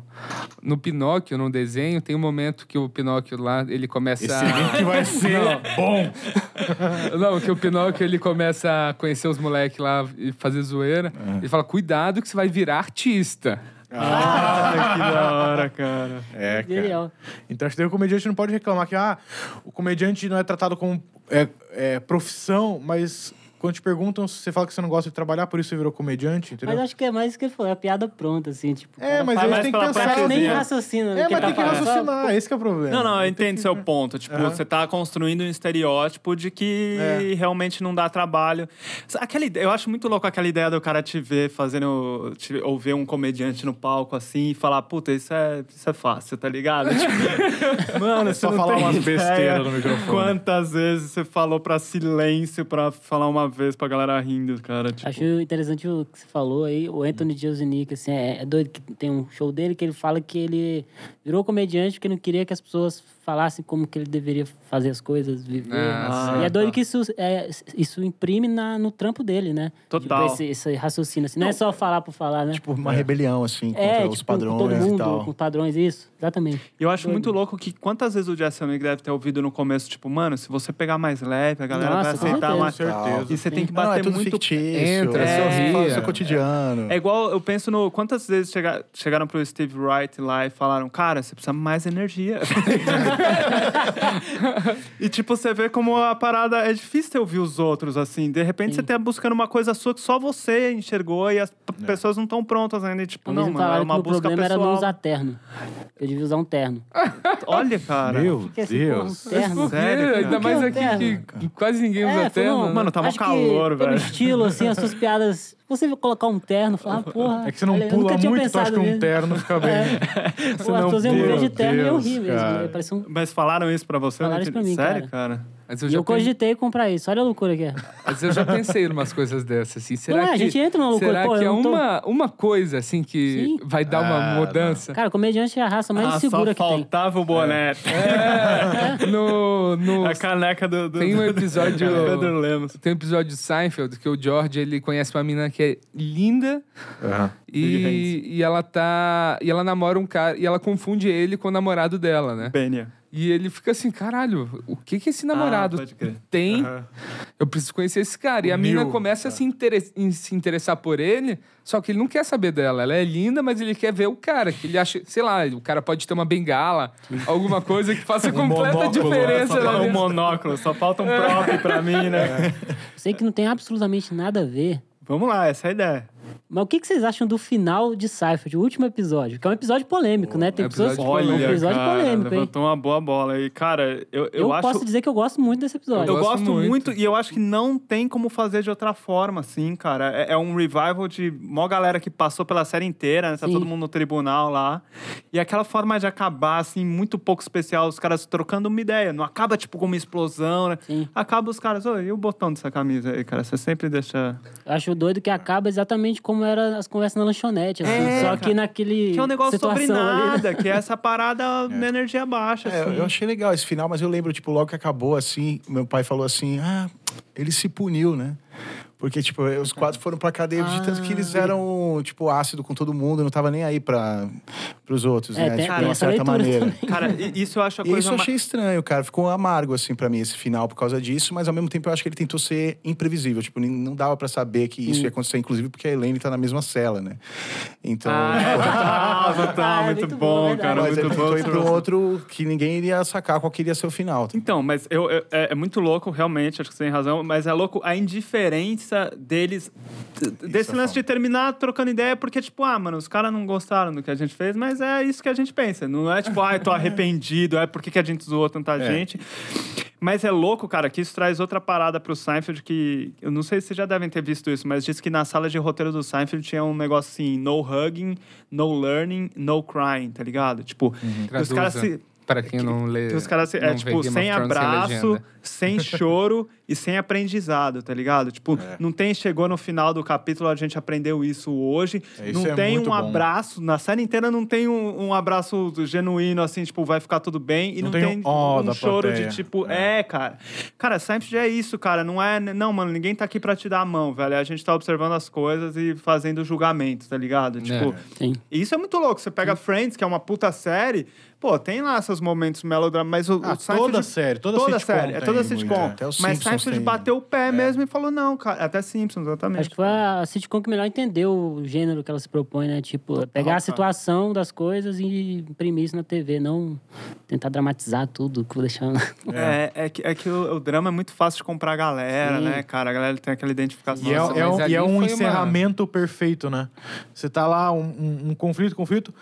B: No Pinóquio, no desenho, tem um momento que o Pinóquio lá, ele começa
F: esse
B: a...
F: link vai ser bom.
B: Não, que o Pinóquio ele começa a conhecer os moleques lá e fazer zoeira.
C: É.
B: Ele fala: cuidado que você vai virar artista.
F: um
C: Ah, que da hora, cara.
F: É,
E: Genial.
F: cara. Então acho que daí o comediante não pode reclamar que ah, o comediante não é tratado como é, é, profissão, mas quando te perguntam, você fala que você não gosta de trabalhar, por isso você virou comediante, entendeu?
E: Mas acho que é mais isso que foi, a piada pronta, assim, tipo. o
F: É,
E: cara
F: mas
E: fala-
F: aí
C: mais
F: você tem que
C: pela
E: o cara
F: pensar.
C: parte-
E: nem
C: Sozinho.
E: raciocina. no
F: É,
E: que
F: mas
E: tá
F: tem que
E: falando. Só-
F: raciocinar, esse que é o problema.
C: Não, não, eu entendo seu ponto. Tipo, você tá construindo um estereótipo de que
F: É.
C: realmente não dá trabalho. Aquela ideia, eu acho muito louco aquela ideia do cara te ver fazendo. Te, ou ver um comediante no palco assim e falar, puta, isso é, isso é fácil, tá ligado? Tipo, mano,
F: É
C: você
F: só
C: não
F: falar
C: tem
F: umas
C: ideia
F: besteiras no microfone.
C: Quantas vezes você falou pra silêncio pra falar uma uma vez pra galera rindo, cara. Tipo,
E: Acho interessante o que você falou aí, o Anthony Jeselnik, assim, é, é doido que tem um show dele que ele fala que ele virou comediante porque não queria que as pessoas falassem como que ele deveria fazer as coisas, viver.
B: Ah,
E: e
C: sim,
E: é doido
C: tá.
E: que isso, é, isso imprime na, no trampo dele, né?
C: Total.
E: Tipo, esse, esse raciocínio, assim, não, é só falar por falar, né?
A: Tipo, uma rebelião, assim, contra
E: é,
A: os
E: tipo, com
A: padrões
E: todo mundo,
A: e tal.
E: com padrões, isso, exatamente.
C: E eu acho muito louco que quantas vezes o Jesselnik deve ter ouvido no começo, tipo, mano, se você pegar mais leve, a galera vai
E: Nossa, com
C: aceitar
E: certeza.
C: mais.
F: certeza.
C: E você tem que
A: Não, é
C: bater
A: tudo
C: muito.
A: fictício.
B: Entra,
A: é,
B: sorria.
A: o seu cotidiano.
C: É igual, eu penso no. Quantas vezes chega, chegaram pro Steve Wright lá e falaram, cara, você precisa mais energia. e tipo, você vê como a parada. É difícil você ouvir os outros, assim. De repente você tá buscando uma coisa sua que só você enxergou e as p- pessoas não estão prontas ainda. E, tipo,
E: Uma
C: não,
E: vez me
C: mano, é
E: falaram É. que
C: uma
E: meu
C: busca
E: problema era
C: pessoal.
E: não usar terno. Eu devia usar um terno.
C: Olha, cara.
F: Meu
E: Porque, assim, pô, um
F: Deus.
E: terno.
B: Por quê?
C: Sério, cara?
B: Ainda mais
E: Por
B: aqui
E: que o
B: que quase ninguém usa
E: É, foi
B: terno.
E: uma-
B: né?
C: Mano, tá mó
E: acho que
C: calor,
E: Pelo
C: velho.
E: estilo, assim, as suas piadas. Você colocar um terno, falar, ah, porra.
F: É que você não
E: olha, eu
F: pula
E: nunca tinha
F: muito, então acho
E: pensado
F: que um
E: nisso. É.
F: terno fica bem.
E: O Arthurzinho
F: pula.
E: morreu de
F: Meu
E: terno e eu
F: Deus,
E: ri mesmo.
F: cara.
E: né? Parecia um...
C: Mas falaram isso pra você?
E: Falaram isso pra mim,
C: Sério, cara?
B: Mas eu
E: E
B: já
E: eu
B: pen-
E: cogitei comprar isso. Olha a loucura que é.
B: Mas eu já pensei em umas coisas dessas, assim. Será
E: Não é,
B: que,
E: a gente entra numa loucura,
B: será
E: pô,
B: que é
E: eu não tô-
B: uma, uma coisa, assim, que
E: Sim.
B: vai dar uma
F: Ah,
B: mudança?
E: Cara, comediante é a raça mais
C: ah,
E: segura
C: só
E: que tem.
C: faltava o boné.
B: É. No, no,
C: A caneca do, do-
B: Tem um
C: do-
B: episódio-
C: do Pedro Lemos.
B: tem um episódio de Seinfeld que o George, ele conhece uma menina que é linda e, e ela tá... E ela namora um cara... E ela confunde ele com o namorado dela, né?
C: Benia.
B: E ele fica assim, caralho, o que que esse namorado
C: Ah, pode crer.
B: tem?
C: Aham. É.
B: Eu preciso conhecer esse cara. E a mina começa a se, interes- em se interessar por ele, só que ele não quer saber dela. Ela é linda, mas ele quer ver o cara, que ele acha, sei lá, o cara pode ter uma bengala, alguma coisa que faça completa
F: monóculo,
B: diferença É.
C: Só
B: na
C: falta um
B: vida.
C: monóculo, só falta um prop pra mim, né?
E: Eu sei que não tem absolutamente nada a ver.
C: Vamos lá, essa é a ideia.
E: Mas o que que vocês acham do final de Seinfeld, o último episódio? Que é um episódio polêmico, né? Tem
B: é um
E: pessoas que
B: episódio
E: falam,
B: polêmico.
E: um episódio
C: cara,
E: polêmico, hein?
C: levantou uma boa bola aí. Cara, eu, eu,
E: Eu,
C: acho...
E: posso dizer que eu gosto muito desse episódio.
C: Eu
B: gosto
C: gosto
B: muito.
C: muito. e eu acho que não tem como fazer de outra forma, assim, cara. É, é um revival de mó galera que passou pela série inteira, né? Tá
E: Sim.
C: todo mundo no tribunal lá. E aquela forma de acabar, assim, muito pouco especial, os caras trocando uma ideia. Não acaba, tipo, com uma explosão, né?
E: Sim.
C: Acaba os caras, ô, e o botão dessa camisa aí, cara? Você sempre deixa.
E: Eu acho doido que acaba exatamente como eram as conversas na lanchonete. assim,
C: É,
E: só que
C: cara.
E: naquele.
C: Que é um negócio sobre
E: situação ali, né?
C: nada, que é essa parada na energia baixa,
A: É,
C: assim.
A: eu achei legal esse final, mas eu lembro, tipo, logo que acabou, assim, meu pai falou assim, ah, ele se puniu, né? Porque, tipo, os quatro foram pra cadeia de tanto que
E: Ah,
A: eles eram, tipo, ácido com todo mundo, não tava nem aí pra, pros outros, né?
E: É, tem-
A: tipo,
E: tem
A: de uma
E: essa
A: certa
E: leitura
A: maneira.
E: também.
C: Cara, i- isso eu acho a
A: E
C: coisa
A: isso eu
C: ma-
A: achei estranho, cara. Ficou amargo, assim, pra mim, esse final por causa disso, mas ao mesmo tempo eu acho que ele tentou ser imprevisível. Tipo, nem- não dava pra saber que isso
E: Hum.
A: ia acontecer, inclusive porque a Elaine tá na mesma cela, né? Então.
C: Ah, total, total,
E: Ah, é
C: muito,
E: muito bom,
C: bom,
E: verdade.
C: cara,
A: mas
C: muito
A: ele
C: bom.
A: tentou ir pra um outro que ninguém iria sacar qual que iria ser o final. tá?
C: Então, mas eu, eu- é, é muito louco, realmente, acho que você tem razão, mas é louco a indiferença deles, t- t- desse
A: é
C: lance
A: foda.
C: de terminar trocando ideia, porque, tipo, ah, mano, os caras não gostaram do que a gente fez, mas é isso que a gente pensa. Não é tipo, ah, tô arrependido, é porque que a gente zoou tanta
A: É.
C: gente. Mas é louco, cara, que isso traz outra parada pro Seinfeld que. Eu não sei se vocês já devem ter visto isso, mas diz que na sala de roteiro do Seinfeld tinha um negócio assim: no hugging, no learning, no crying, tá ligado? Tipo,
A: Uhum.
C: que os
B: Traduza,
C: caras se.
B: Pra quem não lê...
C: Que os caras, se-
B: não
C: é
B: vê
C: tipo,
B: Game of
C: sem
B: Thrones,
C: abraço,
B: legenda.
C: sem choro e sem aprendizado, tá ligado? Tipo,
F: É.
C: não tem, chegou no final do capítulo, a gente aprendeu isso hoje.
F: É, isso
C: não
F: é
C: tem um
F: muito bom.
C: abraço, na série inteira não tem um, um abraço genuíno, assim, tipo, vai ficar tudo bem. E não,
F: Não tem um ó
C: um
F: da
C: choro
F: plateia.
C: de tipo, é. cara. Cara, sempre já é isso, cara. Não é, não, mano, ninguém tá aqui pra te dar a mão, velho. A gente tá observando as coisas e fazendo julgamento, tá
B: É.
C: ligado? Tipo,
E: Sim.
C: e isso é muito louco. Você pega Friends, que é uma puta série, pô, tem lá seus momentos melodrama, mas o,
F: Ah,
C: o Seinfeld-
F: toda série, toda sitcom
C: série, é
F: tem
C: toda
F: muito,
C: sitcom.
F: é.
A: Até os
C: mas
A: Simpsons
C: Seinfeld
A: tem.
C: bateu o pé mesmo e falou, não, cara, até Simpsons, exatamente.
E: Acho que foi a sitcom que melhor entendeu o gênero que ela se propõe, né? Tipo, pegar
C: cara.
E: a situação das coisas e imprimir isso na TV, não tentar dramatizar tudo, que vou deixar.
C: É, é que, é que o, o drama é muito fácil de comprar a galera,
E: Sim.
C: né, cara? A galera tem aquela identificação. assim,
F: E é,
B: Nossa,
F: é
B: mas
F: um, e é
B: ali
F: um
B: foi uma-
F: encerramento perfeito, né? Você tá lá, um, um- um conflito, conflito,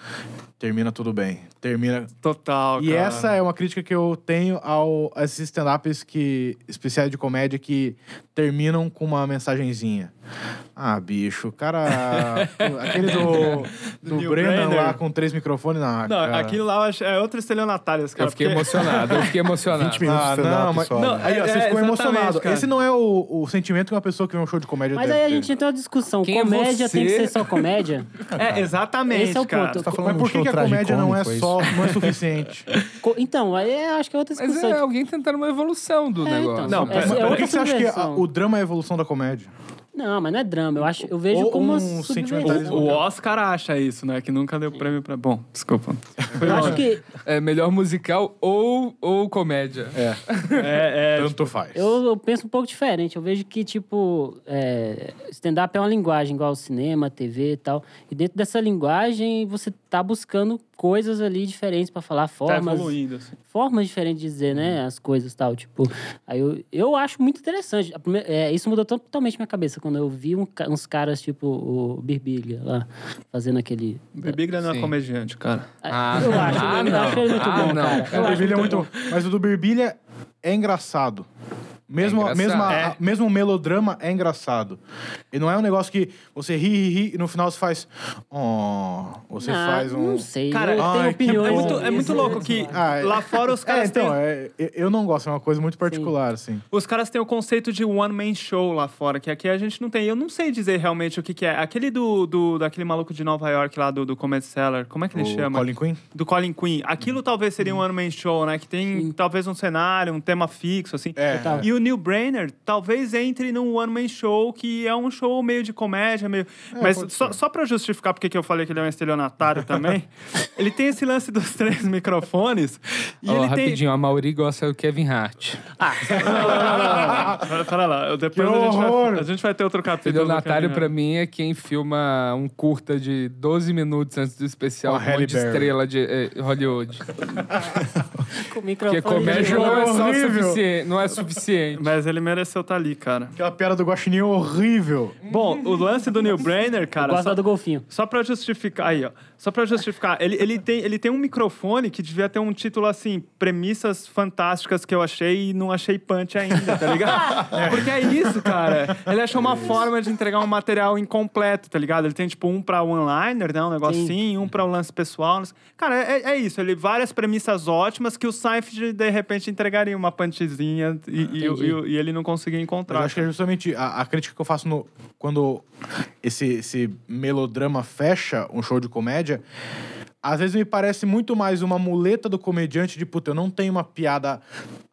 F: termina tudo bem. Termina.
C: Total,
F: E
C: cara.
F: essa é uma crítica que eu tenho ao, a esses stand-ups que, especiais de comédia que terminam com uma mensagenzinha. Ah, bicho, o cara. aquele do, do,
C: Neil
F: Brennan
C: Brenner.
F: lá com três microfones na.
C: Não,
F: cara.
C: aquilo lá eu acho- é outra estelionatária, cara.
G: Eu fiquei
C: porque-
G: emocionado, eu fiquei emocionado.
A: 20 minutos
F: Ah,
A: de stand-up
F: não, mas-
A: só.
C: não,
A: né?
F: Aí, ó,
C: É,
F: você ficou
C: exatamente,
F: emocionado.
C: cara.
F: Esse não é o, o sentimento que uma pessoa que vê um show de comédia
E: Mas
F: deve
E: aí a
F: ter.
E: gente entra uma discussão.
G: Quem é
E: comédia tem que
G: você?
E: ser só comédia?
C: É, exatamente,
E: Esse é o
C: cara.
E: ponto.
A: tá falando
F: Mas
A: de um
F: por que,
A: show
F: que a comédia não é
A: tragicômico,
F: só, não é suficiente?
E: Co- então, aí eu acho que é outra
G: Mas
E: discussão.
G: é alguém tentando uma evolução do
E: É,
G: negócio.
E: então.
G: né?
C: Não,
E: É,
C: mas-
E: é
F: Por
E: outra
F: que, que você acha que a-
E: subversão.
F: o drama é a evolução da comédia?
E: Não, mas não é drama. Eu, acho, eu vejo
F: Ou
E: como uma
F: um
E: subversão.
F: sentimentalismo.
C: O, o Oscar acha isso, né? Que nunca deu prêmio pra. Bom, desculpa. Foi
E: Eu
C: mal.
E: acho que
G: É melhor musical ou, ou comédia.
C: É, é,
A: tipo,
F: Tanto faz.
E: Eu, eu penso um pouco diferente. Eu vejo que, tipo, é, stand-up é uma linguagem igual ao cinema, TV e tal. E dentro dessa linguagem, você tá buscando coisas ali diferentes pra falar,
C: tá
E: formas,
C: evoluindo. assim.
E: formas diferentes de dizer, né, as coisas e tal. Tipo, aí eu, eu acho muito interessante. A prime- é, isso mudou totalmente minha cabeça quando eu vi um ca- uns caras, tipo, o Birbilha lá, fazendo aquele.
C: Bibigra não é
G: Sim.
C: comediante, cara.
G: Ah,
E: eu
G: ah,
E: acho, eu acho ele muito
G: ah,
E: bom,
G: não.
E: cara. Eu
F: O
E: acho
F: Birbilha é
E: muito
F: muito. Mas o do Birbilha é engraçado. Mesmo,
G: É engraçado.
F: mesmo, a-
G: É.
F: mesmo o melodrama é engraçado. E não é um negócio que você ri, ri, ri e no final você faz. Oh, você
E: Ah,
F: faz um.
E: Não sei.
C: Cara,
E: eu
F: ai,
E: tenho
F: que
E: opiniões.
C: é muito, é
E: sobre
C: muito
E: isso,
C: louco
E: né?
C: que
F: Ah, é.
C: lá fora os
F: É,
C: caras têm
F: então, é, eu- eu não gosto, é uma coisa muito particular, assim.
C: Os caras têm o conceito de one man show lá fora, que aqui a gente não tem. Eu não sei dizer realmente o que, que é. Aquele do, do daquele maluco de Nova York lá do, do Comedy Cellar, como é que ele
F: o
C: chama?
F: Colin Quinn.
C: Do Colin Quinn.
F: Uhum.
C: Aquilo talvez seria um one man show, né? Que tem talvez um cenário, um tema fixo, assim.
F: É.
E: Total.
C: E o Neil Brainer talvez entre num one man show que é um show meio de comédia, meio. Mas
F: É, pode
C: só,
F: ser.
C: só para justificar porque que eu falei que ele é um estelionatário também, ele tem esse lance dos três microfones e
G: Ó,
C: ele tem
G: rapidinho, a Mauri gosta do Kevin Hart.
C: Para, para lá, eu- depois
F: Que
C: a gente, vai,
F: horror!
C: a gente vai ter outro capítulo. do
G: Estelionatário,
C: Caminhão.
G: pra mim, é quem filma um curta de 12 minutos antes do especial
F: Com a
G: com um
F: Halle
G: monte de
F: Berry.
G: estrela de eh, Hollywood.
E: Com o microfone
G: Porque comédia não é, só
F: horrível.
G: suficiente, não é suficiente.
C: Mas ele mereceu estar ali, cara.
F: Aquela piada do Guaxinim é horrível.
C: Bom, o lance do Neil Brainer, cara.
E: Gosta
C: Só,
E: do golfinho.
C: só pra justificar. Aí, ó. Só pra justificar. Ele, ele, tem, ele tem um microfone que devia ter um título assim: Premissas Fantásticas que eu achei e não achei punch ainda, tá ligado? Porque é isso, cara. Ele achou uma forma de entregar um material incompleto, tá ligado? Ele tem, tipo, um pra one-liner, né? Um negocinho, um pra um lance pessoal. não sei- Cara, é, é isso. Ele várias premissas ótimas que o Seinfeld, de repente, entregaria uma punchzinha e, e-
E: Entendi.
C: e- e ele não conseguiu
F: Mas
C: encontrar.
F: eu acho que é justamente a, a crítica que eu faço no, quando esse, esse melodrama fecha um show de comédia. Às vezes me parece muito mais uma muleta do comediante de puta, eu não tenho uma piada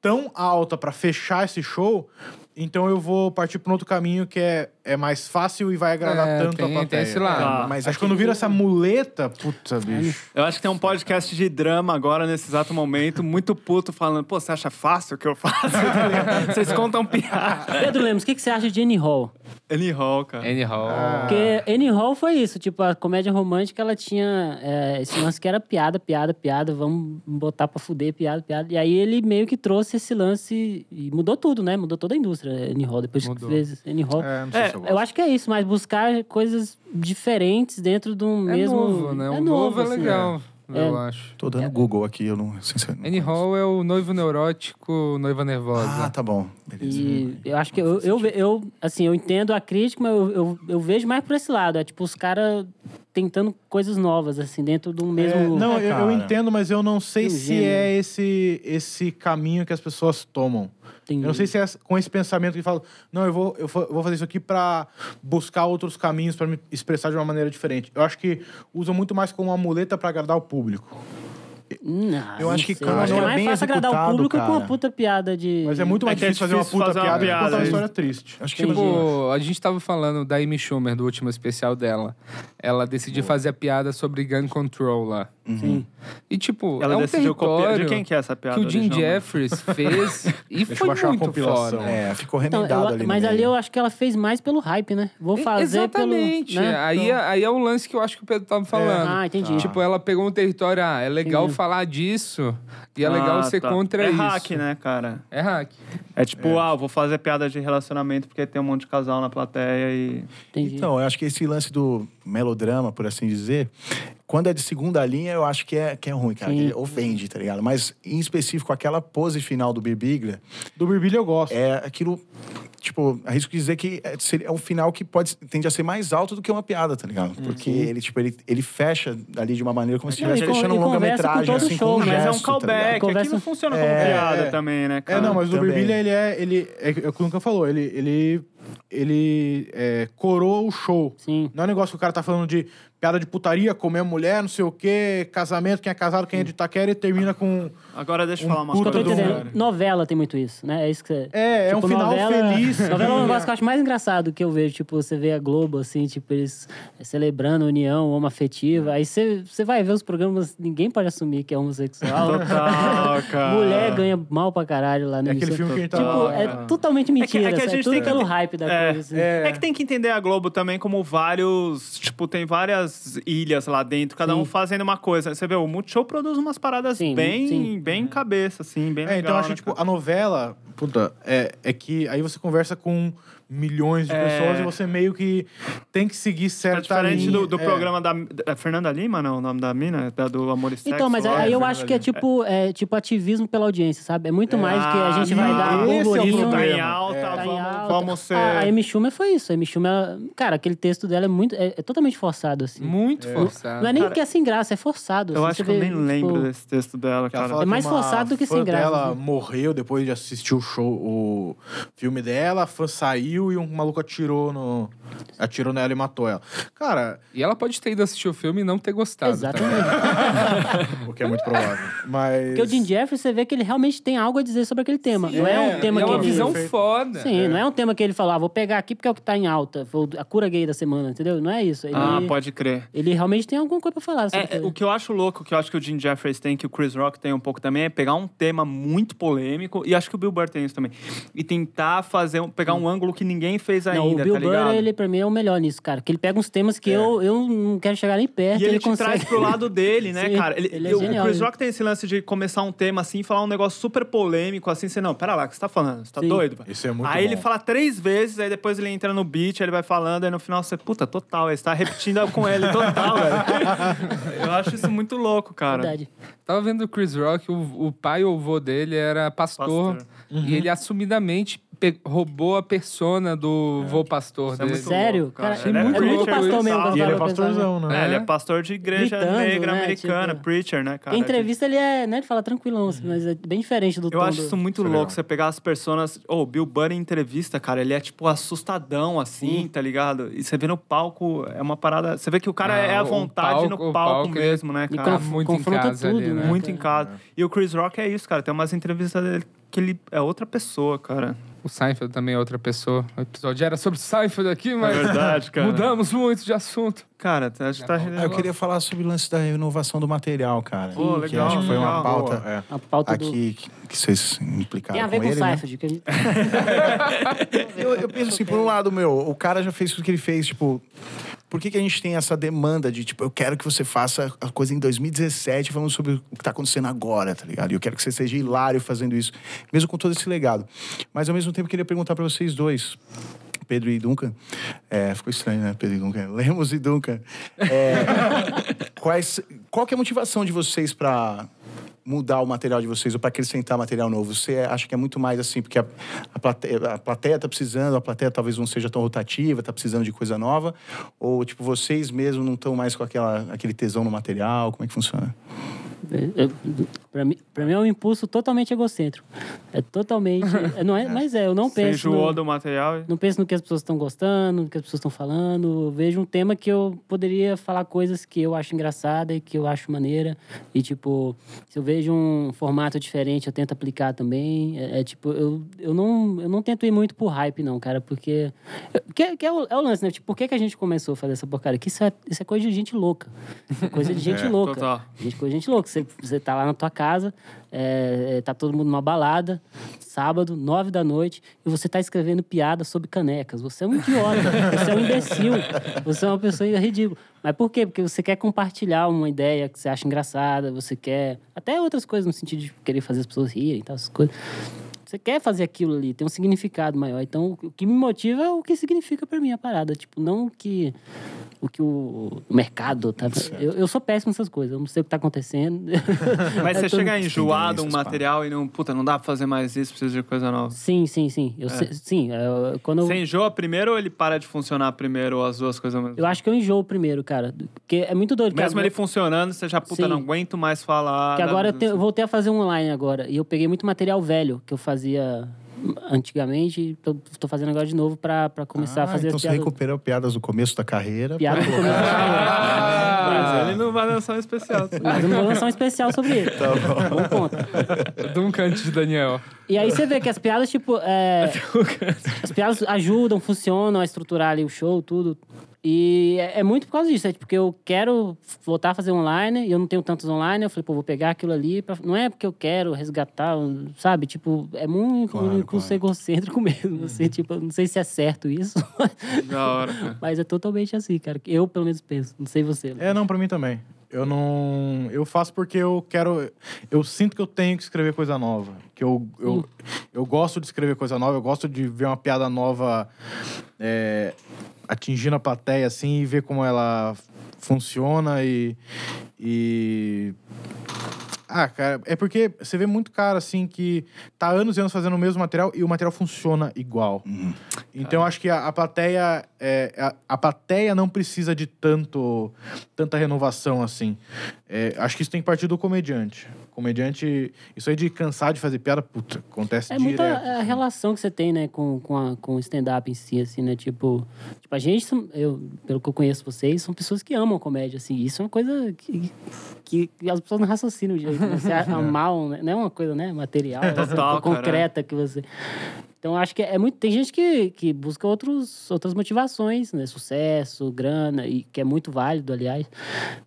F: tão alta pra fechar esse show, então eu vou partir pra um outro caminho que é, é mais fácil e vai agradar
G: É,
F: tanto a
G: tem,
F: plateia.
G: tem esse lado.
C: Tá.
F: Mas acho que É, quando vira essa muleta, puta, bicho.
C: Eu acho que tem um podcast de drama agora, nesse exato momento, muito puto, falando, pô, você acha fácil o que eu faço? Tá ligado? Vocês contam piada.
E: Pedro Lemos, o que, que você acha de Annie Hall?
C: Annie Hall, cara.
G: Annie Hall.
B: Ah.
E: Porque Annie Hall foi isso, tipo, a comédia romântica, ela tinha é, esse lance que era piada, piada, piada, vamos botar pra fuder, piada, piada. E aí ele meio que trouxe esse lance e mudou tudo, né? Mudou toda a indústria, Annie Hall, depois
G: Mudou.
E: que fez Annie Hall.
F: É, não sei se eu gosto.
E: Eu acho que é isso, mas buscar coisas diferentes dentro de um
G: É
E: mesmo...
G: novo, né? O
E: É
G: novo, é
E: assim. É.
G: legal, eu acho.
A: Tô dando Google aqui, eu não... Sinceramente,
G: Annie Hall é o noivo neurótico, noiva nervosa.
A: Ah, tá bom. Beleza.
E: E eu acho que eu, eu, ve- eu, assim, eu entendo a crítica, mas eu, eu, eu vejo mais por esse lado. É tipo os caras tentando coisas novas, assim, dentro do mesmo.
F: É,
C: né,
F: não, eu- eu,
A: cara.
F: entendo, mas eu não sei
E: Que
C: um
F: se
E: gênio.
F: é esse, esse caminho que as pessoas tomam.
E: Entendi.
F: Eu não sei se é com esse pensamento que fala, não, eu vou, eu vou eu vou fazer isso aqui pra buscar outros caminhos pra me expressar de uma maneira diferente. Eu acho que usam muito mais como uma muleta pra agradar o público.
E: Não,
A: Eu
E: não
A: acho que
E: sei.
A: quando
E: acho que é
A: não é
E: mais
A: bem
E: fácil agradar o
A: executado,
E: público com uma
A: cara.
E: puta piada de.
F: Mas é muito mais
C: É que é
F: difícil fazer uma
C: difícil
F: puta
C: fazer uma
F: piada,
C: piada,
F: que contar uma
C: é.
F: história triste.
A: Acho que
G: Tipo, a gente tava falando da Amy Schumer, do último especial dela. Ela decidiu fazer a piada sobre gun control lá.
E: Sim.
G: E, tipo,
C: Uhum. Ela
G: é um
C: decidiu copiar.
G: território
C: De quem que é essa piada?
G: que o Jim
C: original, né?
G: Jeffries fez e
F: eu
G: foi
F: baixar uma
G: muito
F: compilação.
G: foda.
A: É, ficou
E: Então,
A: remendado
E: eu-
A: ali no
E: mas ali
A: meio.
E: eu acho que ela fez mais pelo hype, né? Vou
G: E-
E: fazer
G: Exatamente.
E: pelo. né?
G: Aí, é- aí é o lance que eu acho que o Pedro
C: É.
G: tava falando.
E: Ah, entendi.
G: Tipo, ela pegou um território, ah, é legal
E: Entendi.
G: falar disso e é legal
C: Ah,
G: ser
C: tá.
G: contra
C: é
G: isso.
C: hack, né, cara?
G: É hack.
C: É tipo, ah, vou fazer piada de relacionamento porque tem um monte de casal na plateia e...
E: Entendi.
A: Então, eu acho que esse lance do melodrama, por assim dizer, Quando é de segunda linha, eu acho que é, que é ruim, cara.
E: Sim.
A: que ofende, tá ligado? Mas, em específico, aquela pose final do Birbiglia,
F: Do Birbilho eu gosto.
A: é aquilo. Tipo, arrisco de dizer que é, seria- é um final que pode, tende a ser mais alto do que uma piada, tá ligado?
E: Hum,
A: Porque ele, tipo, ele, ele fecha ali de uma maneira como se
E: Não, e
A: estivesse
E: con-
A: fechando
E: e
A: um
E: conversa com
A: longa-metragem,
E: todo
A: assim, com
E: show,
A: um
E: né?
A: gesto,
C: Mas é um
A: tá ligado?
C: callback,
E: Conversa-
C: aqui não funciona como piada também, né,
F: É,
C: cara?
F: não, mas o
A: também.
F: Birbilha, ele é. Ele, é, é o que o Nunca falou, ele. ele, ele é, coroa o show.
E: Sim.
F: Não é um negócio que o cara tá falando de piada de putaria, comer mulher, não sei o quê, casamento, quem é casado, quem é de Itaquera e termina com.
C: Agora deixa eu
F: Um
C: falar uma
F: puta
E: Eu tô
C: coisa.
F: do
E: entendendo.
F: cara.
E: Novela tem muito isso, né? É isso que você...
F: É, é um final feliz.
E: Novela é um
F: que-
E: negócio que eu acho mais engraçado que eu vejo. Tipo, você vê a Globo, assim, tipo, eles celebrando a união homoafetiva. Aí você, você vai ver os programas, ninguém pode assumir que é homossexual.
C: Total, cara.
E: Mulher ganha mal pra caralho lá no
F: É aquele filme que a gente tava.
E: Tipo, é totalmente mentira.
C: é que a
E: sabe?
C: gente
E: tudo
C: tem que-
E: pelo hype da
C: É,
E: coisa. assim.
C: É que tem que entender a Globo também como vários. Tipo, tem várias ilhas lá dentro, cada um
E: Sim.
C: fazendo uma coisa. Você vê, o Multishow produz umas paradas
E: Sim,
C: bem,
E: sim. É.
C: bem cabeça, assim, bem legal.
F: É, então eu acho
C: né,
F: que, tipo,
C: cara?
F: a novela, puta, é, é que aí você conversa com milhões de
C: É.
F: pessoas e você meio que tem que seguir
C: Tá
F: certa
C: diferente
F: linha.
C: do, do
F: É.
C: programa da, da Fernanda Lima, não? O nome da mina? Da, do Amor e Sexo,
E: Então, mas
C: lá.
E: aí eu acho que é tipo, é tipo ativismo pela audiência, sabe? É muito mais do que a gente
C: Ah,
E: vai dar
F: esse é o
E: burburinho.
C: Tá em
F: problema.
C: alta,
F: É.
E: tá em
C: vamos,
E: alta.
C: vamos ser.
E: Ah, a Amy Schumer foi isso. A Amy Schumer, ela- cara, aquele texto dela é muito, é, é totalmente forçado, assim.
G: Muito forçado.
E: Não é nem
C: Cara,
E: que é sem graça, é forçado.
C: eu
E: assim,
C: acho
E: você
C: que eu
E: vê,
C: nem
E: tipo,
C: lembro desse texto dela,
F: Que ela
C: cara.
F: fala
E: É mais
F: que uma
E: forçado do que
F: fã
E: sem graça,
F: dela
E: assim.
F: morreu depois de assistir o show, o filme dela, a fã saiu e um maluco atirou no. Atirou nela e matou ela. Cara,
G: E ela pode ter ido assistir o filme e não ter gostado.
E: Exatamente.
G: também.
F: o que é muito provável. Mas.
E: Porque o Jim Jeffries, você vê que ele realmente tem algo a dizer sobre aquele tema. não é,
F: é,
E: um tema
G: E é
E: que
G: uma
E: ele...
G: visão foda.
E: Sim, não é um tema que ele falou, ah, vou pegar aqui porque é o que tá em alta. Foi o- a cura gay da semana, entendeu? Não é isso. Ele,
C: Ah, pode crer.
E: ele realmente tem alguma coisa pra falar. sobre
C: É, é,
E: aquilo.
C: o que eu acho louco, que eu acho que o Jim Jeffries tem, que o Chris Rock tem um pouco também, é pegar um tema muito polêmico, e acho que o Bill Burr tem isso também, e tentar fazer, um- pegar um ângulo que ninguém fez ainda,
E: Não, o Bill
C: tá ligado? É.
E: Burr, ele pra mim é o melhor nisso, cara. Que ele pega uns temas que eu, eu não quero chegar nem perto.
C: E ele, te
E: consegue...
C: traz pro lado dele, né,
E: Sim,
C: cara? Ele,
E: ele é
C: eu-
E: genial,
C: o Chris
E: ele-
C: Rock tem esse lance de começar um tema assim, falar um negócio super polêmico, assim, você não, pera lá, o que você tá falando? Você tá
E: Sim.
C: doido, velho?
F: Isso é muito
C: Aí ele
F: bom.
C: fala três vezes, aí depois ele entra no beat, aí ele vai falando, aí no final você, puta, total, aí você tá repetindo com ele, total, velho. Eu acho isso muito louco, cara.
E: Verdade.
G: Tava vendo o Chris Rock, o, o pai ou avô dele era pastor.
C: Pastor.
G: E ele assumidamente pe- roubou a persona do vô pastor
C: Isso é
G: dele.
C: muito
E: Sério?
C: louco, cara.
E: Cara,
G: é
C: Ele
G: muito
C: preacher,
G: louco
C: ele
G: pastor
E: mesmo,
C: sabe.
F: E
E: quando
F: ele é
E: Parou pra pensar,
F: pastorzão, né?
C: É,
G: É.
C: ele é pastor de igreja
E: Gritando,
C: negra
E: né,
C: americana,
E: tipo-
C: preacher, né, cara?
E: Em entrevista ele é, né? Ele fala tranquilão, assim, mas é bem diferente do
C: Eu
E: tom
C: acho
E: do-
C: isso é muito louco, você pegar as personas... Ô, o Bill Burr em entrevista, cara, ele é, tipo, assustadão, assim, tá ligado? E você vê no palco, é uma parada... Você vê que o cara
G: Ah,
C: é à
G: o
C: vontade
G: palco-
C: no
G: o
C: palco
G: palco, ele-
C: mesmo, né,
E: E
C: cara?
E: conf-
G: muito em
E: confronta
G: casa
E: tudo,
G: ali, né?
E: né?
C: Muito
E: cara?
C: em casa. E o Chris Rock é isso, cara. Tem umas entrevistas dele que ele é outra pessoa, cara.
G: O Seinfeld também é outra pessoa. O episódio era sobre Seinfeld aqui,
C: É
G: mas
C: verdade, cara.
G: mudamos muito de assunto.
C: Cara, acho que tá...
A: Ah, eu queria falar sobre o lance da renovação do material, cara.
C: Pô,
A: que
C: legal,
A: acho que foi
C: legal.
A: uma pauta
F: Boa, é.
E: A pauta do...
A: aqui que, que vocês implicaram
E: Tem a ver com o
A: ele, né?
E: Seifert. que a gente-
A: Eu, eu penso assim, por um lado, meu, o cara já fez tudo que ele fez, tipo. Por que, que a gente tem essa demanda de, tipo, eu quero que você faça a coisa em 2017, falando sobre o que tá acontecendo agora, tá ligado? E eu quero que você seja hilário fazendo isso, mesmo com todo esse legado. Mas, ao mesmo tempo, eu queria perguntar para vocês dois, Pedro e Duncan. É, ficou estranho, né? Pedro e Duncan. Lemos e Duncan. É, quais, qual que é a motivação de vocês para mudar o material de vocês ou para acrescentar material novo? Você acha que é muito mais assim, porque a, a plateia, a plateia tá precisando, a plateia talvez não seja tão rotativa, tá precisando de coisa nova? Ou, tipo, vocês mesmos não estão mais com aquela, aquele tesão no material? Como é que funciona?
E: Eu- é, Pra mim, pra mim é um impulso totalmente egocêntrico. É totalmente... é, não é, Mas é, eu não
C: Você
E: penso...
C: enjoou
E: no- É
C: do material e...
E: Não penso no que as pessoas estão gostando, no que as pessoas estão falando. Eu vejo um tema que eu poderia falar coisas que eu acho engraçada e que eu acho maneira. E, tipo, se eu vejo um formato diferente, eu tento aplicar também. É, é, tipo, eu, eu, não, eu não tento ir muito por hype, não, cara, porque. Que, que é, o, é o lance, né? Tipo, por que, que a gente começou a fazer essa porcaria? Que isso é, isso é coisa de gente louca. Isso é coisa de gente louca.
C: total.
E: Gente, coisa de gente louca. Você, você tá lá na tua casa, é, é, tá todo mundo numa balada, sábado, nove da noite, e você tá escrevendo piada sobre canecas. Você é um idiota, você é um imbecil, você é uma pessoa ridícula. Mas por quê? Porque você quer compartilhar uma ideia que você acha engraçada, você quer. Até outras coisas no sentido de querer fazer as pessoas rirem e tal, essas coisas. Você quer fazer aquilo ali, tem um significado maior. Então, o que me motiva é o que significa pra mim a parada. Tipo, não o que o, que o mercado tá. Eu, eu sou péssimo nessas coisas, eu não sei o que tá acontecendo.
C: Mas você
E: Eu tô-
C: chega enjoado um
F: tendências, pá.
C: material e não, puta, não dá pra fazer mais isso, precisa de coisa nova.
E: Sim, sim, sim.
A: É.
E: Eu, se- Sim, é, eu- quando eu.
C: Você enjoa primeiro ou ele para de funcionar primeiro, ou as duas coisas ao mesmo?
E: Eu acho que eu enjoo primeiro, cara. Porque é muito doido. cara.
C: Mesmo ele funcionando, você já, puta,
E: Sim.
C: não aguento mais falar.
E: Que agora eu,
C: né?
E: te- eu voltei a fazer um online agora. E eu peguei muito material velho que eu fazia antigamente. e Tô, tô fazendo agora de novo pra, pra começar a
A: Ah,
E: fazer
A: então
E: as
A: você
E: piadas.
A: recuperou piadas do começo da carreira.
E: piada
A: pra
E: do
A: colocar- Ah,
E: começo. É,
C: Mas ele não vai lançar um especial.
F: tá?
E: Mas eu não vou lançar um especial sobre ele. Tá bom. ponto.
G: Duncan antes de Daniel.
E: E aí você vê que as piadas, tipo. é, as piadas ajudam, funcionam a estruturar ali o show, tudo. E é, é muito por causa disso. É porque eu quero voltar a fazer online e eu não tenho tantos online. Eu falei, pô, vou pegar aquilo ali. pra- Não é porque eu quero resgatar, sabe? Tipo, é muito
A: Claro,
E: muito
A: claro.
E: egocêntrico mesmo. Assim, tipo, eu não sei se é certo isso,
C: da hora, cara.
E: mas é totalmente assim, cara. Eu, pelo menos, penso. Não sei você.
F: É, não, pra mim também. Eu não. Eu faço porque eu quero. Eu sinto que eu tenho que escrever coisa nova. Que eu, eu, eu gosto de escrever coisa nova, eu gosto de ver uma piada nova é, atingindo a plateia, assim, e ver como ela funciona e. E. Ah, cara, é porque você vê muito cara assim que tá anos e anos fazendo o mesmo material e o material funciona igual. Então eu acho que a, a plateia é, a, a plateia não precisa de tanto tanta renovação assim. É, acho que isso tem que partir do comediante. Comediante, isso aí de cansar de fazer piada, puta, acontece
E: É
F: direto.
E: muita a relação que você tem, né, com, com, a- com o stand-up em si, assim, né? Tipo, tipo, a gente, são- eu, pelo que eu conheço vocês, são pessoas que amam comédia, assim. Isso é uma coisa que, que, que as pessoas não raciocinam direito. Né? Você amar, um- não é uma coisa, né, material, assim,
C: Total,
E: concreta que você... Então, acho que é muito... Tem gente que, que busca outros, outras motivações, né? Sucesso, grana, e que é muito válido, aliás.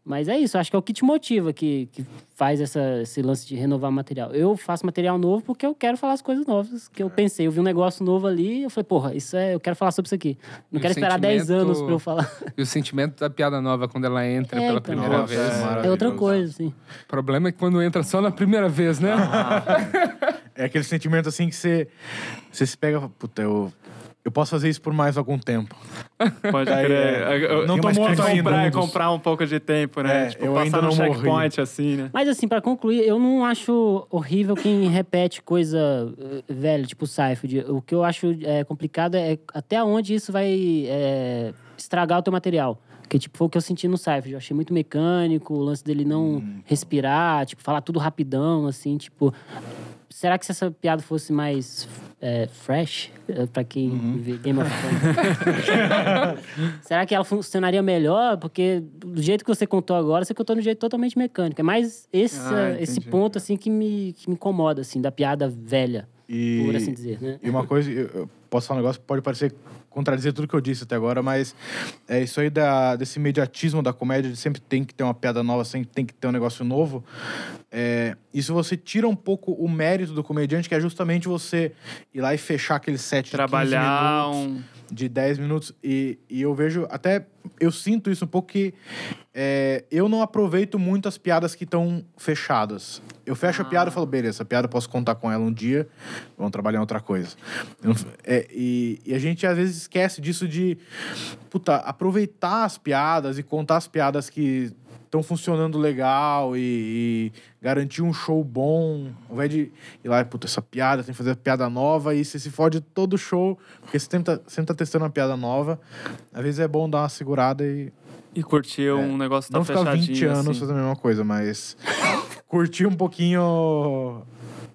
E: Mas é isso, acho que é o que te motiva, que, que faz essa, esse lance de renovar material. Eu faço material novo porque eu quero falar as coisas novas
G: É.
E: que eu pensei. Eu vi um negócio novo ali eu falei, porra, isso é, eu quero falar sobre isso aqui. Não
G: Um
E: quero esperar 10
G: sentimento-
E: anos pra eu falar.
G: E o sentimento da piada nova quando ela entra
E: É,
G: pela
E: então.
G: primeira
F: Nossa,
G: vez.
E: É outra
F: maravilhoso.
E: coisa, assim.
G: O problema é que quando entra só na primeira vez, né?
F: É aquele sentimento assim que você você se pega, puta, eu eu posso fazer isso por mais algum tempo.
C: Pode
F: Daí, é.
C: crer. Eu- eu-
F: Não
C: eu
F: tô
C: acho que
F: morto
C: comprar,
F: ainda.
C: é comprar um pouco de tempo, né?
F: É,
C: tipo,
F: eu
C: passar
F: ainda
C: no
F: não
C: checkpoint, assim, né?
E: Mas assim, pra concluir, eu não acho horrível quem repete coisa eh, velha, tipo o Seifeld. O que eu acho eh, complicado é até onde isso vai eh, estragar o teu material. Que tipo, foi o que eu senti no Seifeld. Eu achei muito mecânico, o lance dele não respirar, tipo, falar tudo rapidão, assim, tipo... Será que se essa piada fosse mais eh, fresh, eh, pra quem vê Game of Thrones, Será que ela funcionaria melhor? Porque do jeito que você contou agora, você contou de um jeito totalmente mecânico. É mais esse,
C: Ah, entendi.
E: esse ponto, assim, que me, que me incomoda, assim, da piada velha,
F: E
E: por assim dizer, né?
F: E uma coisa, eu eu posso falar um negócio que pode parecer contradizer tudo que eu disse até agora, mas é isso aí da, desse mediatismo da comédia, de sempre tem que ter uma piada nova, sempre tem que ter um negócio novo. É, isso você tira um pouco o mérito do comediante, que é justamente você ir lá e fechar aquele set
C: Trabalhar
F: de 15 minutos,
C: um.
F: de 10 minutos. E, e eu vejo, até eu sinto isso um pouco que é, eu não aproveito muito as piadas que estão fechadas. Eu fecho a
C: Ah.
F: piada e falo, beleza, essa piada eu posso contar com ela um dia, vamos trabalhar em outra coisa. Eu não- é, e, e a gente às vezes esquece disso de puta, aproveitar as piadas e contar as piadas que estão funcionando legal e, e garantir um show bom. Ao invés de ir lá e, puta, essa piada, tem que fazer piada nova e você se fode todo o show, porque você sempre tá, sempre tá testando uma piada nova. Às vezes é bom dar uma segurada e
C: E curtir um negócio que tá
F: não É. ficar
C: fechadinho.
F: 20 anos
C: assim.
F: fazendo a mesma coisa, mas curtir um pouquinho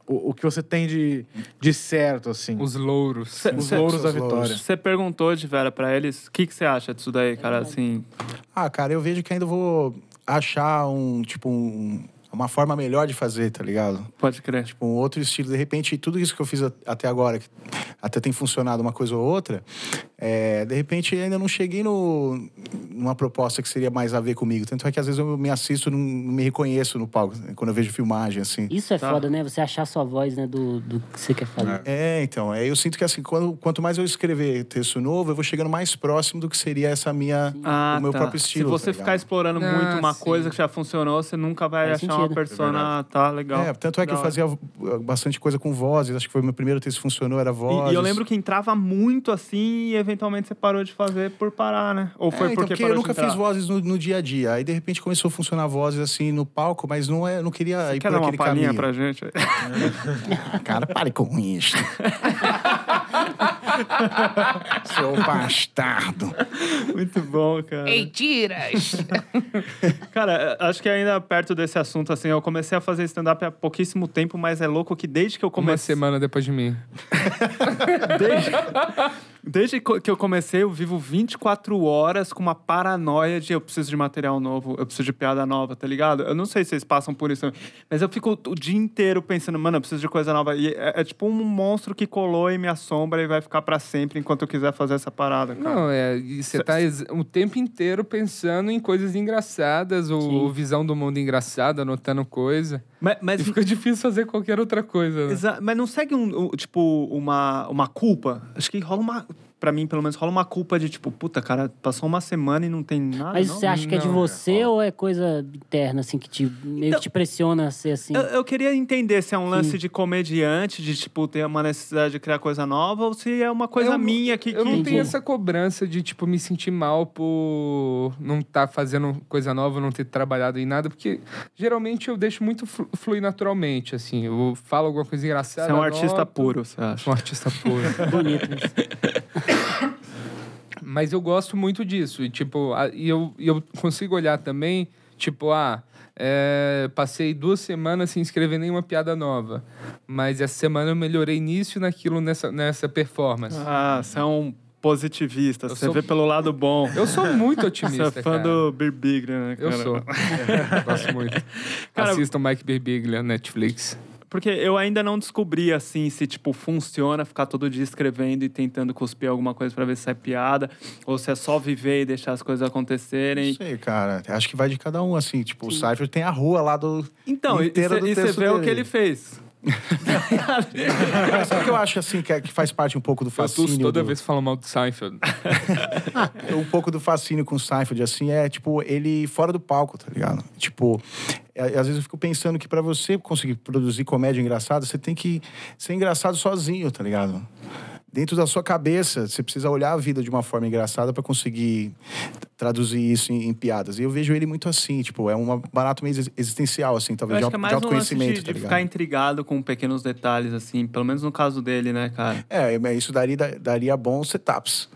F: o, o que você tem de, de certo, assim.
G: Os louros.
C: Cê-
F: Os
C: cê-
F: louros da
A: os louros.
F: vitória.
C: Você perguntou de Vera pra eles, o que que você acha disso daí,
E: É
C: cara? Assim,
A: Ah, cara, eu vejo que ainda vou achar um, tipo, um- uma forma melhor de fazer, tá ligado?
C: pode crer.
A: Tipo, um outro estilo. De repente, tudo isso que eu fiz a- até agora, que até tem funcionado uma coisa ou outra, É, de repente, ainda não cheguei no, numa proposta que seria mais a ver comigo. Tanto é que às vezes eu me assisto e não me reconheço no palco, quando eu vejo filmagem, assim.
E: Isso é
C: Tá.
E: foda, né? Você achar sua voz, né? Do, do que você quer fazer.
A: É, então. É, eu sinto que assim, quando- quanto mais eu escrever texto novo, eu vou chegando mais próximo do que seria essa minha,
C: Ah,
A: o meu
C: tá.
A: próprio estilo.
C: Se você
A: tá
C: ficar
A: ligado?
C: explorando
B: Ah,
C: muito uma
B: sim.
C: coisa que já funcionou, você nunca vai
E: Faz
C: achar uma
E: sentido.
C: persona. Ah, tá, legal.
A: É, tanto é que
C: Da
A: eu
C: hora.
A: fazia uh, bastante coisa com vozes. Acho que foi o meu primeiro texto que funcionou, era
C: E-
A: voz.
C: E, eu lembro que entrava muito assim e eventualmente você parou de fazer por parar, né? Ou foi
A: é, então,
C: porque,
A: porque eu
C: parou
A: nunca
C: de entrar?
A: fiz vozes no, no dia a dia. Aí de repente começou a funcionar vozes assim no palco, mas não é, não queria ir
C: Quer
A: por
C: dar uma
A: aquele caminho. Ah,
C: palhinha pra gente? aí?
A: Cara, pare com isso. Seu bastardo.
C: muito bom, cara.
B: Mentiras!
C: Cara, eh, acho que ainda perto desse assunto, assim, eu comecei a fazer stand-up há pouquíssimo tempo, mas é louco que desde é que eu
B: Uma
C: comecei.
B: semana depois de mim.
C: Desde, desde co- que eu comecei, eu vivo 24 horas com uma paranoia de eu preciso de material novo, eu preciso de piada nova, tá ligado? Eu não sei se vocês passam por isso, também, mas eu fico o dia inteiro pensando, mano, eu preciso de coisa nova. E é, é tipo um monstro que colou em minha sombra e vai ficar pra sempre enquanto eu quiser fazer essa parada, cara.
B: Não, é. e Você tá ex- o tempo inteiro pensando em coisas engraçadas, ou, ou visão do mundo engraçada, anotando coisa.
C: Mas,
B: E
C: mas,
B: fica difícil fazer qualquer outra coisa. Né?
C: exa- mas não segue, um, um, tipo, uma, uma culpa? Acho que rola uma... Pra mim, pelo menos, rola uma culpa de tipo, puta, cara, passou uma semana e não tem nada,
E: Mas
C: Ah, não?
E: você acha que é de
B: não,
E: você ou é coisa interna, assim, que te, meio que te pressiona a ser assim?
C: Eu, eu queria entender se é um lance de comediante, de tipo, ter uma necessidade de criar coisa nova, ou se é uma coisa
B: Eu não-
C: minha que.
B: Eu não
C: que-
B: tenho essa cobrança de, tipo, me sentir mal por não estar fazendo coisa nova, não ter trabalhado em nada, porque geralmente eu deixo muito flu- fluir naturalmente, assim. Eu falo alguma coisa engraçada.
C: Você é um artista
B: anoto.
C: puro, você acha?
B: Sou um artista puro.
E: Bonito isso.
B: Mas eu gosto muito disso. E, tipo, a- e eu, e eu consigo olhar também, tipo, ah, é, passei duas semanas sem escrever nenhuma piada nova. Mas essa semana eu melhorei nisso e naquilo nessa, nessa performance.
C: Ah, você é um positivista, você
B: sou-
C: vê pelo lado bom.
B: Eu sou muito
C: Você
B: otimista,
C: é fã
B: cara.
C: do Beer Biglia, né?
B: Eu
C: cara?
B: sou. gosto muito.
C: Cara,
B: Assistam Mike Birbiglia, Netflix.
C: Porque eu ainda não descobri, assim, se, tipo, funciona ficar todo dia escrevendo e tentando cuspir alguma coisa pra ver se sai piada, ou se é só viver e deixar as coisas acontecerem.
A: Não sei, cara. Acho que vai de cada um, assim. Tipo, o Cypher tem a rua lá do.
C: Então, e
A: inteira do
C: você
A: texto
C: vê o
A: dele.
C: que ele fez.
A: Mas sabe o que eu acho, assim, que, é- que faz parte um pouco do
B: Eu tuço
A: fascínio.
B: toda
A: do-
B: vez que falo mal do Seinfeld.
A: um pouco do fascínio com o Seinfeld, assim, é tipo, ele fora do palco, tá ligado? Tipo, é, às vezes eu fico pensando que pra você conseguir produzir comédia engraçada, você tem que ser engraçado sozinho, tá ligado? Dentro da sua cabeça, você precisa olhar a vida de uma forma engraçada pra conseguir t- traduzir isso em, em piadas. E eu vejo ele muito assim, tipo, é um barato meio exis- existencial, assim,
C: Eu
A: talvez, de,
C: acho
A: au-
C: que é
A: de
C: mais um lance
A: autoconhecimento,
C: de,
A: tá
C: de
A: ligado?
C: ficar intrigado com pequenos detalhes, assim. Pelo menos no caso dele, né, cara?
A: É, mas isso daria, daria bons setups.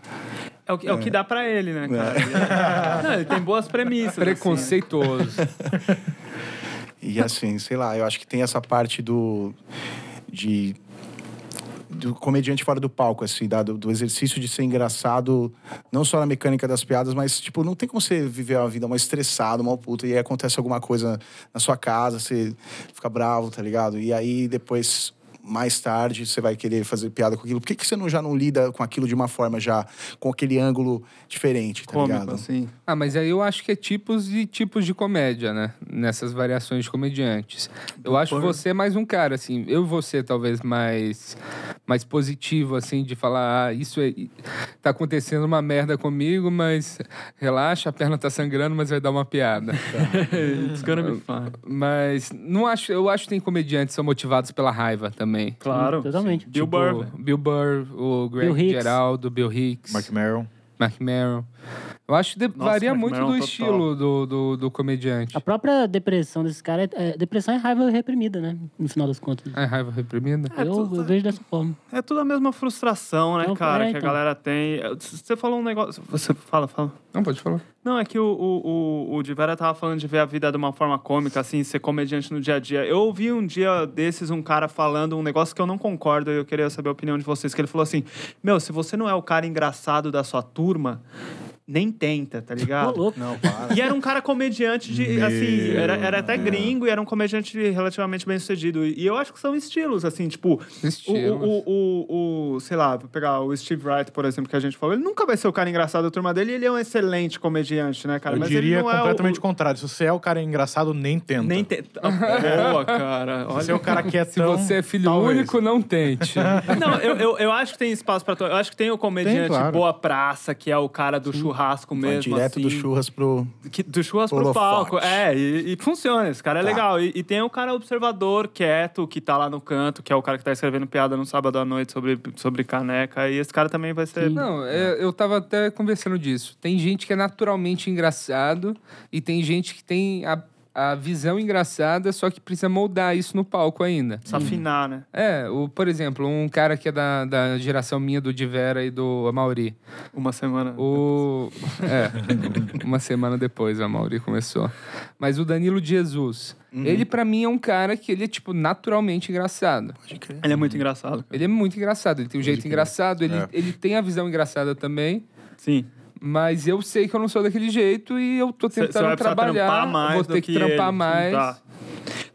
C: É o que, é o que dá pra ele, né,
A: É.
C: cara? Não, ele tem boas premissas. assim, né?
B: Preconceituoso.
A: E assim, sei lá, eu acho que tem essa parte do. de. do comediante fora do palco, assim, da- do, do exercício de ser engraçado, não só na mecânica das piadas, mas, tipo, não tem como você viver uma vida mal estressado, mal puta, e aí acontece alguma coisa na sua casa, você fica bravo, tá ligado? E aí depois. Mais tarde você vai querer fazer piada com aquilo. Por que, que você não, já não lida com aquilo de uma forma já, com aquele ângulo diferente, tá
C: Cômico,
A: ligado?
C: assim.
B: Ah, mas aí eu acho que é tipos e tipos de comédia, né? Nessas variações de comediantes. Eu acho você mais um cara, assim. Eu e você, talvez, mais, mais positivo, assim, de falar: ah, isso é, tá acontecendo uma merda comigo, mas relaxa, a perna tá sangrando, mas vai dar uma piada.
C: It's gonna be fun.
B: mas não acho, eu acho que tem comediantes que são motivados pela raiva também.
C: Claro. Tipo,
E: Totalmente.
C: Bill Burr. né?
B: O Bill Burr, o Greg
E: Bill Hicks.
B: Geraldo, Bill Hicks.
F: Mark Merrill.
B: Mark Maron. Eu acho que de-
C: Nossa,
B: varia
C: Mark
B: muito
C: Maron
B: do
C: total.
B: estilo do, do, do comediante.
E: A própria depressão desse cara é, é- depressão é raiva reprimida, né? No final das contas.
B: É raiva reprimida?
E: eu, eu vejo dessa forma.
C: É tudo a mesma frustração, né,
E: Então,
C: cara,
E: é,
C: que a
E: então.
C: galera tem. Você falou um negócio. Você fala, fala.
B: Não, pode falar.
C: Não, é que o, o, o, o Divera tava falando de ver a vida de uma forma cômica, assim, ser comediante no dia a dia. Eu ouvi um dia desses um cara falando um negócio que eu não concordo e eu queria saber a opinião de vocês. Que ele falou assim: Meu, se você não é o cara engraçado da sua turma, nem tenta, tá ligado?
E: Ô, louco.
F: Não, para.
C: E era um cara comediante de,
F: Meu
C: assim, era, era até
F: Deus.
C: gringo e era um comediante relativamente bem sucedido. E eu acho que são estilos, assim, tipo, o,
B: Estilo.
C: o, o, o- o- sei lá, vou pegar o Steve Wright, por exemplo, que a gente falou, ele nunca vai ser o cara engraçado da turma dele, e ele é um excelente comediante, né, cara?
F: eu
C: Mas
F: diria
C: ele não
F: completamente
C: é
F: o contrário. Se você é o cara engraçado, nem
C: o-
F: tenta.
C: o, nem te... ah, Boa, cara.
F: Se você é
C: Olha.
F: o cara quietão...
B: Se você é filho
F: talvez.
B: único, não tente.
C: Não, eu, eu, eu acho que tem espaço pra todo. Eu acho que tem o comediante
F: Tem, claro.
C: Boa Praça, que é o cara do churrasco
A: Vai
C: mesmo.
A: direto
C: assim.
A: do churras pro.
C: Que, do churras pro
A: Holofote.
C: palco. É, e, e funciona. Esse cara é
A: Tá.
C: legal. E, e tem o cara observador, quieto, que tá lá no canto, que é o cara que tá escrevendo piada no sábado à noite sobre, sobre caneca. E esse cara também vai ser.
B: Não, é, eu tava até conversando disso. Tem gente que é naturalmente engraçado e tem gente que tem a, a visão engraçada, só que precisa moldar isso no palco ainda.
C: Se afinar, né?
B: É, o, por exemplo, um cara que é da, da geração minha do Divera e do Amauri.
C: Uma semana.
B: O. É, uma semana depois a Mauri começou. Mas o Danilo de Jesus, ele pra mim é um cara que ele é, tipo, naturalmente engraçado.
C: Ele é muito engraçado. cara.
B: Ele é muito engraçado, ele tem um jeito engraçado, ele,
C: É.
B: ele tem a visão engraçada também.
C: Sim.
B: Mas eu sei que eu não sou daquele jeito e eu tô
C: Você vai
B: tentando
C: precisar
B: trabalhar.
C: trampar mais
B: vou
C: do
B: ter que,
C: ele,
B: trampar
C: sim,
B: mais.
C: tá.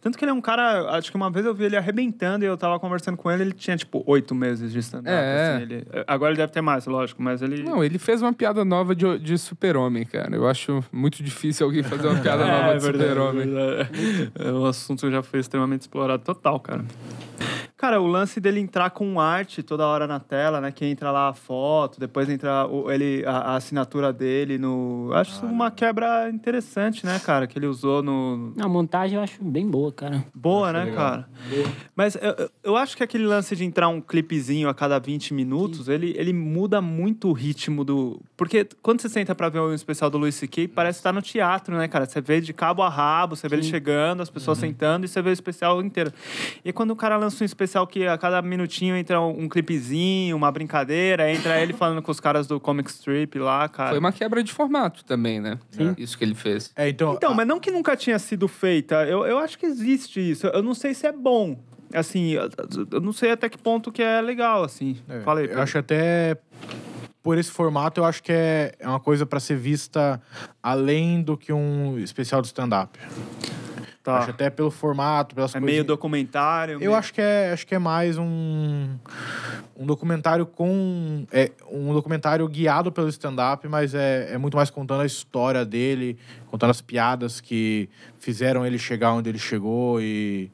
C: Tanto que ele é um cara, acho que uma vez eu vi ele arrebentando e eu tava conversando com ele, ele tinha tipo oito meses de stand-up.
B: É.
C: assim, ele- agora ele deve ter mais, lógico, mas ele.
B: Não, ele fez uma piada nova de, de super-homem, cara. Eu acho muito difícil alguém fazer uma piada
C: É,
B: nova
C: é
B: de
C: verdade,
B: super-homem.
C: é verdade. O assunto já foi extremamente explorado total, cara. Cara, o lance dele entrar com arte toda hora na tela, né? Que entra lá a foto, depois entra o- ele, a, a assinatura dele no. Acho isso uma quebra interessante, né, cara? Que ele usou no.
E: A montagem eu acho bem boa, cara.
C: Boa, né, cara? Mas eu- eu, eu acho que aquele lance de entrar um clipezinho a cada 20 minutos, ele, ele muda muito o ritmo do. Porque quando você senta pra ver um especial do Luis C.K., parece estar no teatro, né, cara? Você vê de cabo a rabo, você vê ele chegando, as pessoas sentando e você vê o especial inteiro. E quando o cara lança um especial que a cada minutinho entra um, um clipezinho, uma brincadeira, entra ele falando com os caras do Comic Strip lá, cara.
B: Foi uma quebra de formato também, né? Isso que ele fez.
F: É, então...
C: Então,
F: a-
C: mas não que nunca tinha sido feita. Eu, eu acho que existe isso. Eu não sei se é bom. Assim, eu, eu não sei até que ponto que é legal, assim.
F: É,
C: Falei.
F: Eu acho até por esse formato, eu acho que é é uma coisa pra ser vista além do que um especial de stand-up.
C: tá.
F: Acho até pelo formato, pelas
C: É
F: coisas.
C: meio documentário.
F: Eu acho que é, acho que é mais um, um documentário com. É, um documentário guiado pelo stand-up, mas é, é muito mais contando a história dele, contando as piadas que fizeram ele chegar onde ele chegou e.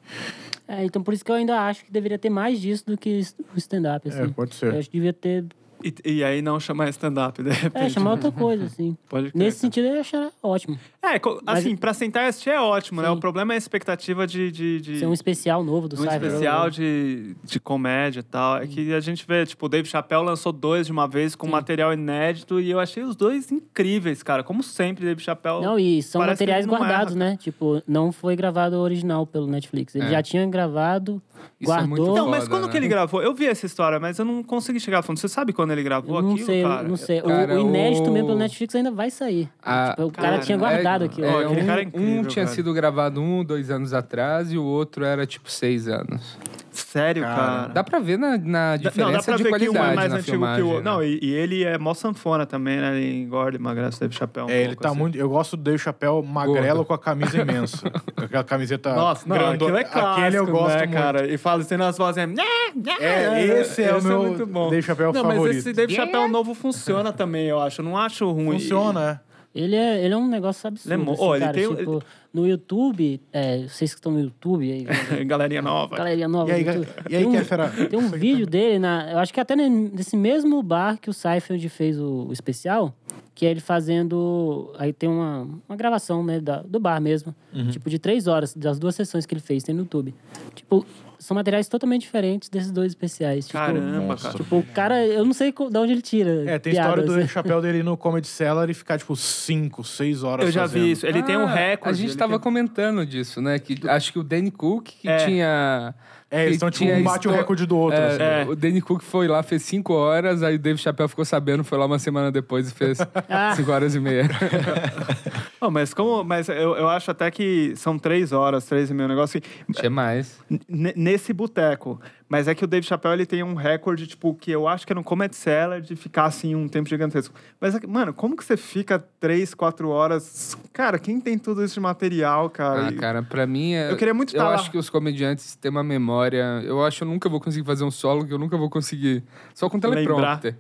E: É, então por isso que eu ainda acho que deveria ter mais disso do que s- o stand-up, assim.
F: É, pode ser.
E: Eu acho que devia ter...
C: E, e aí não chamar stand-up, de repente.
E: É, chamar outra coisa, assim.
C: Pode crer,
E: Nesse sentido, eu acharia ótimo.
C: cara. É, co-
E: Mas-
C: assim, pra sentar e assistir é ótimo, né?
E: Sim.
C: O problema é a expectativa de... de, de-
E: Ser um né? especial novo do
C: um
E: Cypher.
C: especial de, de comédia e tal. É que a gente vê, tipo, o Dave Chappelle lançou dois de uma vez com material inédito e eu achei os dois incríveis, cara. Como sempre, Dave Chappelle...
E: Não, e são
C: Parece que
E: materiais
C: ele não
E: guardados,
C: erra,
E: né? Tipo, não foi gravado o original pelo Netflix. Ele
B: É.
E: já tinha gravado,
B: Isso é muito
E: guardou.
C: Então, mas
B: Foda,
C: quando
B: né?
C: que ele gravou? Eu vi essa história, mas eu não consegui chegar a fundo. Você sabe quando ele gravou
E: Eu não
C: aquilo,
E: sei, eu
C: cara?
E: não sei. O-
B: Cara,
E: o, inédito
B: o-
E: mesmo pelo Netflix ainda vai sair.
B: Ah,
E: Tipo, o cara,
C: cara,
E: tinha
C: é-
E: guardado aquilo.
C: Ó,
B: É,
C: aquele
B: um,
C: cara é incrível,
B: um tinha
C: cara.
B: sido gravado um, dois anos atrás e o outro era tipo seis anos.
C: Sério, cara.
B: Dá pra ver na, na
C: Ah. Dá- não, dá
B: diferença
C: pra
B: de
C: ver que um
B: qualidade
C: é mais
B: na
C: antigo
B: filmagem.
C: que o
B: né?
C: outro. Não, e, e ele é mó sanfona também, né? Ele engorda, emagrece, deve chapéu. um
F: É, ele
C: pouco,
F: tá
C: assim.
F: muito. Eu gosto do Dave Chapéu magrelo
B: Gordo.
F: com a camisa imensa. Aquela camiseta.
C: Nossa, não,
F: grandona.
C: aquilo é clássico,
F: Aquele eu gosto,
C: né,
F: muito.
C: cara? E fala, tem nas vozes, é... "Nhá, nhá",
F: É, esse é o meu
C: muito bom.
F: Dave Chappelle
C: não,
F: favorito.
C: mas esse Dave Chappelle é um novo funciona também, eu acho. Eu não acho ruim.
F: Funciona, é.
E: Ele é, ele é um negócio absurdo.
C: Lemo-
E: assim,
C: ó, ele
E: cara.
C: tem o-
E: Tipo, no YouTube, é, vocês que estão no YouTube aí,
C: Galerinha nova.
E: galerinha nova
F: E aí,
E: do YouTube,
F: e aí,
E: tem um-
F: que é fera?
E: Tem um vídeo dele, na, eu acho que é até ne- nesse mesmo bar que o Seinfeld fez o, o especial, que é ele fazendo. Aí tem uma, uma gravação né, da- do bar mesmo.
C: Uhum.
E: Tipo, de três horas, das duas sessões que ele fez, tem no YouTube. Tipo, são materiais totalmente diferentes desses dois especiais. Tipo,
C: Caramba, cara.
E: Tipo, o cara, eu não sei co- de onde ele tira.
F: É, tem
E: piadas,
F: história do
E: né?
F: Dave Chappelle dele no Comedy Cellar e ficar, tipo, 5, 6 horas
C: Eu já
F: fazendo.
C: vi isso. Ele tem um
B: Ah,
C: recorde.
B: A gente
C: ele
B: tava
C: tem-
B: comentando disso, né? Que acho que o Danny Cook que
C: É.
B: tinha.
F: É, eles
B: que
F: estão, tipo,
B: tinha
F: um bate o
B: esto-
F: recorde do outro. assim.
B: É, O Danny Cook foi lá, fez cinco horas, aí o Dave Chappelle ficou sabendo, foi lá uma semana depois e fez cinco horas e meia.
C: Oh, mas como. Mas eu, eu acho até que são três horas, três e meio, um negócio que.
B: Tinha mais.
C: N- nesse boteco. Mas é que o Dave Chappelle, ele tem um recorde, tipo, que eu acho que era um comedy seller de ficar, assim, um tempo gigantesco. Mas, é que, mano, como que você fica três, quatro horas... Cara, quem tem tudo isso de material, cara?
B: Ah, cara, pra mim é.
C: Eu queria muito
B: Eu
C: estar lá.
B: acho que os comediantes têm uma memória. Eu acho que eu nunca vou conseguir fazer um solo que eu nunca vou conseguir. Só com
C: Lembrar.
B: teleprompter.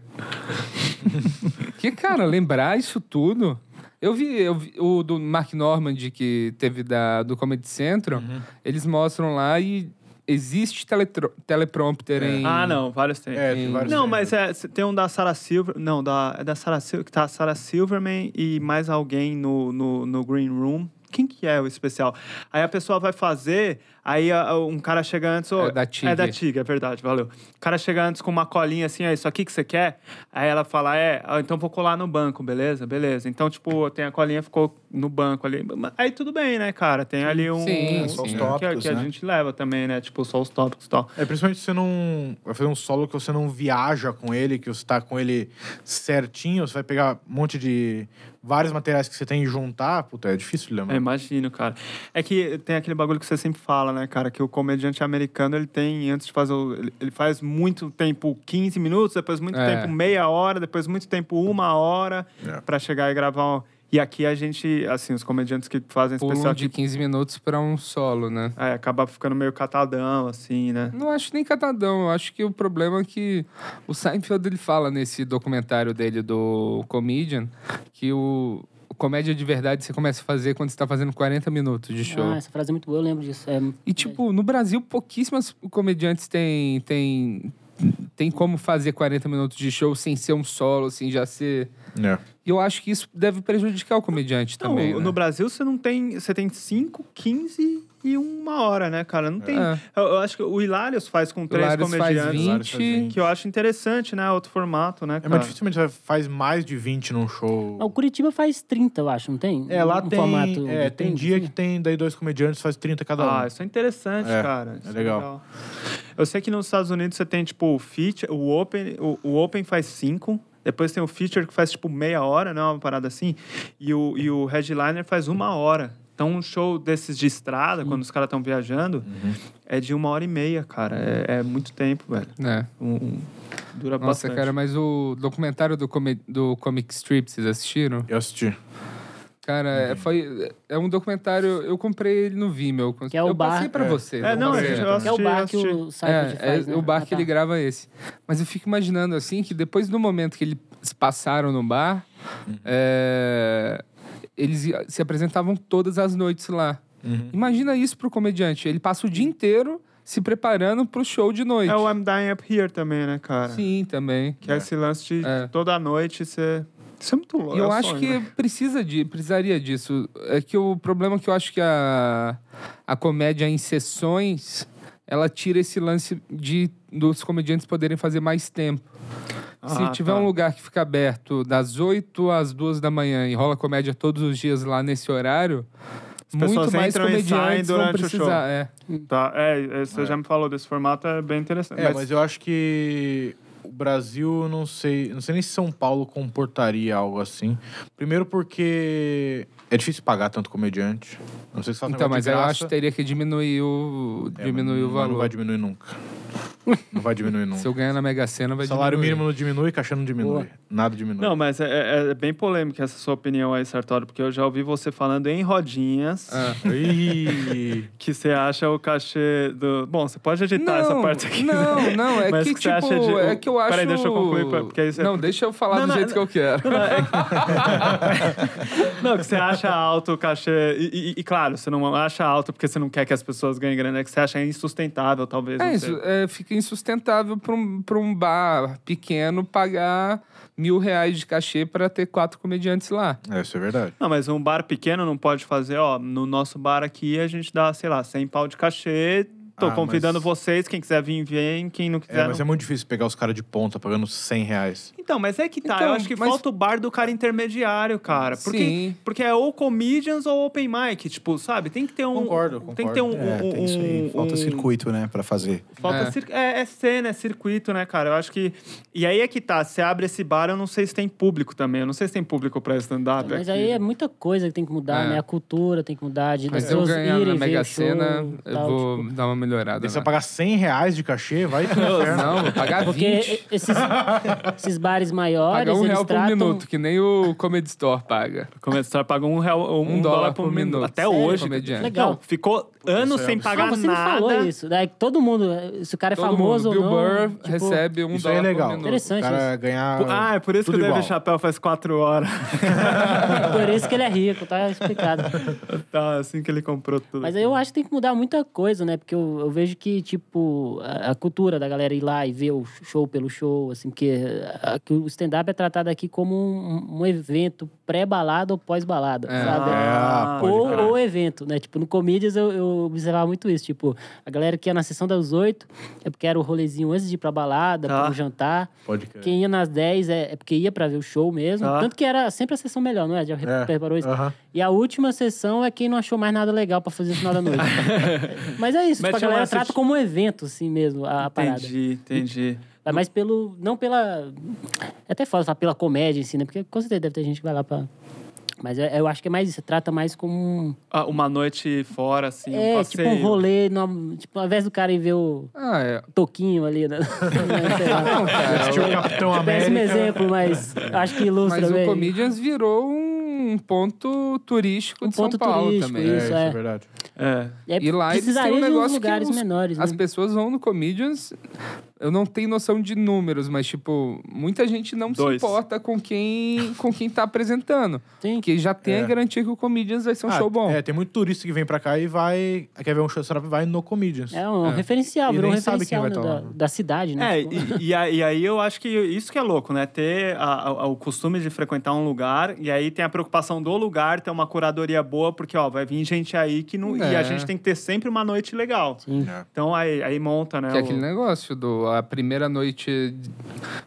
B: que, cara, lembrar isso tudo. Eu vi, eu vi o do Mark Normand que teve da, do Comedy Central.
C: Uhum.
B: Eles mostram lá e existe teletro- teleprompter em.
C: Ah, não, vários tem.
F: É, tem vários
C: Não,
F: exemplos.
C: mas é, tem um da Sarah Silver. Não, da, é da Sarah Silver, que tá a Sarah Silverman e mais alguém no, no, no Green Room. Quem que é o especial? Aí a pessoa vai fazer, aí a- um cara chega antes. ô,
B: É da Tig.
C: É da Tig, é verdade, valeu. O cara chega antes com uma colinha assim, é isso aqui que você quer? Aí ela fala, é, ah, então vou colar no banco, beleza? Beleza. Então, tipo, tem a colinha, ficou no banco ali. Mas Aí tudo bem, né, cara? Tem ali um.
B: Sim,
C: um-
B: só os
C: que-
A: tópicos,
C: que, a
A: né?
C: gente leva também, né? Tipo, só os tópicos e tal.
F: É principalmente se você não. Vai fazer um solo que você não viaja com ele, que você tá com ele certinho, você vai pegar um monte de. vários materiais que você tem e juntar. Puta, é difícil de
C: É,
F: lembrar.
C: imagino, cara. É que tem aquele bagulho que você sempre fala, né, cara? Que o comediante americano, ele tem, antes de fazer o... Ele ele faz muito tempo 15 minutos, depois muito
B: É.
C: tempo meia hora, depois muito tempo uma hora
F: É.
C: pra chegar e gravar um... E aqui a gente, assim, os comediantes que fazem
B: Pulam
C: especial
B: de
C: aqui,
B: 15 minutos pra um solo, né?
C: é, acaba ficando meio catadão, assim, né?
B: Não acho nem catadão. Eu acho que o problema é que o Seinfeld ele fala nesse documentário dele do Comedian que o, o comédia de verdade você começa a fazer quando você tá fazendo 40 minutos de show.
E: Ah, essa frase é muito boa, eu lembro disso. É,
B: E, tipo, no Brasil, pouquíssimas comediantes têm, têm, têm como fazer 40 minutos de show sem ser um solo, sem já ser.
F: É.
B: E eu acho que isso deve prejudicar o comediante
C: Então,
B: também.
C: no
B: né?
C: Brasil você não tem. Você tem 5, 15 e uma hora, né, cara? Não tem.
B: É.
C: Eu, eu acho que o Hilários faz com três
B: Hilários faz
C: comediantes.
B: 20.
C: Que eu acho interessante, né? Outro formato, né,
F: É,
C: cara?
F: mas dificilmente vai- faz mais de 20 num show.
E: Ah, O Curitiba faz 30, eu acho, não tem?
F: É, lá
E: Um
F: tem.
E: formato
F: é,
E: de
F: tem
E: 30,
F: dia
E: assim?
F: que tem daí dois comediantes, faz 30 cada um.
C: Ah, isso é interessante,
F: É,
C: cara. Isso
F: legal.
C: Eu sei que nos Estados Unidos você tem, tipo, o feature, o open, o, o open faz cinco, depois tem o feature que faz, tipo, meia hora, né? Uma parada assim. E o, e o headliner faz uma hora. Então, um show desses de estrada, quando os caras estão viajando,
F: Uhum.
C: é de uma hora e meia, cara. É, é muito tempo, velho.
B: É.
C: Um- um- dura
B: Nossa,
C: bastante.
B: cara, é mas o documentário do, come- do Comic Strip, vocês assistiram?
F: Eu assisti.
B: Cara, é- foi, é um documentário. Eu comprei ele no Vimeu.
E: Que é o
B: eu
E: bar-
B: passei pra
F: É.
B: você.
C: É, não,
B: passei.
C: eu já
E: Que é o
C: assisti,
E: bar
C: eu
E: que
C: assisti.
E: o Seinfeld
B: É,
E: faz,
B: é,
E: né?
B: o bar
E: Ah,
B: que ele
E: tá.
B: grava esse. Mas eu fico imaginando assim que depois do momento que eles passaram no bar,
C: Uhum.
B: é, eles ia- se apresentavam todas as noites lá.
C: Uhum.
B: Imagina isso pro comediante. Ele passa o dia inteiro se preparando pro show de noite.
C: É o I'm Dying Up Here também, né, cara?
B: Sim, também.
C: Que é, esse lance de
B: É.
C: toda noite você... Isso é muito louco.
B: E eu
C: é um
B: acho
C: sonho,
B: que
C: né?
B: precisa de, precisaria disso. É que o problema é que eu acho que a, a comédia em sessões, ela tira esse lance de dos comediantes poderem fazer mais tempo.
C: Ah,
B: Se tiver
C: tá.
B: um lugar que fica aberto das 8 às 2 da manhã e rola comédia todos os dias lá nesse horário,
C: pessoas
B: muito mais
C: entram e saem
B: comediantes vão
C: durante o show.
B: precisar. É.
C: Tá, é, é, você já me falou desse formato, é bem interessante.
F: É, mas... eu acho que o Brasil, não sei, não sei nem se São Paulo comportaria algo assim. Primeiro porque é difícil pagar tanto comediante. Não sei se faz
B: Então,
F: negócio
B: mas
F: de
B: eu
F: graça.
B: acho que teria que diminuir o,
F: É,
B: diminuir o
F: mas Não vai
B: valor.
F: diminuir nunca. Não vai diminuir nunca.
B: Se eu ganhar na Mega Sena, vai
F: Salário
B: diminuir.
F: mínimo não diminui, caixa não diminui. Nada diminui.
C: Não, mas é, é- é bem polêmica essa sua opinião aí, Sartório, porque eu já ouvi você falando em rodinhas
B: Ah.
F: Ih,
C: que você acha o cachê do. Bom, você pode editar Tá, essa parte aqui. né?
B: Não, não, é
C: Mas
B: que,
C: o que você acha
B: tipo,
C: de-
B: é que eu acho...
C: Peraí, deixa eu concluir, pra- porque aí você-
B: Não, deixa eu falar
C: Não,
B: do
C: não,
B: jeito que eu quero.
C: Não, que você acha alto o cachê. E, e- e, claro, você não acha alto porque você não quer que as pessoas ganhem grana, é que você acha insustentável, talvez.
B: É
C: não
B: isso,
C: sei.
B: é, fica insustentável pra um, pra um bar pequeno pagar mil reais de cachê pra ter quatro comediantes lá.
F: é, isso é verdade.
C: Não, mas um bar pequeno não pode fazer, ó, no nosso bar aqui a gente dá, sei lá, 100 pau de cachê, Tô
F: Ah,
C: convidando
F: mas-
C: vocês, quem quiser vir, vem, quem não quiser.
F: É, mas
C: não-
F: é muito difícil pegar os caras de ponta pagando 100 reais.
C: Então, mas é que tá.
B: Então,
C: eu acho que
B: mas-
C: falta o bar do cara intermediário, cara. Porque,
B: Sim.
C: porque é ou comedians ou open mic, tipo, sabe? Tem que ter um.
F: Concordo,
C: Tem que ter um.
A: É,
C: um-
A: tem isso aí.
C: um-
A: Falta
C: um-
A: circuito, né, pra fazer.
C: Falta
B: É.
C: cir- é. É, cena, é circuito, né, cara? Eu acho que. E aí é que tá. Você abre esse bar, eu não sei se tem público também. Eu não sei se tem público pra stand-up.
E: Mas
C: aqui.
E: aí é muita coisa que tem que mudar,
B: É.
E: né? A cultura tem que mudar, de
B: Mas
E: das
B: eu
E: pessoas
B: ganhando na
E: irem ver
B: Mega
E: o show
B: Sena,
E: e
B: eu
E: tal,
B: vou
C: tipo,
B: dar uma melhorada.
F: Daí você
B: né?
F: vai pagar 100 reais de cachê, vai pro inferno.
B: Não, vou pagar
E: Porque
C: é,
B: 20.
E: esses, esses bares maiores,
B: Pagar um
E: eles
B: real por
E: tratam...
B: minuto, que nem o Comedy Store paga.
C: Começar a pagar um, real, um,
B: Um
C: dólar, por minuto. Até
B: Sério?
C: hoje.
B: Comediante.
E: Legal.
C: Não, ficou anos
F: Isso é
C: sem
F: absurdo.
E: Ah,
C: pagar
E: você não
C: nada.
E: falou isso. Daí todo mundo, se o cara é
B: Todo
E: famoso
B: mundo. Bill
E: ou não...
B: Burr
E: tipo,
B: recebe um
F: Isso
B: dólar
F: aí é
B: por
F: legal.
B: minuto.
E: Interessante
F: O cara ganhar.
C: Ah, é por isso
F: tudo
C: que o David
F: igual.
C: Chapéu faz quatro horas.
E: Por isso que ele é rico, tá explicado.
C: tá, assim que ele comprou tudo.
F: Uhum.
E: Mas aí eu acho que tem que mudar muita coisa, né? Porque eu, eu vejo que, tipo, a, a cultura da galera ir lá e ver o show pelo show, assim, porque a- que o stand-up é tratado aqui como um, um evento pré-balada ou pós-balada,
B: É.
E: sabe?
F: É, pode
E: ou,
F: crer.
E: ou evento, né? Tipo, no Comedians eu, eu observava muito isso. Tipo, a galera que ia na sessão das oito é porque era o rolezinho antes de ir pra balada,
C: Tá.
E: pro jantar.
F: Pode crer.
E: Quem ia nas 10 é, é porque ia pra ver o show mesmo.
C: Tá.
E: Tanto que era sempre a sessão melhor, não é? Já
F: É.
E: reparou isso?
F: Aham.
E: E a última sessão é quem não achou mais nada legal pra fazer no final da noite. Mas é isso,
C: Mas
E: tipo, a
C: tinha
E: galera
C: uma
E: trata
C: sessão-
E: como um evento, assim mesmo, a, a parada.
C: Entendi, entendi.
E: Vai mais pelo. Não pela. É até foda falar pela comédia em si, né? Porque com certeza deve ter gente que vai lá pra. Mas é- eu acho que é mais isso, trata mais como um.
C: Ah, uma noite fora, assim, um
E: é,
C: passeio.
E: tipo um rolê, numa- tipo, ao invés do cara ir ver o
B: Ah, é.
E: Toquinho ali, né? Sei lá.
F: Assistiu o Capitão
E: Péssimo
F: América.
E: exemplo, mas acho que ilustra
B: Mas o
E: bem.
B: Comedians virou um ponto turístico
E: Um
B: de São
E: ponto
B: Paulo
E: turístico,
B: também.
F: É,
E: Isso,
F: isso
E: é.
F: é verdade.
C: É.
E: E, aí
B: E lá eles têm
E: precisaria
B: um
E: de uns
B: negócio que
E: lugares
B: os-
E: menores,
B: As
E: né?
B: pessoas vão no Comedians. Eu não tenho noção de números, mas, tipo, muita gente não
C: Dois.
B: se importa com quem, com quem tá apresentando.
E: Sim.
B: Porque já tem
F: É.
B: a garantia que o Comedians vai ser um
F: Ah,
B: show bom.
F: É, tem muito turista que vem pra cá e vai. Quer ver um show de stand-up, vai no Comedians.
E: É um referencial,
F: E
E: virou um
F: nem sabe quem
E: referencial
F: vai
E: né,
F: tá
E: da,
F: lá.
E: da cidade, né?
C: É,
E: Tipo,
C: e, e aí e aí eu acho que isso que é louco, né? Ter a- a- o costume de frequentar um lugar e aí tem a preocupação do lugar, ter uma curadoria boa, porque, ó, vai vir gente aí que não... E a
B: É.
C: gente tem que ter sempre uma noite legal.
E: Sim.
F: É.
C: Então aí, aí monta, né?
B: Que é
C: o-
B: aquele negócio do a primeira noite,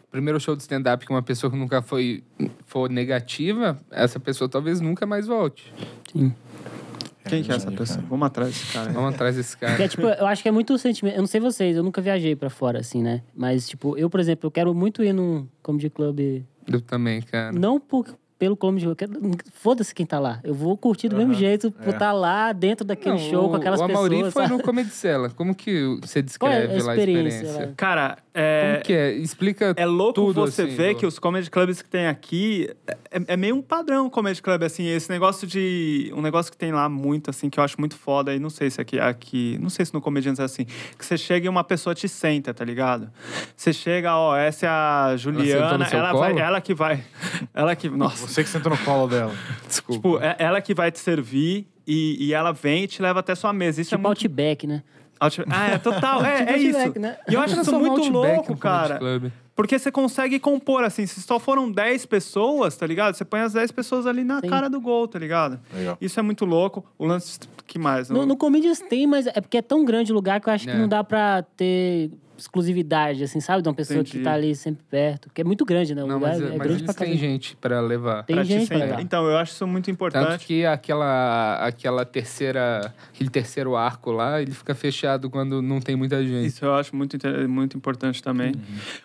B: primeiro show de stand-up que uma pessoa que nunca foi for negativa, essa pessoa talvez nunca mais volte.
C: Quem que é essa
F: verdade,
C: pessoa?
F: cara.
C: Vamos atrás desse cara.
B: Vamos atrás desse
E: Porque,
B: cara.
E: tipo, eu acho que é muito sentimento. Eu não sei vocês, eu nunca viajei pra fora, assim, né? Mas, tipo, eu, por exemplo, eu quero muito ir num comedy club.
B: Eu também, cara.
E: Não por, pelo comedy club. eu quero- Foda-se quem tá lá. Eu vou curtir do mesmo jeito por estar lá dentro daquele
B: Não,
E: show
B: o-
E: com aquelas
B: O Amaury
E: pessoas.
B: foi
E: sabe?
B: no Comedy Cellar. Como que você
E: Qual
B: descreve
E: é a
B: lá a
E: experiência?
B: experiência?
E: velho?
C: Cara, é...
B: Como que é? Explica
C: É louco
B: tudo,
C: você
B: assim,
C: ver
B: do-
C: que os comedy clubs que tem aqui é, é meio um padrão comedy club, assim. Esse negócio de. Um negócio que tem lá muito, assim, que eu acho muito foda. E não sei se aqui. aqui não sei se no Comedians é assim. Que você chega e uma pessoa te senta, tá ligado? Você chega, ó, essa é a
B: sentou
C: Juliana.
B: no seu
C: ela, vai-
B: colo?
C: ela que vai. Ela que. Nossa.
F: Você que sentou no colo dela.
B: Desculpa.
C: Tipo, é ela que vai te servir. E, e ela vem e te leva até sua mesa. Isso
E: Tipo
C: é muito
E: Outback, né?
C: Outback. Ah, é total. É,
E: Tipo
C: é isso.
E: Outback, né?
C: E eu acho isso
B: Transformar
C: muito
B: um Outback
C: louco,
B: no Comedy
C: cara.
B: Club.
C: Porque você consegue compor, assim, se só foram 10 pessoas, tá ligado? Você põe as 10 pessoas ali na
E: Sim.
C: cara do gol, tá ligado?
F: Legal.
C: Isso é muito louco. O lance. que mais?
E: No, no Comedians tem, mas é porque é tão grande o lugar que eu acho
B: É.
E: que não dá pra ter exclusividade, assim, sabe? De uma pessoa que
C: Entendi.
E: tá ali sempre perto. Porque é muito grande, né? O
B: Não,
E: lugar
B: mas,
E: é,
B: mas
E: grande pra
B: eles têm
E: caramba.
B: gente pra levar.
E: Tem tá
C: Pra te
E: gente pra
C: sentar.
E: levar.
C: Então, eu acho isso muito
B: Tanto
C: importante.
B: que aquela, aquela terceira, aquele terceiro arco lá, ele fica fechado quando não tem muita gente.
C: Isso eu acho muito, inte- muito importante também.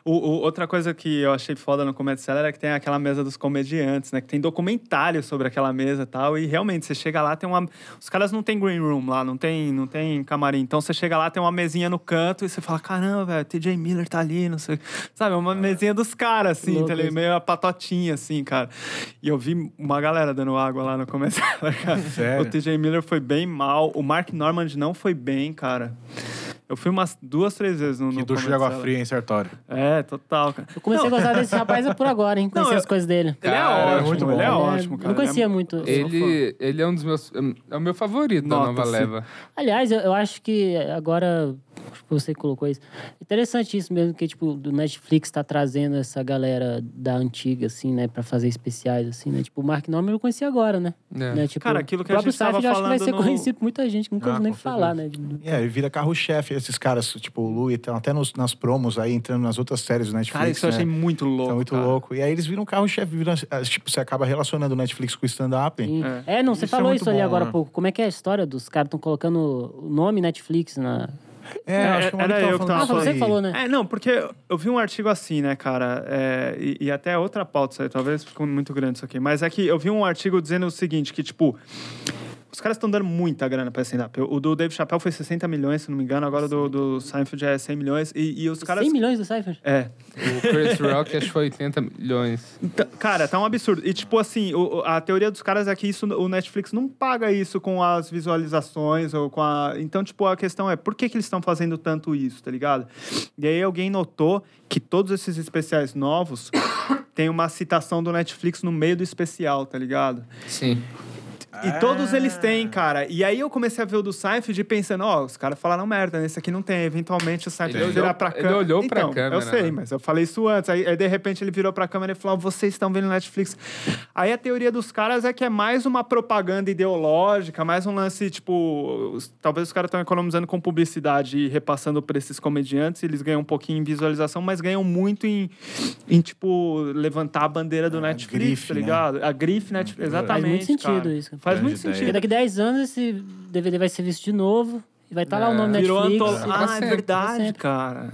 C: O- o- outra coisa que eu achei foda no Comedy Cellar é que tem aquela mesa dos comediantes, né? Que tem documentário sobre aquela mesa e tal. E realmente, você chega lá, tem uma. Os caras não tem green room lá, não tem, não tem camarim. Então você chega lá, tem uma mesinha no canto e você fala: caramba, velho, TJ Miller tá ali, não sei. o quê." Sabe, é uma mesinha dos caras, assim,
E: Louco
C: tá ligado?
E: isso.
C: meio a patotinha, assim, cara. E eu vi uma galera dando água lá no Comedy Cellar, cara.
F: Sério?
C: O TJ Miller foi bem mal. O Mark Normand não foi bem, cara. Eu fui umas duas, três vezes no.
F: Que
C: no
F: ducha de
C: Comedy
F: água
C: Cellar.
F: fria, hein, Sartório?
C: É, total, cara.
E: Eu comecei
C: Não,
E: a gostar desse rapaz é por agora, hein? Conhecer
C: eu-
E: as coisas dele.
C: Ele é
B: Cara,
C: ótimo,
B: é
F: muito bom.
C: ele é
E: Ele
C: ótimo, cara.
E: Eu não conhecia
C: Ele é-
E: muito.
B: Ele, ele é um dos meus. É o meu favorito da nova
C: Nota-se.
B: leva.
E: Aliás, eu, eu acho que agora acho que você colocou isso. Interessante isso mesmo, que, tipo, do Netflix tá trazendo essa galera da antiga, assim, né? Pra fazer especiais, assim, né? Tipo, o Mark Norman eu conheci agora, né?
G: É.
E: Né, tipo,
C: Cara, aquilo que
E: o
C: a
E: próprio
C: gente tava
E: Seinfeld eu acho que vai
C: falando
E: ser
C: no-
E: conhecido por muita gente, que nunca
F: Ah,
E: ouviu nem
F: com
E: falar, né? De-
A: É, e vira carro-chefe esses caras, tipo o Lu e tal, até nos, nas promos aí, entrando nas outras séries do Netflix.
C: Cara, isso eu
A: né?
C: achei muito
F: é
C: louco.
A: Tá muito
C: cara.
A: louco. E aí eles viram carro-chefe, viram, ah, tipo, você acaba relacionando o Netflix com o stand-up.
E: Sim. É. não, você
F: Isso é
E: falou
F: muito
E: isso ali
F: bom,
E: agora há
F: né?
E: pouco. Como é que é a história dos caras estão colocando o nome Netflix na.
A: É,
C: É,
A: acho que o Maurício
C: era eu que
A: falando
C: tava
E: Ah,
A: isso
C: falando.
E: você
A: aí.
E: falou, né?
C: É, não, porque eu vi um artigo assim, né, cara? é, e, e até outra pauta isso aí, talvez ficou muito grande isso aqui. Mas é que eu vi um artigo dizendo o seguinte: que, tipo, os caras estão dando muita grana pra stand-up. O do Dave Chappelle foi 60 milhões, se não me engano, agora o do, do Seinfeld é 100 milhões. E, e os caras.
E: 100 milhões do Cypher?
C: É,
G: O Chris Rock acho que foi 80 milhões.
C: Tá- cara, tá um absurdo. E, tipo, assim, o- o- a teoria dos caras é que isso, o Netflix não paga isso com as visualizações ou com a. Então, tipo, a questão é por que, que eles estão fazendo tanto isso, tá ligado? E aí alguém notou que todos esses especiais novos têm uma citação do Netflix no meio do especial, tá ligado?
G: Sim.
C: E todos
E: Ah.
C: eles têm, cara. E aí eu comecei a ver o do Seinfeld e pensando, ó, os caras falaram merda, nesse aqui não tem. Eventualmente o Seinfeld
G: Ele
C: vai virar
G: olhou-
C: pra
G: ele
C: câmera.
G: olhou pra
C: então,
G: câmera,
C: Eu sei,
G: né?
C: mas eu falei isso antes. Aí, aí, de repente ele virou pra câmera e falou, vocês estão vendo Netflix. Aí a teoria dos caras é que é mais uma propaganda ideológica, mais um lance, tipo... os- Talvez os caras estão economizando com publicidade e repassando pra esses comediantes. Eles ganham um pouquinho em visualização, mas ganham muito em, em tipo, levantar a bandeira do Netflix,
A: grife,
C: tá
A: né?
C: ligado? A grife Netflix,
E: Ah, Faz muito
C: exatamente,
E: sentido
C: cara.
E: isso.
C: Faz
F: Grande
C: muito
F: ideia.
E: Porque
C: sentido.
E: daqui 10 anos esse DVD vai ser visto de novo e vai estar lá o nome
C: Virou
E: Netflix. tá
C: antolo...
E: e-
C: Ah, é
G: sempre,
C: verdade,
E: sempre.
C: cara.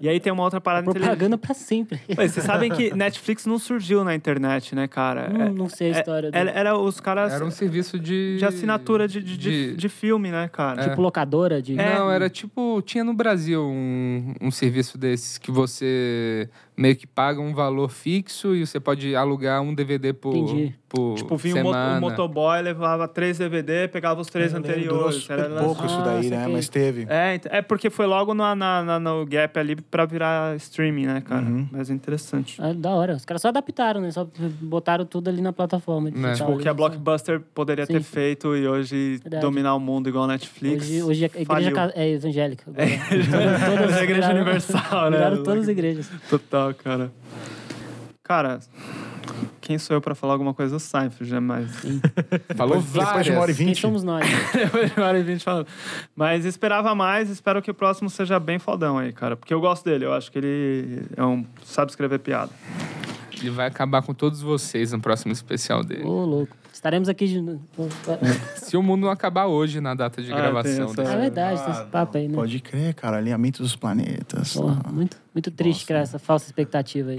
C: E aí tem uma outra parada inteligente.
E: Propaganda pra sempre.
C: Mas vocês sabem que Netflix não surgiu na internet, né, cara?
E: Não,
C: É-
E: Hum, não sei a
C: é-
E: história do-
C: Era, era os caras
G: Era um serviço de.
C: de assinatura de, de, de, de filme, né, cara?
E: Tipo locadora de.
C: É.
G: Não, era tipo. Tinha no Brasil um, um serviço desses que você meio que paga um valor fixo e você pode alugar um DVD por.
E: Entendi.
G: por
C: Tipo, vinha um, mo-
G: semana.
C: um motoboy, levava três DVD, pegava os três
A: Eu lembro, Durou
C: anteriores.
A: super
C: Era lance-
A: pouco isso
E: Ah,
A: daí, né?
E: saquei.
A: Mas teve.
C: É, ent- é porque foi logo na, na, na- no gap ali pra virar streaming, né, cara? Mas é interessante.
E: Ah, da hora. Os caras só adaptaram, né? Só botaram tudo ali na plataforma. digital
G: Tipo,
C: Tipo,
E: ali,
C: que a
E: Ah, só.
C: Blockbuster poderia
E: Sim.
C: ter feito e hoje
E: Verdade.
C: dominar o mundo igual a Netflix.
E: Hoje, hoje a igreja
C: faliu.
E: ca- é evangélica. Agora.
C: Todas a igreja
E: viraram-
C: universal, né?
E: Viraram todas as igrejas.
C: Total, cara. Cara, quem sou eu pra falar alguma coisa do Seinfeld, né? Mas...
G: Falou
A: Depois- Depois de uma hora e
G: várias.
E: Quem
A: vinte.
E: somos nós?
C: Depois de uma hora e vinte falando. Mas esperava mais, espero que o próximo seja bem fodão aí, cara. Porque eu gosto dele, eu acho que ele é um... sabe escrever piada.
G: Ele vai acabar com todos vocês no próximo especial dele.
E: Ô, louco. Estaremos aqui de. novo.
G: Se o mundo não acabar hoje na data de
C: Ah,
G: gravação.
C: tem essa-
G: desse-
E: É verdade, tem esse papo aí, né?
A: Pode crer, cara. Alinhamento dos planetas.
E: Porra, muito, muito triste criar essa falsa expectativa aí.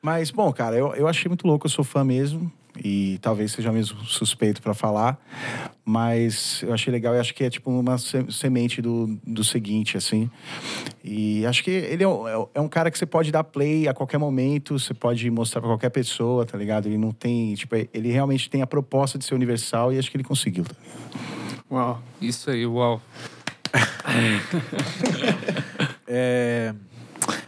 A: Mas, bom, cara, eu, eu achei muito louco, eu sou fã mesmo. E talvez seja mesmo suspeito pra falar. Mas eu achei legal e acho que é tipo uma se- semente do, do seguinte, assim. E acho que ele é um, é um- é um cara que você pode dar play a qualquer momento, você pode mostrar pra qualquer pessoa, tá ligado? Ele não tem, tipo, ele realmente tem a proposta de ser universal e acho que ele conseguiu. tá ligado?
C: Uau.
G: Isso aí, uau.
F: É...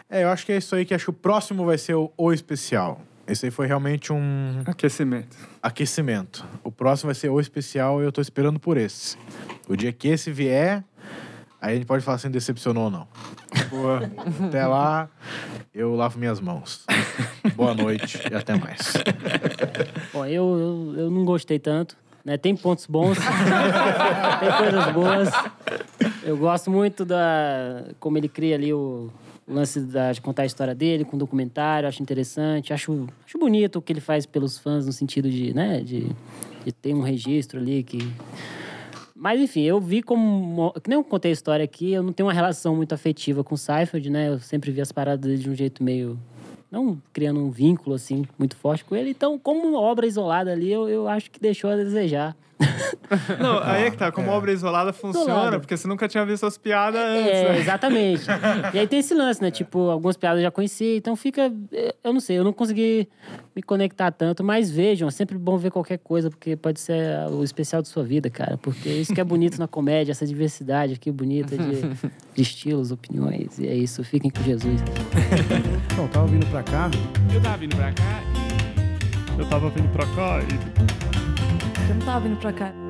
F: é, eu acho que é isso aí que acho que o próximo vai ser o, o especial. Esse aí foi realmente um
C: Aquecimento.
F: aquecimento. O próximo vai ser o especial e eu tô esperando por esse. O dia que esse vier, aí a gente pode falar se decepcionou ou não.
C: Boa.
F: Até lá, eu lavo minhas mãos. Boa noite e até mais.
E: Bom, eu, eu, eu não gostei tanto. Né? Tem pontos bons, tem coisas boas. Eu gosto muito da como ele cria ali o lance da, de contar a história dele com documentário, acho interessante, acho, acho bonito o que ele faz pelos fãs no sentido de, né, de, de ter um registro ali que mas enfim, eu vi como. uma- Que nem eu contei a história aqui, eu não tenho uma relação muito afetiva com o Seinfeld, né? Eu sempre vi as paradas dele de um jeito meio. Não criando um vínculo, assim, muito forte com ele. Então, como uma obra isolada ali, eu, eu acho que deixou a desejar.
C: Não, aí é que tá, como obra isolada funciona,
E: Isolada.
C: porque você nunca tinha visto as piadas antes,
E: É,
C: né?
E: exatamente. E aí tem esse lance, né? Tipo, algumas piadas eu já conheci, então fica. eh, Eu não sei, eu não consegui me conectar tanto, mas vejam, é sempre bom ver qualquer coisa, porque pode ser ah, o especial de sua vida, cara. Porque isso que é bonito na comédia, essa diversidade aqui bonita de, de estilos, opiniões. E é isso, fiquem com Jesus.
A: Então, eu tava vindo pra cá,
B: Eu tava vindo pra cá
C: Eu tava vindo pra cá e
D: Eu não tava vindo pra cá.